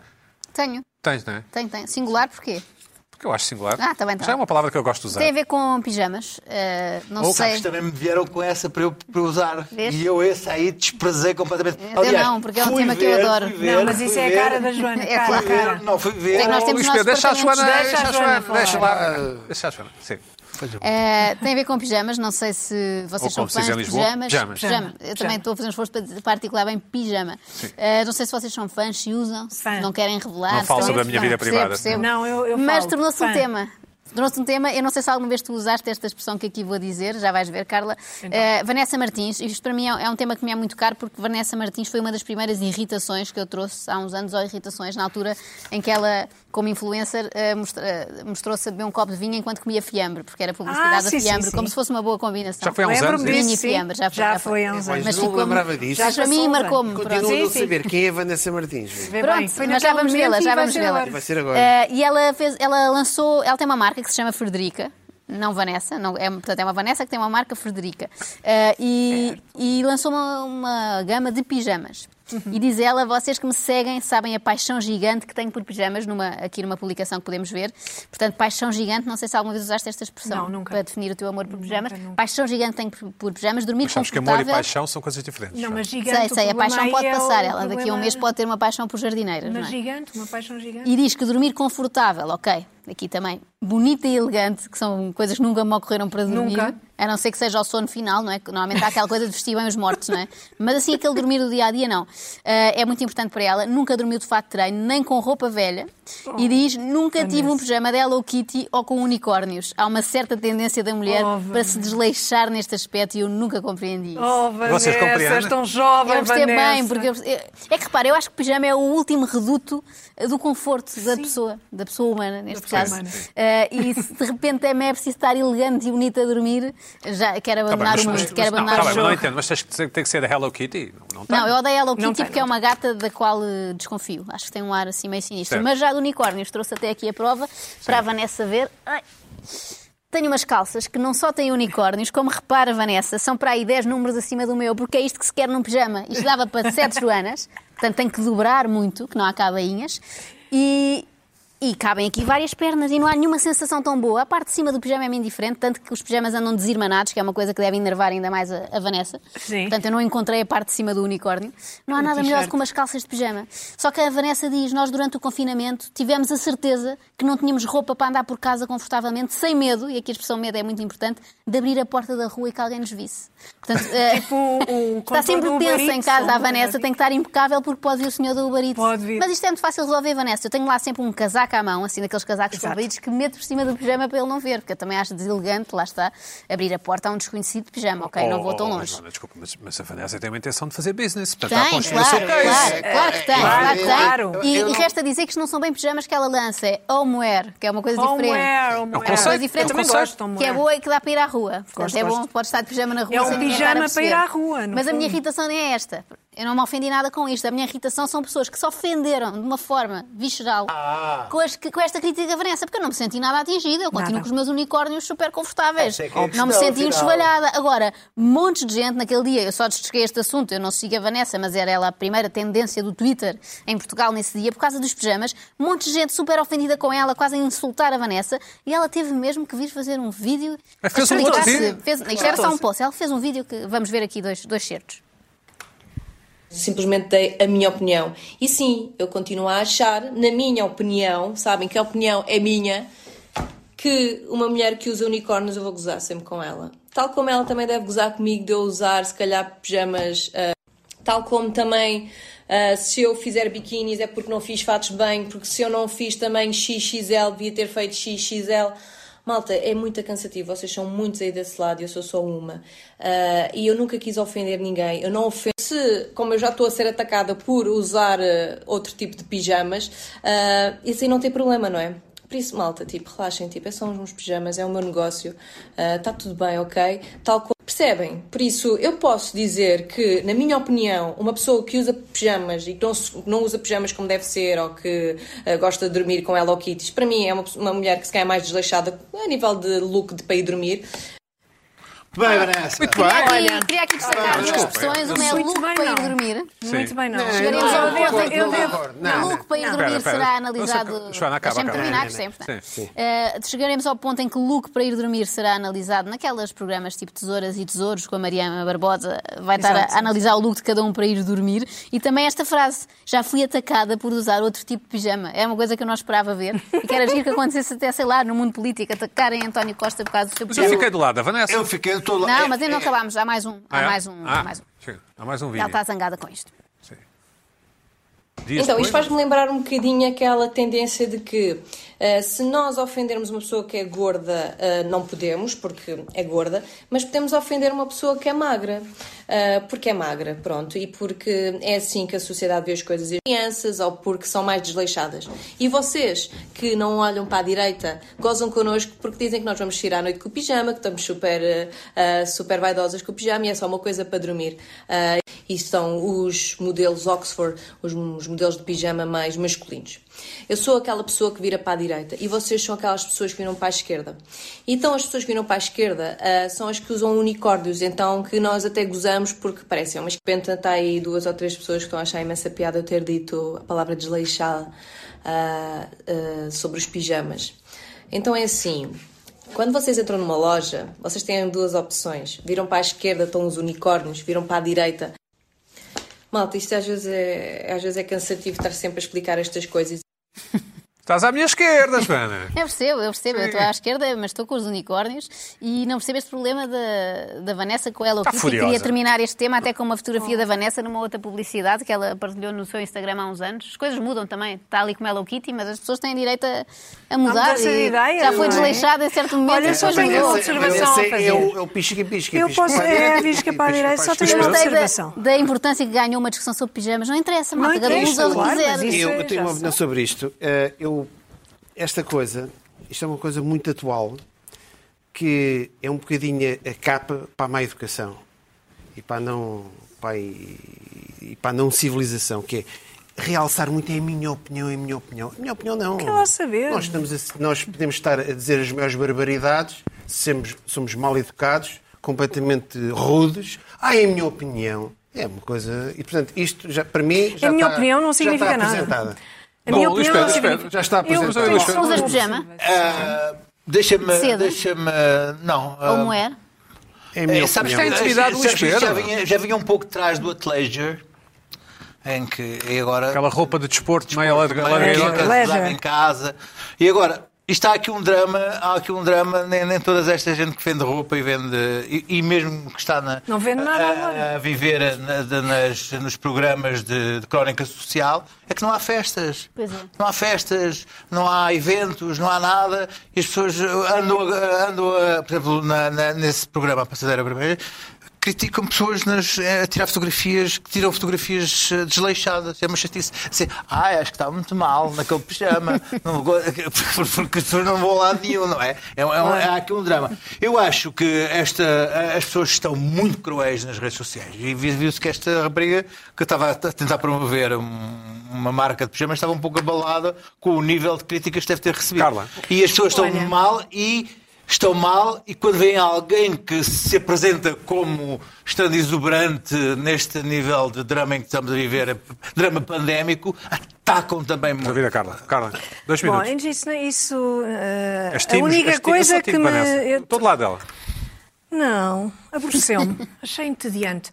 [SPEAKER 2] Tenho,
[SPEAKER 1] Tens, não é?
[SPEAKER 2] tenho, tenho. Singular porquê?
[SPEAKER 1] Porque eu acho singular.
[SPEAKER 2] Ah, tá bem, tá
[SPEAKER 1] Já é
[SPEAKER 2] bem.
[SPEAKER 1] uma palavra que eu gosto de usar.
[SPEAKER 2] Tem a ver com pijamas. eh, não
[SPEAKER 1] Ou
[SPEAKER 2] sei.
[SPEAKER 5] Sabes, também me vieram com essa para eu, para eu usar.
[SPEAKER 2] Vês?
[SPEAKER 5] E eu esse aí desprezei completamente.
[SPEAKER 2] Eu não, porque é um
[SPEAKER 5] fui
[SPEAKER 2] tema que eu adoro.
[SPEAKER 5] fui
[SPEAKER 4] Não, mas
[SPEAKER 5] fui
[SPEAKER 4] isso é a
[SPEAKER 5] ver,
[SPEAKER 4] cara da Joana.
[SPEAKER 2] É
[SPEAKER 4] cara,
[SPEAKER 5] Fui ver,
[SPEAKER 4] cara.
[SPEAKER 5] não, fui ver.
[SPEAKER 2] É que nós temos-
[SPEAKER 1] Luís
[SPEAKER 2] nossos
[SPEAKER 1] Pedro, deixa a Joana,
[SPEAKER 2] departamentos.
[SPEAKER 1] deixa a
[SPEAKER 4] Deixa a
[SPEAKER 1] Joana,
[SPEAKER 4] Joana
[SPEAKER 1] deixa
[SPEAKER 4] falar.
[SPEAKER 1] lá. Deixa a Joana, sim.
[SPEAKER 2] Eh, tem a ver com pijamas, não sei se
[SPEAKER 1] Ou
[SPEAKER 2] vocês
[SPEAKER 1] como
[SPEAKER 2] são
[SPEAKER 1] se diz
[SPEAKER 2] fãs
[SPEAKER 1] em
[SPEAKER 2] de
[SPEAKER 1] Lisboa,
[SPEAKER 2] pijamas.
[SPEAKER 1] pijamas.
[SPEAKER 2] Pijama. Eu
[SPEAKER 4] Pijama.
[SPEAKER 2] também estou a fazer um esforço para dizer particular bem pijama. Eh, não sei se vocês são fãs, se usam, se
[SPEAKER 4] Fã.
[SPEAKER 2] não querem revelar.
[SPEAKER 1] Não falo
[SPEAKER 2] se-
[SPEAKER 1] sobre a minha
[SPEAKER 2] Não,
[SPEAKER 1] vida
[SPEAKER 2] percebo,
[SPEAKER 1] privada.
[SPEAKER 2] percebo.
[SPEAKER 4] Não, eu- eu
[SPEAKER 2] Mas
[SPEAKER 4] falo.
[SPEAKER 2] tornou-se um
[SPEAKER 4] Fã.
[SPEAKER 2] tema. Tornou-se um tema, eu não sei se alguma vez tu usaste esta expressão que aqui vou dizer, já vais ver, Carla.
[SPEAKER 4] Então.
[SPEAKER 2] Eh, Vanessa Martins, isto para mim é é um tema que me é muito caro, porque Vanessa Martins foi uma das primeiras irritações que eu trouxe há uns anos, ou irritações, na altura em que ela, como influencer, eh, mostra- eh, mostrou-se a beber um copo de vinho enquanto comia fiambre, porque era publicidade
[SPEAKER 4] Ah, sim,
[SPEAKER 2] a fiambre,
[SPEAKER 4] sim, sim.
[SPEAKER 2] como se fosse uma boa combinação.
[SPEAKER 1] Já foi há uns anos, é
[SPEAKER 4] Lembro-me
[SPEAKER 1] isso?
[SPEAKER 2] Vinho e
[SPEAKER 4] disso, sim.
[SPEAKER 2] fiambre, já foi.
[SPEAKER 4] Já foi há uns anos.
[SPEAKER 3] Mas não
[SPEAKER 2] ficou-
[SPEAKER 3] lembrava disso.
[SPEAKER 2] Mas para
[SPEAKER 4] Já
[SPEAKER 2] mim
[SPEAKER 4] passou, um
[SPEAKER 2] marcou-me.
[SPEAKER 3] Continuo
[SPEAKER 2] pronto.
[SPEAKER 3] a não
[SPEAKER 4] Sim, sim.
[SPEAKER 3] saber quem é a Vanessa Martins.
[SPEAKER 4] Vê
[SPEAKER 2] Pronto,
[SPEAKER 4] bem, foi
[SPEAKER 2] mas já
[SPEAKER 4] naquele
[SPEAKER 2] vamos vê-la,
[SPEAKER 4] momento e
[SPEAKER 2] já
[SPEAKER 4] vai
[SPEAKER 2] vamos
[SPEAKER 4] ser
[SPEAKER 2] vê-la.
[SPEAKER 4] agora.
[SPEAKER 3] Vai ser agora.
[SPEAKER 2] Eh, e ela, fez, ela lançou, ela tem uma marca que se chama Frederica, não Vanessa, não, é, portanto é uma Vanessa que tem uma marca Frederica, Eh, e, e lançou uma, uma gama de pijamas.
[SPEAKER 4] Uhum.
[SPEAKER 2] E diz ela, vocês que me seguem sabem a paixão gigante que tenho por pijamas, numa, aqui numa publicação que podemos ver. Portanto, paixão gigante, não sei se alguma vez usaste esta expressão
[SPEAKER 4] Não, nunca.
[SPEAKER 2] para definir o teu amor por pijamas.
[SPEAKER 4] nunca.
[SPEAKER 2] Paixão gigante tenho por, por pijamas, dormir
[SPEAKER 1] Mas sabes que amor e
[SPEAKER 2] confortável.
[SPEAKER 1] paixão são coisas diferentes.
[SPEAKER 4] Não,
[SPEAKER 1] sabe?
[SPEAKER 4] mas gigante.
[SPEAKER 2] Sei,
[SPEAKER 4] o
[SPEAKER 2] sei, a
[SPEAKER 4] problema
[SPEAKER 2] paixão
[SPEAKER 4] aí
[SPEAKER 2] pode
[SPEAKER 4] é o
[SPEAKER 2] passar. Ela daqui a um
[SPEAKER 4] problema- é
[SPEAKER 2] mês pode ter uma paixão por jardineiras,
[SPEAKER 4] Mas
[SPEAKER 2] não é?
[SPEAKER 4] gigante, uma paixão gigante.
[SPEAKER 2] E diz que dormir confortável, ok. Aqui também, bonita e elegante, que são coisas que nunca me ocorreram para dormir.
[SPEAKER 4] Nunca.
[SPEAKER 2] A não ser que seja ao sono final, não é? Que Normalmente há aquela coisa de vestir bem os mortos, não é? Mas assim, aquele dormir do dia a dia, não. Ah, é muito importante para ela. Nunca dormiu de fato de treino, nem com roupa velha.
[SPEAKER 4] Oh,
[SPEAKER 2] e diz: nunca tive um pijama de Hello Kitty ou com unicórnios. Há uma certa tendência da mulher
[SPEAKER 4] Oh,
[SPEAKER 2] para se desleixar neste aspecto e eu nunca compreendi isso.
[SPEAKER 4] Oh,
[SPEAKER 1] Vocês
[SPEAKER 4] Vanessa,
[SPEAKER 1] compreendem?
[SPEAKER 4] és tão jovem,
[SPEAKER 2] Eu percebo
[SPEAKER 4] Vanessa.
[SPEAKER 2] bem, porque eu percebo- é que repara, eu acho que pijama é o último reduto eh, do conforto da pessoa, da pessoa humana, neste
[SPEAKER 4] pessoa
[SPEAKER 2] caso.
[SPEAKER 4] humana.
[SPEAKER 2] Eh, e se de repente é é preciso estar elegante e bonita a dormir, já quero
[SPEAKER 1] Tá bem,
[SPEAKER 2] abandonar
[SPEAKER 1] mas-
[SPEAKER 2] o mundo,
[SPEAKER 1] mas-
[SPEAKER 2] quero
[SPEAKER 1] não,
[SPEAKER 2] abandonar
[SPEAKER 1] tá bem,
[SPEAKER 2] o
[SPEAKER 1] mas
[SPEAKER 2] jogo.
[SPEAKER 1] não entendo, mas tens que dizer que tem que ser a Hello Kitty? Não, não tem.
[SPEAKER 2] Não, eu odeio a Hello
[SPEAKER 4] Não
[SPEAKER 2] Kitty
[SPEAKER 4] tem,
[SPEAKER 2] porque é
[SPEAKER 4] não
[SPEAKER 2] uma gata da qual eh, desconfio. Acho que tem um ar assim meio sinistro.
[SPEAKER 1] Certo.
[SPEAKER 2] Mas já do unicórnios trouxe até aqui a prova para a Vanessa ver. Ai. Tenho umas calças que não só têm unicórnios, como repara, Vanessa, são para aí 10 números acima do meu, porque é isto que se quer num pijama. Isto dava para 7 Joanas, portanto tem que dobrar muito, que não há cabainhas. E, e cabem aqui várias pernas e não há nenhuma sensação tão boa. A parte de cima do pijama é meio diferente, tanto que os pijamas andam desirmanados, que é uma coisa que deve enervar ainda mais a, a Vanessa.
[SPEAKER 4] Sim.
[SPEAKER 2] Portanto, eu não encontrei a parte de cima do unicórnio. Não há nada melhor do que umas calças de pijama. Só que a Vanessa diz: nós durante o confinamento tivemos a certeza que não tínhamos roupa para andar por casa confortavelmente, sem medo, e aqui a expressão medo é muito importante, de abrir a porta da rua e que alguém nos visse. Portanto, eh,
[SPEAKER 4] Tipo o- o
[SPEAKER 2] está sempre
[SPEAKER 4] contorno do
[SPEAKER 2] tensa
[SPEAKER 4] Uber
[SPEAKER 2] em
[SPEAKER 4] Eats,
[SPEAKER 2] casa a
[SPEAKER 4] ou do
[SPEAKER 2] Vanessa,
[SPEAKER 4] Uber
[SPEAKER 2] tem que estar impecável porque pode vir o senhor da Uber Eats.
[SPEAKER 4] Pode vir.
[SPEAKER 2] Mas isto é muito fácil de resolver, Vanessa. Eu tenho lá sempre um casaco à mão, assim, daqueles casacos
[SPEAKER 4] Exato.
[SPEAKER 2] compridos, que meto por cima do pijama para ele não ver, porque eu também acho deselegante, lá está, abrir a porta a um desconhecido de pijama, ok?
[SPEAKER 1] Oh,
[SPEAKER 2] não vou tão
[SPEAKER 1] oh, oh,
[SPEAKER 2] longe.
[SPEAKER 1] Joana, desculpa, mas, mas a Vanessa tem uma intenção de fazer business. Portanto, há
[SPEAKER 2] Tem, claro,
[SPEAKER 1] construção.
[SPEAKER 2] claro,
[SPEAKER 5] case.
[SPEAKER 2] claro que tem,
[SPEAKER 5] É,
[SPEAKER 2] claro que tem.
[SPEAKER 4] claro.
[SPEAKER 2] E,
[SPEAKER 5] Eu
[SPEAKER 2] e
[SPEAKER 5] não-
[SPEAKER 2] resta dizer que isto não são bem pijamas que ela lança, é homeware, que é uma coisa
[SPEAKER 4] Homeware,
[SPEAKER 2] diferente.
[SPEAKER 4] homeware.
[SPEAKER 2] É uma coisa
[SPEAKER 1] conceito,
[SPEAKER 2] diferente,
[SPEAKER 1] é um
[SPEAKER 4] Eu também gosto de
[SPEAKER 2] que é
[SPEAKER 4] homeware.
[SPEAKER 2] boa e que dá para ir à rua. Portanto,
[SPEAKER 4] Gosto,
[SPEAKER 2] é bom,
[SPEAKER 4] gosto.
[SPEAKER 2] pode estar de pijama na rua.
[SPEAKER 4] É um
[SPEAKER 2] sem ninguém estar
[SPEAKER 4] pijama
[SPEAKER 2] a
[SPEAKER 4] para ir
[SPEAKER 2] perceber.
[SPEAKER 4] à rua, no
[SPEAKER 2] Mas a minha
[SPEAKER 4] fundo.
[SPEAKER 2] irritação nem é esta. Eu não me ofendi nada com isto. A minha irritação são pessoas que se ofenderam de uma forma visceral
[SPEAKER 7] Ah.
[SPEAKER 2] com, as- com esta crítica da Vanessa, porque eu não me senti nada atingida. Eu continuo
[SPEAKER 4] Nada.
[SPEAKER 2] com os meus unicórnios super confortáveis.
[SPEAKER 7] Essa é que é a
[SPEAKER 2] não me
[SPEAKER 7] questão,
[SPEAKER 2] senti um
[SPEAKER 7] afinal.
[SPEAKER 2] enxovalhada. Agora, montes de gente naquele dia, eu só destaquei este assunto, eu não sigo a Vanessa, mas era ela a primeira tendência do Twitter em Portugal nesse dia, por causa dos pijamas, montes de gente super ofendida com ela, quase a insultar a Vanessa, e ela teve mesmo que vir fazer um vídeo
[SPEAKER 1] Mas fez um
[SPEAKER 2] Explicar-se-
[SPEAKER 1] post-it.
[SPEAKER 2] fez- Isto era só um post. Ela fez um vídeo que vamos ver aqui dois, dois certos.
[SPEAKER 8] Simplesmente dei a minha opinião. E sim, eu continuo a achar, na minha opinião, sabem que a opinião é minha, que uma mulher que usa unicórnios eu vou gozar sempre com ela. Tal como ela também deve gozar comigo de eu usar, se calhar, pijamas. ah, tal como também ah, se eu fizer biquinis é porque não fiz fatos de banho, porque se eu não fiz também XXL, devia ter feito XXL. Malta, é muito cansativo, vocês são muitos aí desse lado, e eu sou só uma. Ah, e eu nunca quis ofender ninguém, eu não ofendo. Se, como eu já estou a ser atacada por usar ah, outro tipo de pijamas, ah, isso aí não tem problema, não é? Por isso, malta, tipo, relaxem, tipo, é só uns meus pijamas, é o meu negócio, está tudo bem, ok? Tal como. Percebem? Por isso, eu posso dizer que, na minha opinião, uma pessoa que usa pijamas e que não, se- não usa pijamas como deve ser ou que ah, gosta de dormir com Hello Kitty, para mim é uma, pe- uma mulher que se calhar é mais desleixada a nível de look de para ir dormir,
[SPEAKER 5] Bem, Vanessa.
[SPEAKER 1] Muito
[SPEAKER 2] Queria aqui,
[SPEAKER 1] bem.
[SPEAKER 2] queria aqui
[SPEAKER 1] Ah,
[SPEAKER 2] destacar duas expressões. Uma é
[SPEAKER 4] Muito
[SPEAKER 2] look
[SPEAKER 4] bem,
[SPEAKER 2] para ir
[SPEAKER 4] não.
[SPEAKER 2] dormir.
[SPEAKER 4] Muito
[SPEAKER 1] Sim.
[SPEAKER 4] bem, não.
[SPEAKER 2] Chegaremos ao
[SPEAKER 4] eu,
[SPEAKER 2] ponto em
[SPEAKER 4] devo,
[SPEAKER 2] que
[SPEAKER 4] eu
[SPEAKER 2] o
[SPEAKER 4] devo.
[SPEAKER 2] look- o look para ir dormir
[SPEAKER 1] Espera, espera.
[SPEAKER 2] será analisado.
[SPEAKER 1] Deixa- Joana, acaba, acaba.
[SPEAKER 2] Deixa-me terminar,
[SPEAKER 1] Não,
[SPEAKER 2] que sempre.
[SPEAKER 1] não, não.
[SPEAKER 2] não é? Eh, Chegaremos ao ponto em que o look para ir dormir será analisado naquelas programas tipo Tesouras e Tesouros, com a Mariana Barbosa vai estar
[SPEAKER 4] Exato,
[SPEAKER 2] a
[SPEAKER 4] sim.
[SPEAKER 2] analisar o look de cada um para ir dormir. E também esta frase: já fui atacada por usar outro tipo de pijama. É uma coisa que eu não esperava ver. E que era giro que acontecesse até, sei lá, no mundo político, atacarem António Costa por causa do seu
[SPEAKER 1] Mas eu
[SPEAKER 2] pijama.
[SPEAKER 1] fiquei do lado da Vanessa.
[SPEAKER 5] Eu fiquei de todo
[SPEAKER 2] Não, mas ainda não acabámos. Há mais um.
[SPEAKER 1] Ah,
[SPEAKER 2] Há
[SPEAKER 1] é?
[SPEAKER 2] mais um.
[SPEAKER 1] Ah,
[SPEAKER 2] Há mais um.
[SPEAKER 1] chega. Há mais um vídeo.
[SPEAKER 2] Ela está zangada com isto.
[SPEAKER 1] Sim. Dias
[SPEAKER 8] Então,
[SPEAKER 1] depois,
[SPEAKER 8] isto faz-me lembrar um bocadinho aquela tendência de que eh, se nós ofendermos uma pessoa que é gorda, eh, não podemos, porque é gorda, mas podemos ofender uma pessoa que é magra, eh, porque é magra, pronto, e porque é assim que a sociedade vê as coisas, e as crianças, ou porque são mais desleixadas. E vocês, que não olham para a direita, gozam connosco porque dizem que nós vamos tirar à noite com o pijama, que estamos super, eh, eh, super vaidosas com o pijama e é só uma coisa para dormir. Eh, e são os modelos Oxford, os, os modelos de pijama mais masculinos. Eu sou aquela pessoa que vira para a direita e vocês são aquelas pessoas que viram para a esquerda. Então as pessoas que viram para a esquerda ah, são as que usam unicórnios, então que nós até gozamos porque parecem umas penta está aí duas ou três pessoas que estão a achar imensa piada eu ter dito a palavra desleixada ah, ah, sobre os pijamas. Então é assim, quando vocês entram numa loja, vocês têm duas opções. Viram para a esquerda, estão os unicórnios, viram para a direita. Malta, isto às vezes é, às vezes é cansativo estar sempre a explicar estas coisas.
[SPEAKER 1] Estás à minha esquerda, Joana.
[SPEAKER 2] Eu percebo, eu percebo. Eu estou à esquerda, mas estou com os unicórnios e não percebo este problema da, da Vanessa com ela.
[SPEAKER 4] Tá
[SPEAKER 1] Está
[SPEAKER 2] que queria
[SPEAKER 1] furiosa.
[SPEAKER 2] terminar este tema até com uma fotografia
[SPEAKER 4] Oh.
[SPEAKER 2] da Vanessa numa outra publicidade que ela partilhou no seu Instagram há uns anos. As coisas mudam também. Está ali com Hello Kitty, mas as pessoas têm direito a, a mudar.
[SPEAKER 4] mudança de
[SPEAKER 2] e
[SPEAKER 4] ideia,
[SPEAKER 2] já foi
[SPEAKER 4] não é?
[SPEAKER 2] desleixada em certo momento
[SPEAKER 4] Olha,
[SPEAKER 2] e
[SPEAKER 4] só
[SPEAKER 2] depois
[SPEAKER 4] tenho
[SPEAKER 2] mudou.
[SPEAKER 4] outra observação a fazer.
[SPEAKER 3] É o, é o pisca pisca.
[SPEAKER 4] Eu
[SPEAKER 3] pisca
[SPEAKER 4] posso.
[SPEAKER 3] para a
[SPEAKER 4] É,
[SPEAKER 3] direita,
[SPEAKER 4] pisca para a direita, só
[SPEAKER 3] para a
[SPEAKER 4] tenho uma
[SPEAKER 2] Eu gostei
[SPEAKER 3] esquerda.
[SPEAKER 2] da,
[SPEAKER 4] observação.
[SPEAKER 2] é da importância que ganhou uma discussão sobre pijamas. Não interessa,
[SPEAKER 4] Não
[SPEAKER 2] malta. Cada um usa
[SPEAKER 4] interessa,
[SPEAKER 2] o que
[SPEAKER 4] claro, mas
[SPEAKER 2] quiser.
[SPEAKER 4] isso-
[SPEAKER 3] Eu, eu tenho
[SPEAKER 4] já
[SPEAKER 3] uma
[SPEAKER 4] sei.
[SPEAKER 3] opinião sobre isto. Eh, eu, esta coisa, isto é uma coisa muito atual, que é um bocadinho a capa para a má educação e para a não, para a- e para a não civilização, que é realçar muito é a minha opinião, é a minha opinião. A minha opinião não. Quer
[SPEAKER 4] lá saber?
[SPEAKER 3] Nós, estamos a- nós podemos estar a dizer as maiores barbaridades, somos, somos mal educados, completamente rudes. Ah, é a minha opinião. É uma coisa... E, portanto, isto, já, para mim... já
[SPEAKER 4] A minha
[SPEAKER 3] está-
[SPEAKER 4] opinião
[SPEAKER 3] já
[SPEAKER 4] não
[SPEAKER 3] está
[SPEAKER 4] significa nada.
[SPEAKER 3] apresentada.
[SPEAKER 4] A minha
[SPEAKER 1] Bom,
[SPEAKER 4] opinião é
[SPEAKER 1] espera,
[SPEAKER 4] não
[SPEAKER 1] espera,
[SPEAKER 4] significa-
[SPEAKER 1] já está
[SPEAKER 4] Eu-
[SPEAKER 1] apresentado.
[SPEAKER 4] eu-
[SPEAKER 2] Não usas pijama?
[SPEAKER 5] Ah, Deixa-me.
[SPEAKER 2] Cedo.
[SPEAKER 5] Deixa-me. Não. ah,
[SPEAKER 2] Ou moer?
[SPEAKER 3] É a minha
[SPEAKER 5] É, sabes
[SPEAKER 3] opinião.
[SPEAKER 5] que-
[SPEAKER 1] intimidade do
[SPEAKER 5] sabes que isto já
[SPEAKER 1] espelho.
[SPEAKER 5] vinha, já vinha um pouco atrás do Athleisure, em que e agora
[SPEAKER 1] Aquela roupa de desporto, meia larga, larga,
[SPEAKER 5] Maria
[SPEAKER 1] larga.
[SPEAKER 5] Joca
[SPEAKER 4] Leisure.
[SPEAKER 5] jogava em casa. E agora, isto há aqui um drama, há aqui um drama, nem, nem todas esta gente que vende roupa e vende. E, e mesmo que está na, Ah,
[SPEAKER 4] Não vende nada
[SPEAKER 5] a-
[SPEAKER 4] agora.
[SPEAKER 5] a, a viver na- de- nas, nos programas de, de crónica social, é que não há festas.
[SPEAKER 2] Pois é.
[SPEAKER 5] Não há festas, não há eventos, não há nada. E as pessoas eh, andam, a- andam a- por exemplo, na- na- nesse programa, a Passadeira Vermelha. Criticam pessoas nas, eh, a tirar fotografias, que tiram fotografias eh, desleixadas. É uma chatice. Assim, ai, acho que está muito mal naquele pijama. não vou- porque as pessoas não vão lá nenhum, não é? É, um- é um- há aqui um drama. Eu acho que esta, as pessoas estão muito cruéis nas redes sociais. E vi- viu-se que esta rapariga que eu estava a t- tentar promover um- uma marca de pijamas estava um pouco abalada com o nível de críticas que deve ter recebido.
[SPEAKER 1] Carla.
[SPEAKER 5] E as pessoas estão mal e estão mal e quando vem alguém que se apresenta como estando exuberante neste nível de drama em que estamos a viver, drama pandémico, atacam também
[SPEAKER 1] Vamos
[SPEAKER 5] muito.
[SPEAKER 1] ouvir a Carla. Carla, dois
[SPEAKER 4] Bom,
[SPEAKER 1] minutos.
[SPEAKER 4] isso, isso eh,
[SPEAKER 1] És
[SPEAKER 4] a
[SPEAKER 1] timos,
[SPEAKER 4] única
[SPEAKER 1] és ti- eu
[SPEAKER 4] coisa
[SPEAKER 1] sou
[SPEAKER 4] que
[SPEAKER 1] timo,
[SPEAKER 4] me.
[SPEAKER 1] Vanessa.
[SPEAKER 4] eu-
[SPEAKER 1] Todo lado dela.
[SPEAKER 4] Não, aborreceu-me. Achei entediante.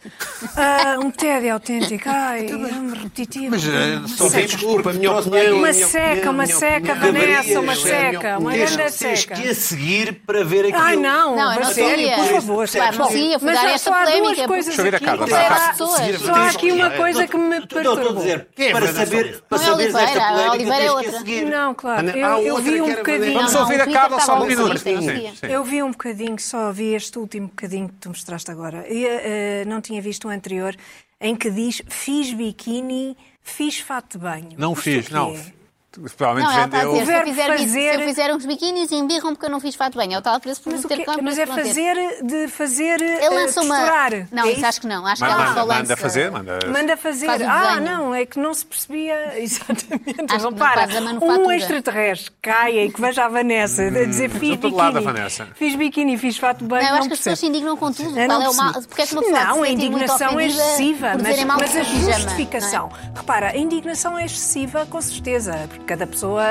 [SPEAKER 4] Ah, um tédio autêntico. Ai, é repetitivo.
[SPEAKER 5] Mas eh,
[SPEAKER 4] ah,
[SPEAKER 5] só
[SPEAKER 3] Sim, desculpa, a minha opinião.
[SPEAKER 4] Uma
[SPEAKER 3] a minha
[SPEAKER 4] seca,
[SPEAKER 3] opinião,
[SPEAKER 4] uma
[SPEAKER 3] a minha
[SPEAKER 4] seca,
[SPEAKER 3] opinião.
[SPEAKER 4] Vanessa, é uma
[SPEAKER 3] Deveria
[SPEAKER 5] é
[SPEAKER 3] ser a minha
[SPEAKER 4] seca, uma
[SPEAKER 3] opinião.
[SPEAKER 4] grande
[SPEAKER 5] Tens
[SPEAKER 4] seca.
[SPEAKER 5] que a seguir para ver aquilo.
[SPEAKER 4] Ai, não,
[SPEAKER 2] Não, eu
[SPEAKER 4] a
[SPEAKER 2] não
[SPEAKER 4] sério,
[SPEAKER 2] sabia.
[SPEAKER 4] por favor.
[SPEAKER 2] Claro, não sabia. Fui
[SPEAKER 4] Mas
[SPEAKER 2] dar
[SPEAKER 4] há-
[SPEAKER 2] esta
[SPEAKER 4] só há duas
[SPEAKER 2] polémica.
[SPEAKER 4] coisas
[SPEAKER 1] Deixa eu ver a
[SPEAKER 4] aqui.
[SPEAKER 1] Carla,
[SPEAKER 4] que
[SPEAKER 1] vai,
[SPEAKER 4] será-
[SPEAKER 1] vai.
[SPEAKER 2] pessoas.
[SPEAKER 4] Só há aqui uma coisa que me
[SPEAKER 5] Não, estou a
[SPEAKER 4] perturbou.
[SPEAKER 5] dizer,
[SPEAKER 3] Quem é
[SPEAKER 5] para
[SPEAKER 3] Vanessa
[SPEAKER 5] saber,
[SPEAKER 3] Oliveira?
[SPEAKER 5] para
[SPEAKER 2] Não é
[SPEAKER 5] saber
[SPEAKER 2] Oliveira,
[SPEAKER 5] esta
[SPEAKER 2] a
[SPEAKER 5] polémica,
[SPEAKER 2] Oliveira é
[SPEAKER 5] tens que
[SPEAKER 2] outra.
[SPEAKER 5] a seguir.
[SPEAKER 4] Não, claro.
[SPEAKER 3] Ana, há
[SPEAKER 4] Eu, eu
[SPEAKER 3] outra
[SPEAKER 4] vi
[SPEAKER 3] que
[SPEAKER 4] um
[SPEAKER 3] era
[SPEAKER 4] bocadinho.
[SPEAKER 1] Vamos
[SPEAKER 2] não,
[SPEAKER 1] ouvir
[SPEAKER 2] o
[SPEAKER 1] a
[SPEAKER 2] Twitter
[SPEAKER 1] Carla só
[SPEAKER 2] estava
[SPEAKER 1] um minuto.
[SPEAKER 2] oferecido, eu não
[SPEAKER 1] Sim,
[SPEAKER 2] sabia.
[SPEAKER 1] sim.
[SPEAKER 4] Eu vi um bocadinho, só vi este último bocadinho que tu mostraste agora. E, eh, não tinha visto o anterior, em que diz fiz biquíni, fiz fato de banho.
[SPEAKER 1] Não
[SPEAKER 4] Isto
[SPEAKER 1] fiz,
[SPEAKER 4] o quê
[SPEAKER 1] não.
[SPEAKER 4] é?
[SPEAKER 1] Provavelmente
[SPEAKER 2] Não, ela tá está a
[SPEAKER 1] vendeu.
[SPEAKER 2] dizer, se eu,
[SPEAKER 4] verbo
[SPEAKER 2] fizer, bi- se
[SPEAKER 4] fazer-
[SPEAKER 2] eu fizer uns biquínis, embirram porque eu não fiz fato bem. É o tal preço por
[SPEAKER 4] Mas,
[SPEAKER 2] não
[SPEAKER 4] o
[SPEAKER 2] ter
[SPEAKER 4] quê?
[SPEAKER 2] cão,
[SPEAKER 4] Mas
[SPEAKER 2] por
[SPEAKER 4] é
[SPEAKER 2] não ter.
[SPEAKER 4] fazer de fazer eh,
[SPEAKER 2] Ele lança uma.
[SPEAKER 4] costurar.
[SPEAKER 2] Não,
[SPEAKER 4] É
[SPEAKER 2] isso acho que não. Acho que
[SPEAKER 1] Manda,
[SPEAKER 2] ela
[SPEAKER 1] manda,
[SPEAKER 2] só lança.
[SPEAKER 1] manda fazer, manda.
[SPEAKER 4] Manda fazer.
[SPEAKER 2] Faz o
[SPEAKER 4] ah,
[SPEAKER 2] desenho.
[SPEAKER 4] não, é que não se percebia exatamente.
[SPEAKER 2] que não
[SPEAKER 4] Repara,
[SPEAKER 2] faz a
[SPEAKER 4] um
[SPEAKER 2] manufatura.
[SPEAKER 4] extraterrestre caia e que veja a Vanessa a dizer fiz
[SPEAKER 1] todo lado da
[SPEAKER 4] biquíni.
[SPEAKER 1] Vanessa.
[SPEAKER 4] Fiz biquíni, fiz fato de banho.
[SPEAKER 2] Não, eu
[SPEAKER 4] Não,
[SPEAKER 2] acho que as pessoas se
[SPEAKER 4] percebo.
[SPEAKER 2] indignam com tudo.
[SPEAKER 4] Eu
[SPEAKER 2] Qual é o
[SPEAKER 4] percebi.
[SPEAKER 2] mal? Porque é que uma pessoa
[SPEAKER 4] não,
[SPEAKER 2] se
[SPEAKER 4] a
[SPEAKER 2] sente muito
[SPEAKER 4] indignação é
[SPEAKER 2] ofendida
[SPEAKER 4] excessiva,
[SPEAKER 2] por
[SPEAKER 4] mas,
[SPEAKER 2] dizerem mal
[SPEAKER 4] mas
[SPEAKER 2] do
[SPEAKER 4] a
[SPEAKER 2] pijama, não é?
[SPEAKER 4] justificação. Repara, a indignação é excessiva, com certeza, porque cada pessoa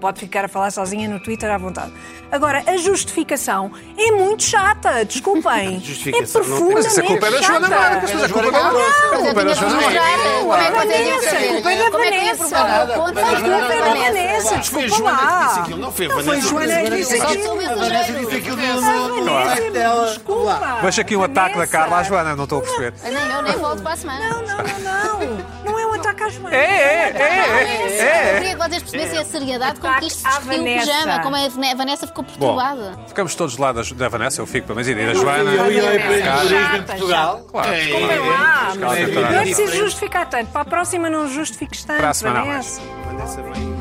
[SPEAKER 4] pode ficar a falar sozinha no Twitter à vontade. Agora, a justificação é muito chata, desculpem.
[SPEAKER 3] Justificação
[SPEAKER 4] é
[SPEAKER 3] não tem.
[SPEAKER 4] profundamente
[SPEAKER 1] Mas a culpa é da Joana
[SPEAKER 4] chata.
[SPEAKER 1] Marques, mas a culpa é da
[SPEAKER 2] Não,
[SPEAKER 1] Grossa. A
[SPEAKER 2] mas eu
[SPEAKER 1] culpa é da
[SPEAKER 2] tinha que
[SPEAKER 1] Joana Marques.
[SPEAKER 2] mostrar como é que
[SPEAKER 4] Vanessa,
[SPEAKER 2] eu
[SPEAKER 4] a
[SPEAKER 2] tenho
[SPEAKER 4] culpa é da
[SPEAKER 2] Como é que eu ia
[SPEAKER 4] Vanessa.
[SPEAKER 2] provar o ponto?
[SPEAKER 4] A culpa é da Vanessa,
[SPEAKER 3] Mas foi a
[SPEAKER 4] desculpa
[SPEAKER 3] Joana que disse
[SPEAKER 4] lá.
[SPEAKER 3] aquilo, não foi a
[SPEAKER 4] Não foi a
[SPEAKER 3] Vanessa.
[SPEAKER 4] Joana que disse
[SPEAKER 2] Só
[SPEAKER 4] aquilo.
[SPEAKER 2] sou
[SPEAKER 5] A Vanessa
[SPEAKER 2] mensageiro.
[SPEAKER 5] disse aquilo no-
[SPEAKER 4] Ah,
[SPEAKER 5] no no
[SPEAKER 4] Vanessa,
[SPEAKER 5] site dela.
[SPEAKER 4] desculpa.
[SPEAKER 1] Mas aqui um ataque da
[SPEAKER 4] Vanessa.
[SPEAKER 1] Carla à Joana, não estou a perceber.
[SPEAKER 2] Nem eu, nem volto para a semana.
[SPEAKER 4] Não, não, não, não. Não é um ataque à Joana.
[SPEAKER 1] É, é, é,
[SPEAKER 2] Eu
[SPEAKER 1] é, é.
[SPEAKER 2] queria que vocês percebessem a seriedade com que
[SPEAKER 4] É. Ataque
[SPEAKER 2] isto
[SPEAKER 4] à
[SPEAKER 2] vestiu um
[SPEAKER 4] Vanessa.
[SPEAKER 2] pijama, como a Vane- a Vanessa ficou
[SPEAKER 1] Bom,
[SPEAKER 2] perturbada.
[SPEAKER 1] ficamos todos lá da, da Vanessa, eu fico pelo menos, e da Joana.
[SPEAKER 5] Eu ia
[SPEAKER 4] Vanessa.
[SPEAKER 5] para
[SPEAKER 4] Chata,
[SPEAKER 5] turismo em
[SPEAKER 4] chata.
[SPEAKER 5] Portugal.
[SPEAKER 1] Claro.
[SPEAKER 4] Desculpem lá,
[SPEAKER 1] Carla,
[SPEAKER 4] mas
[SPEAKER 1] Carla.
[SPEAKER 4] não é preciso justificar tanto. Para a próxima não justifiques tanto,
[SPEAKER 1] Para a semana há mais.
[SPEAKER 4] Vanessa.
[SPEAKER 3] Vanessa, bem.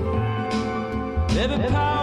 [SPEAKER 7] Every power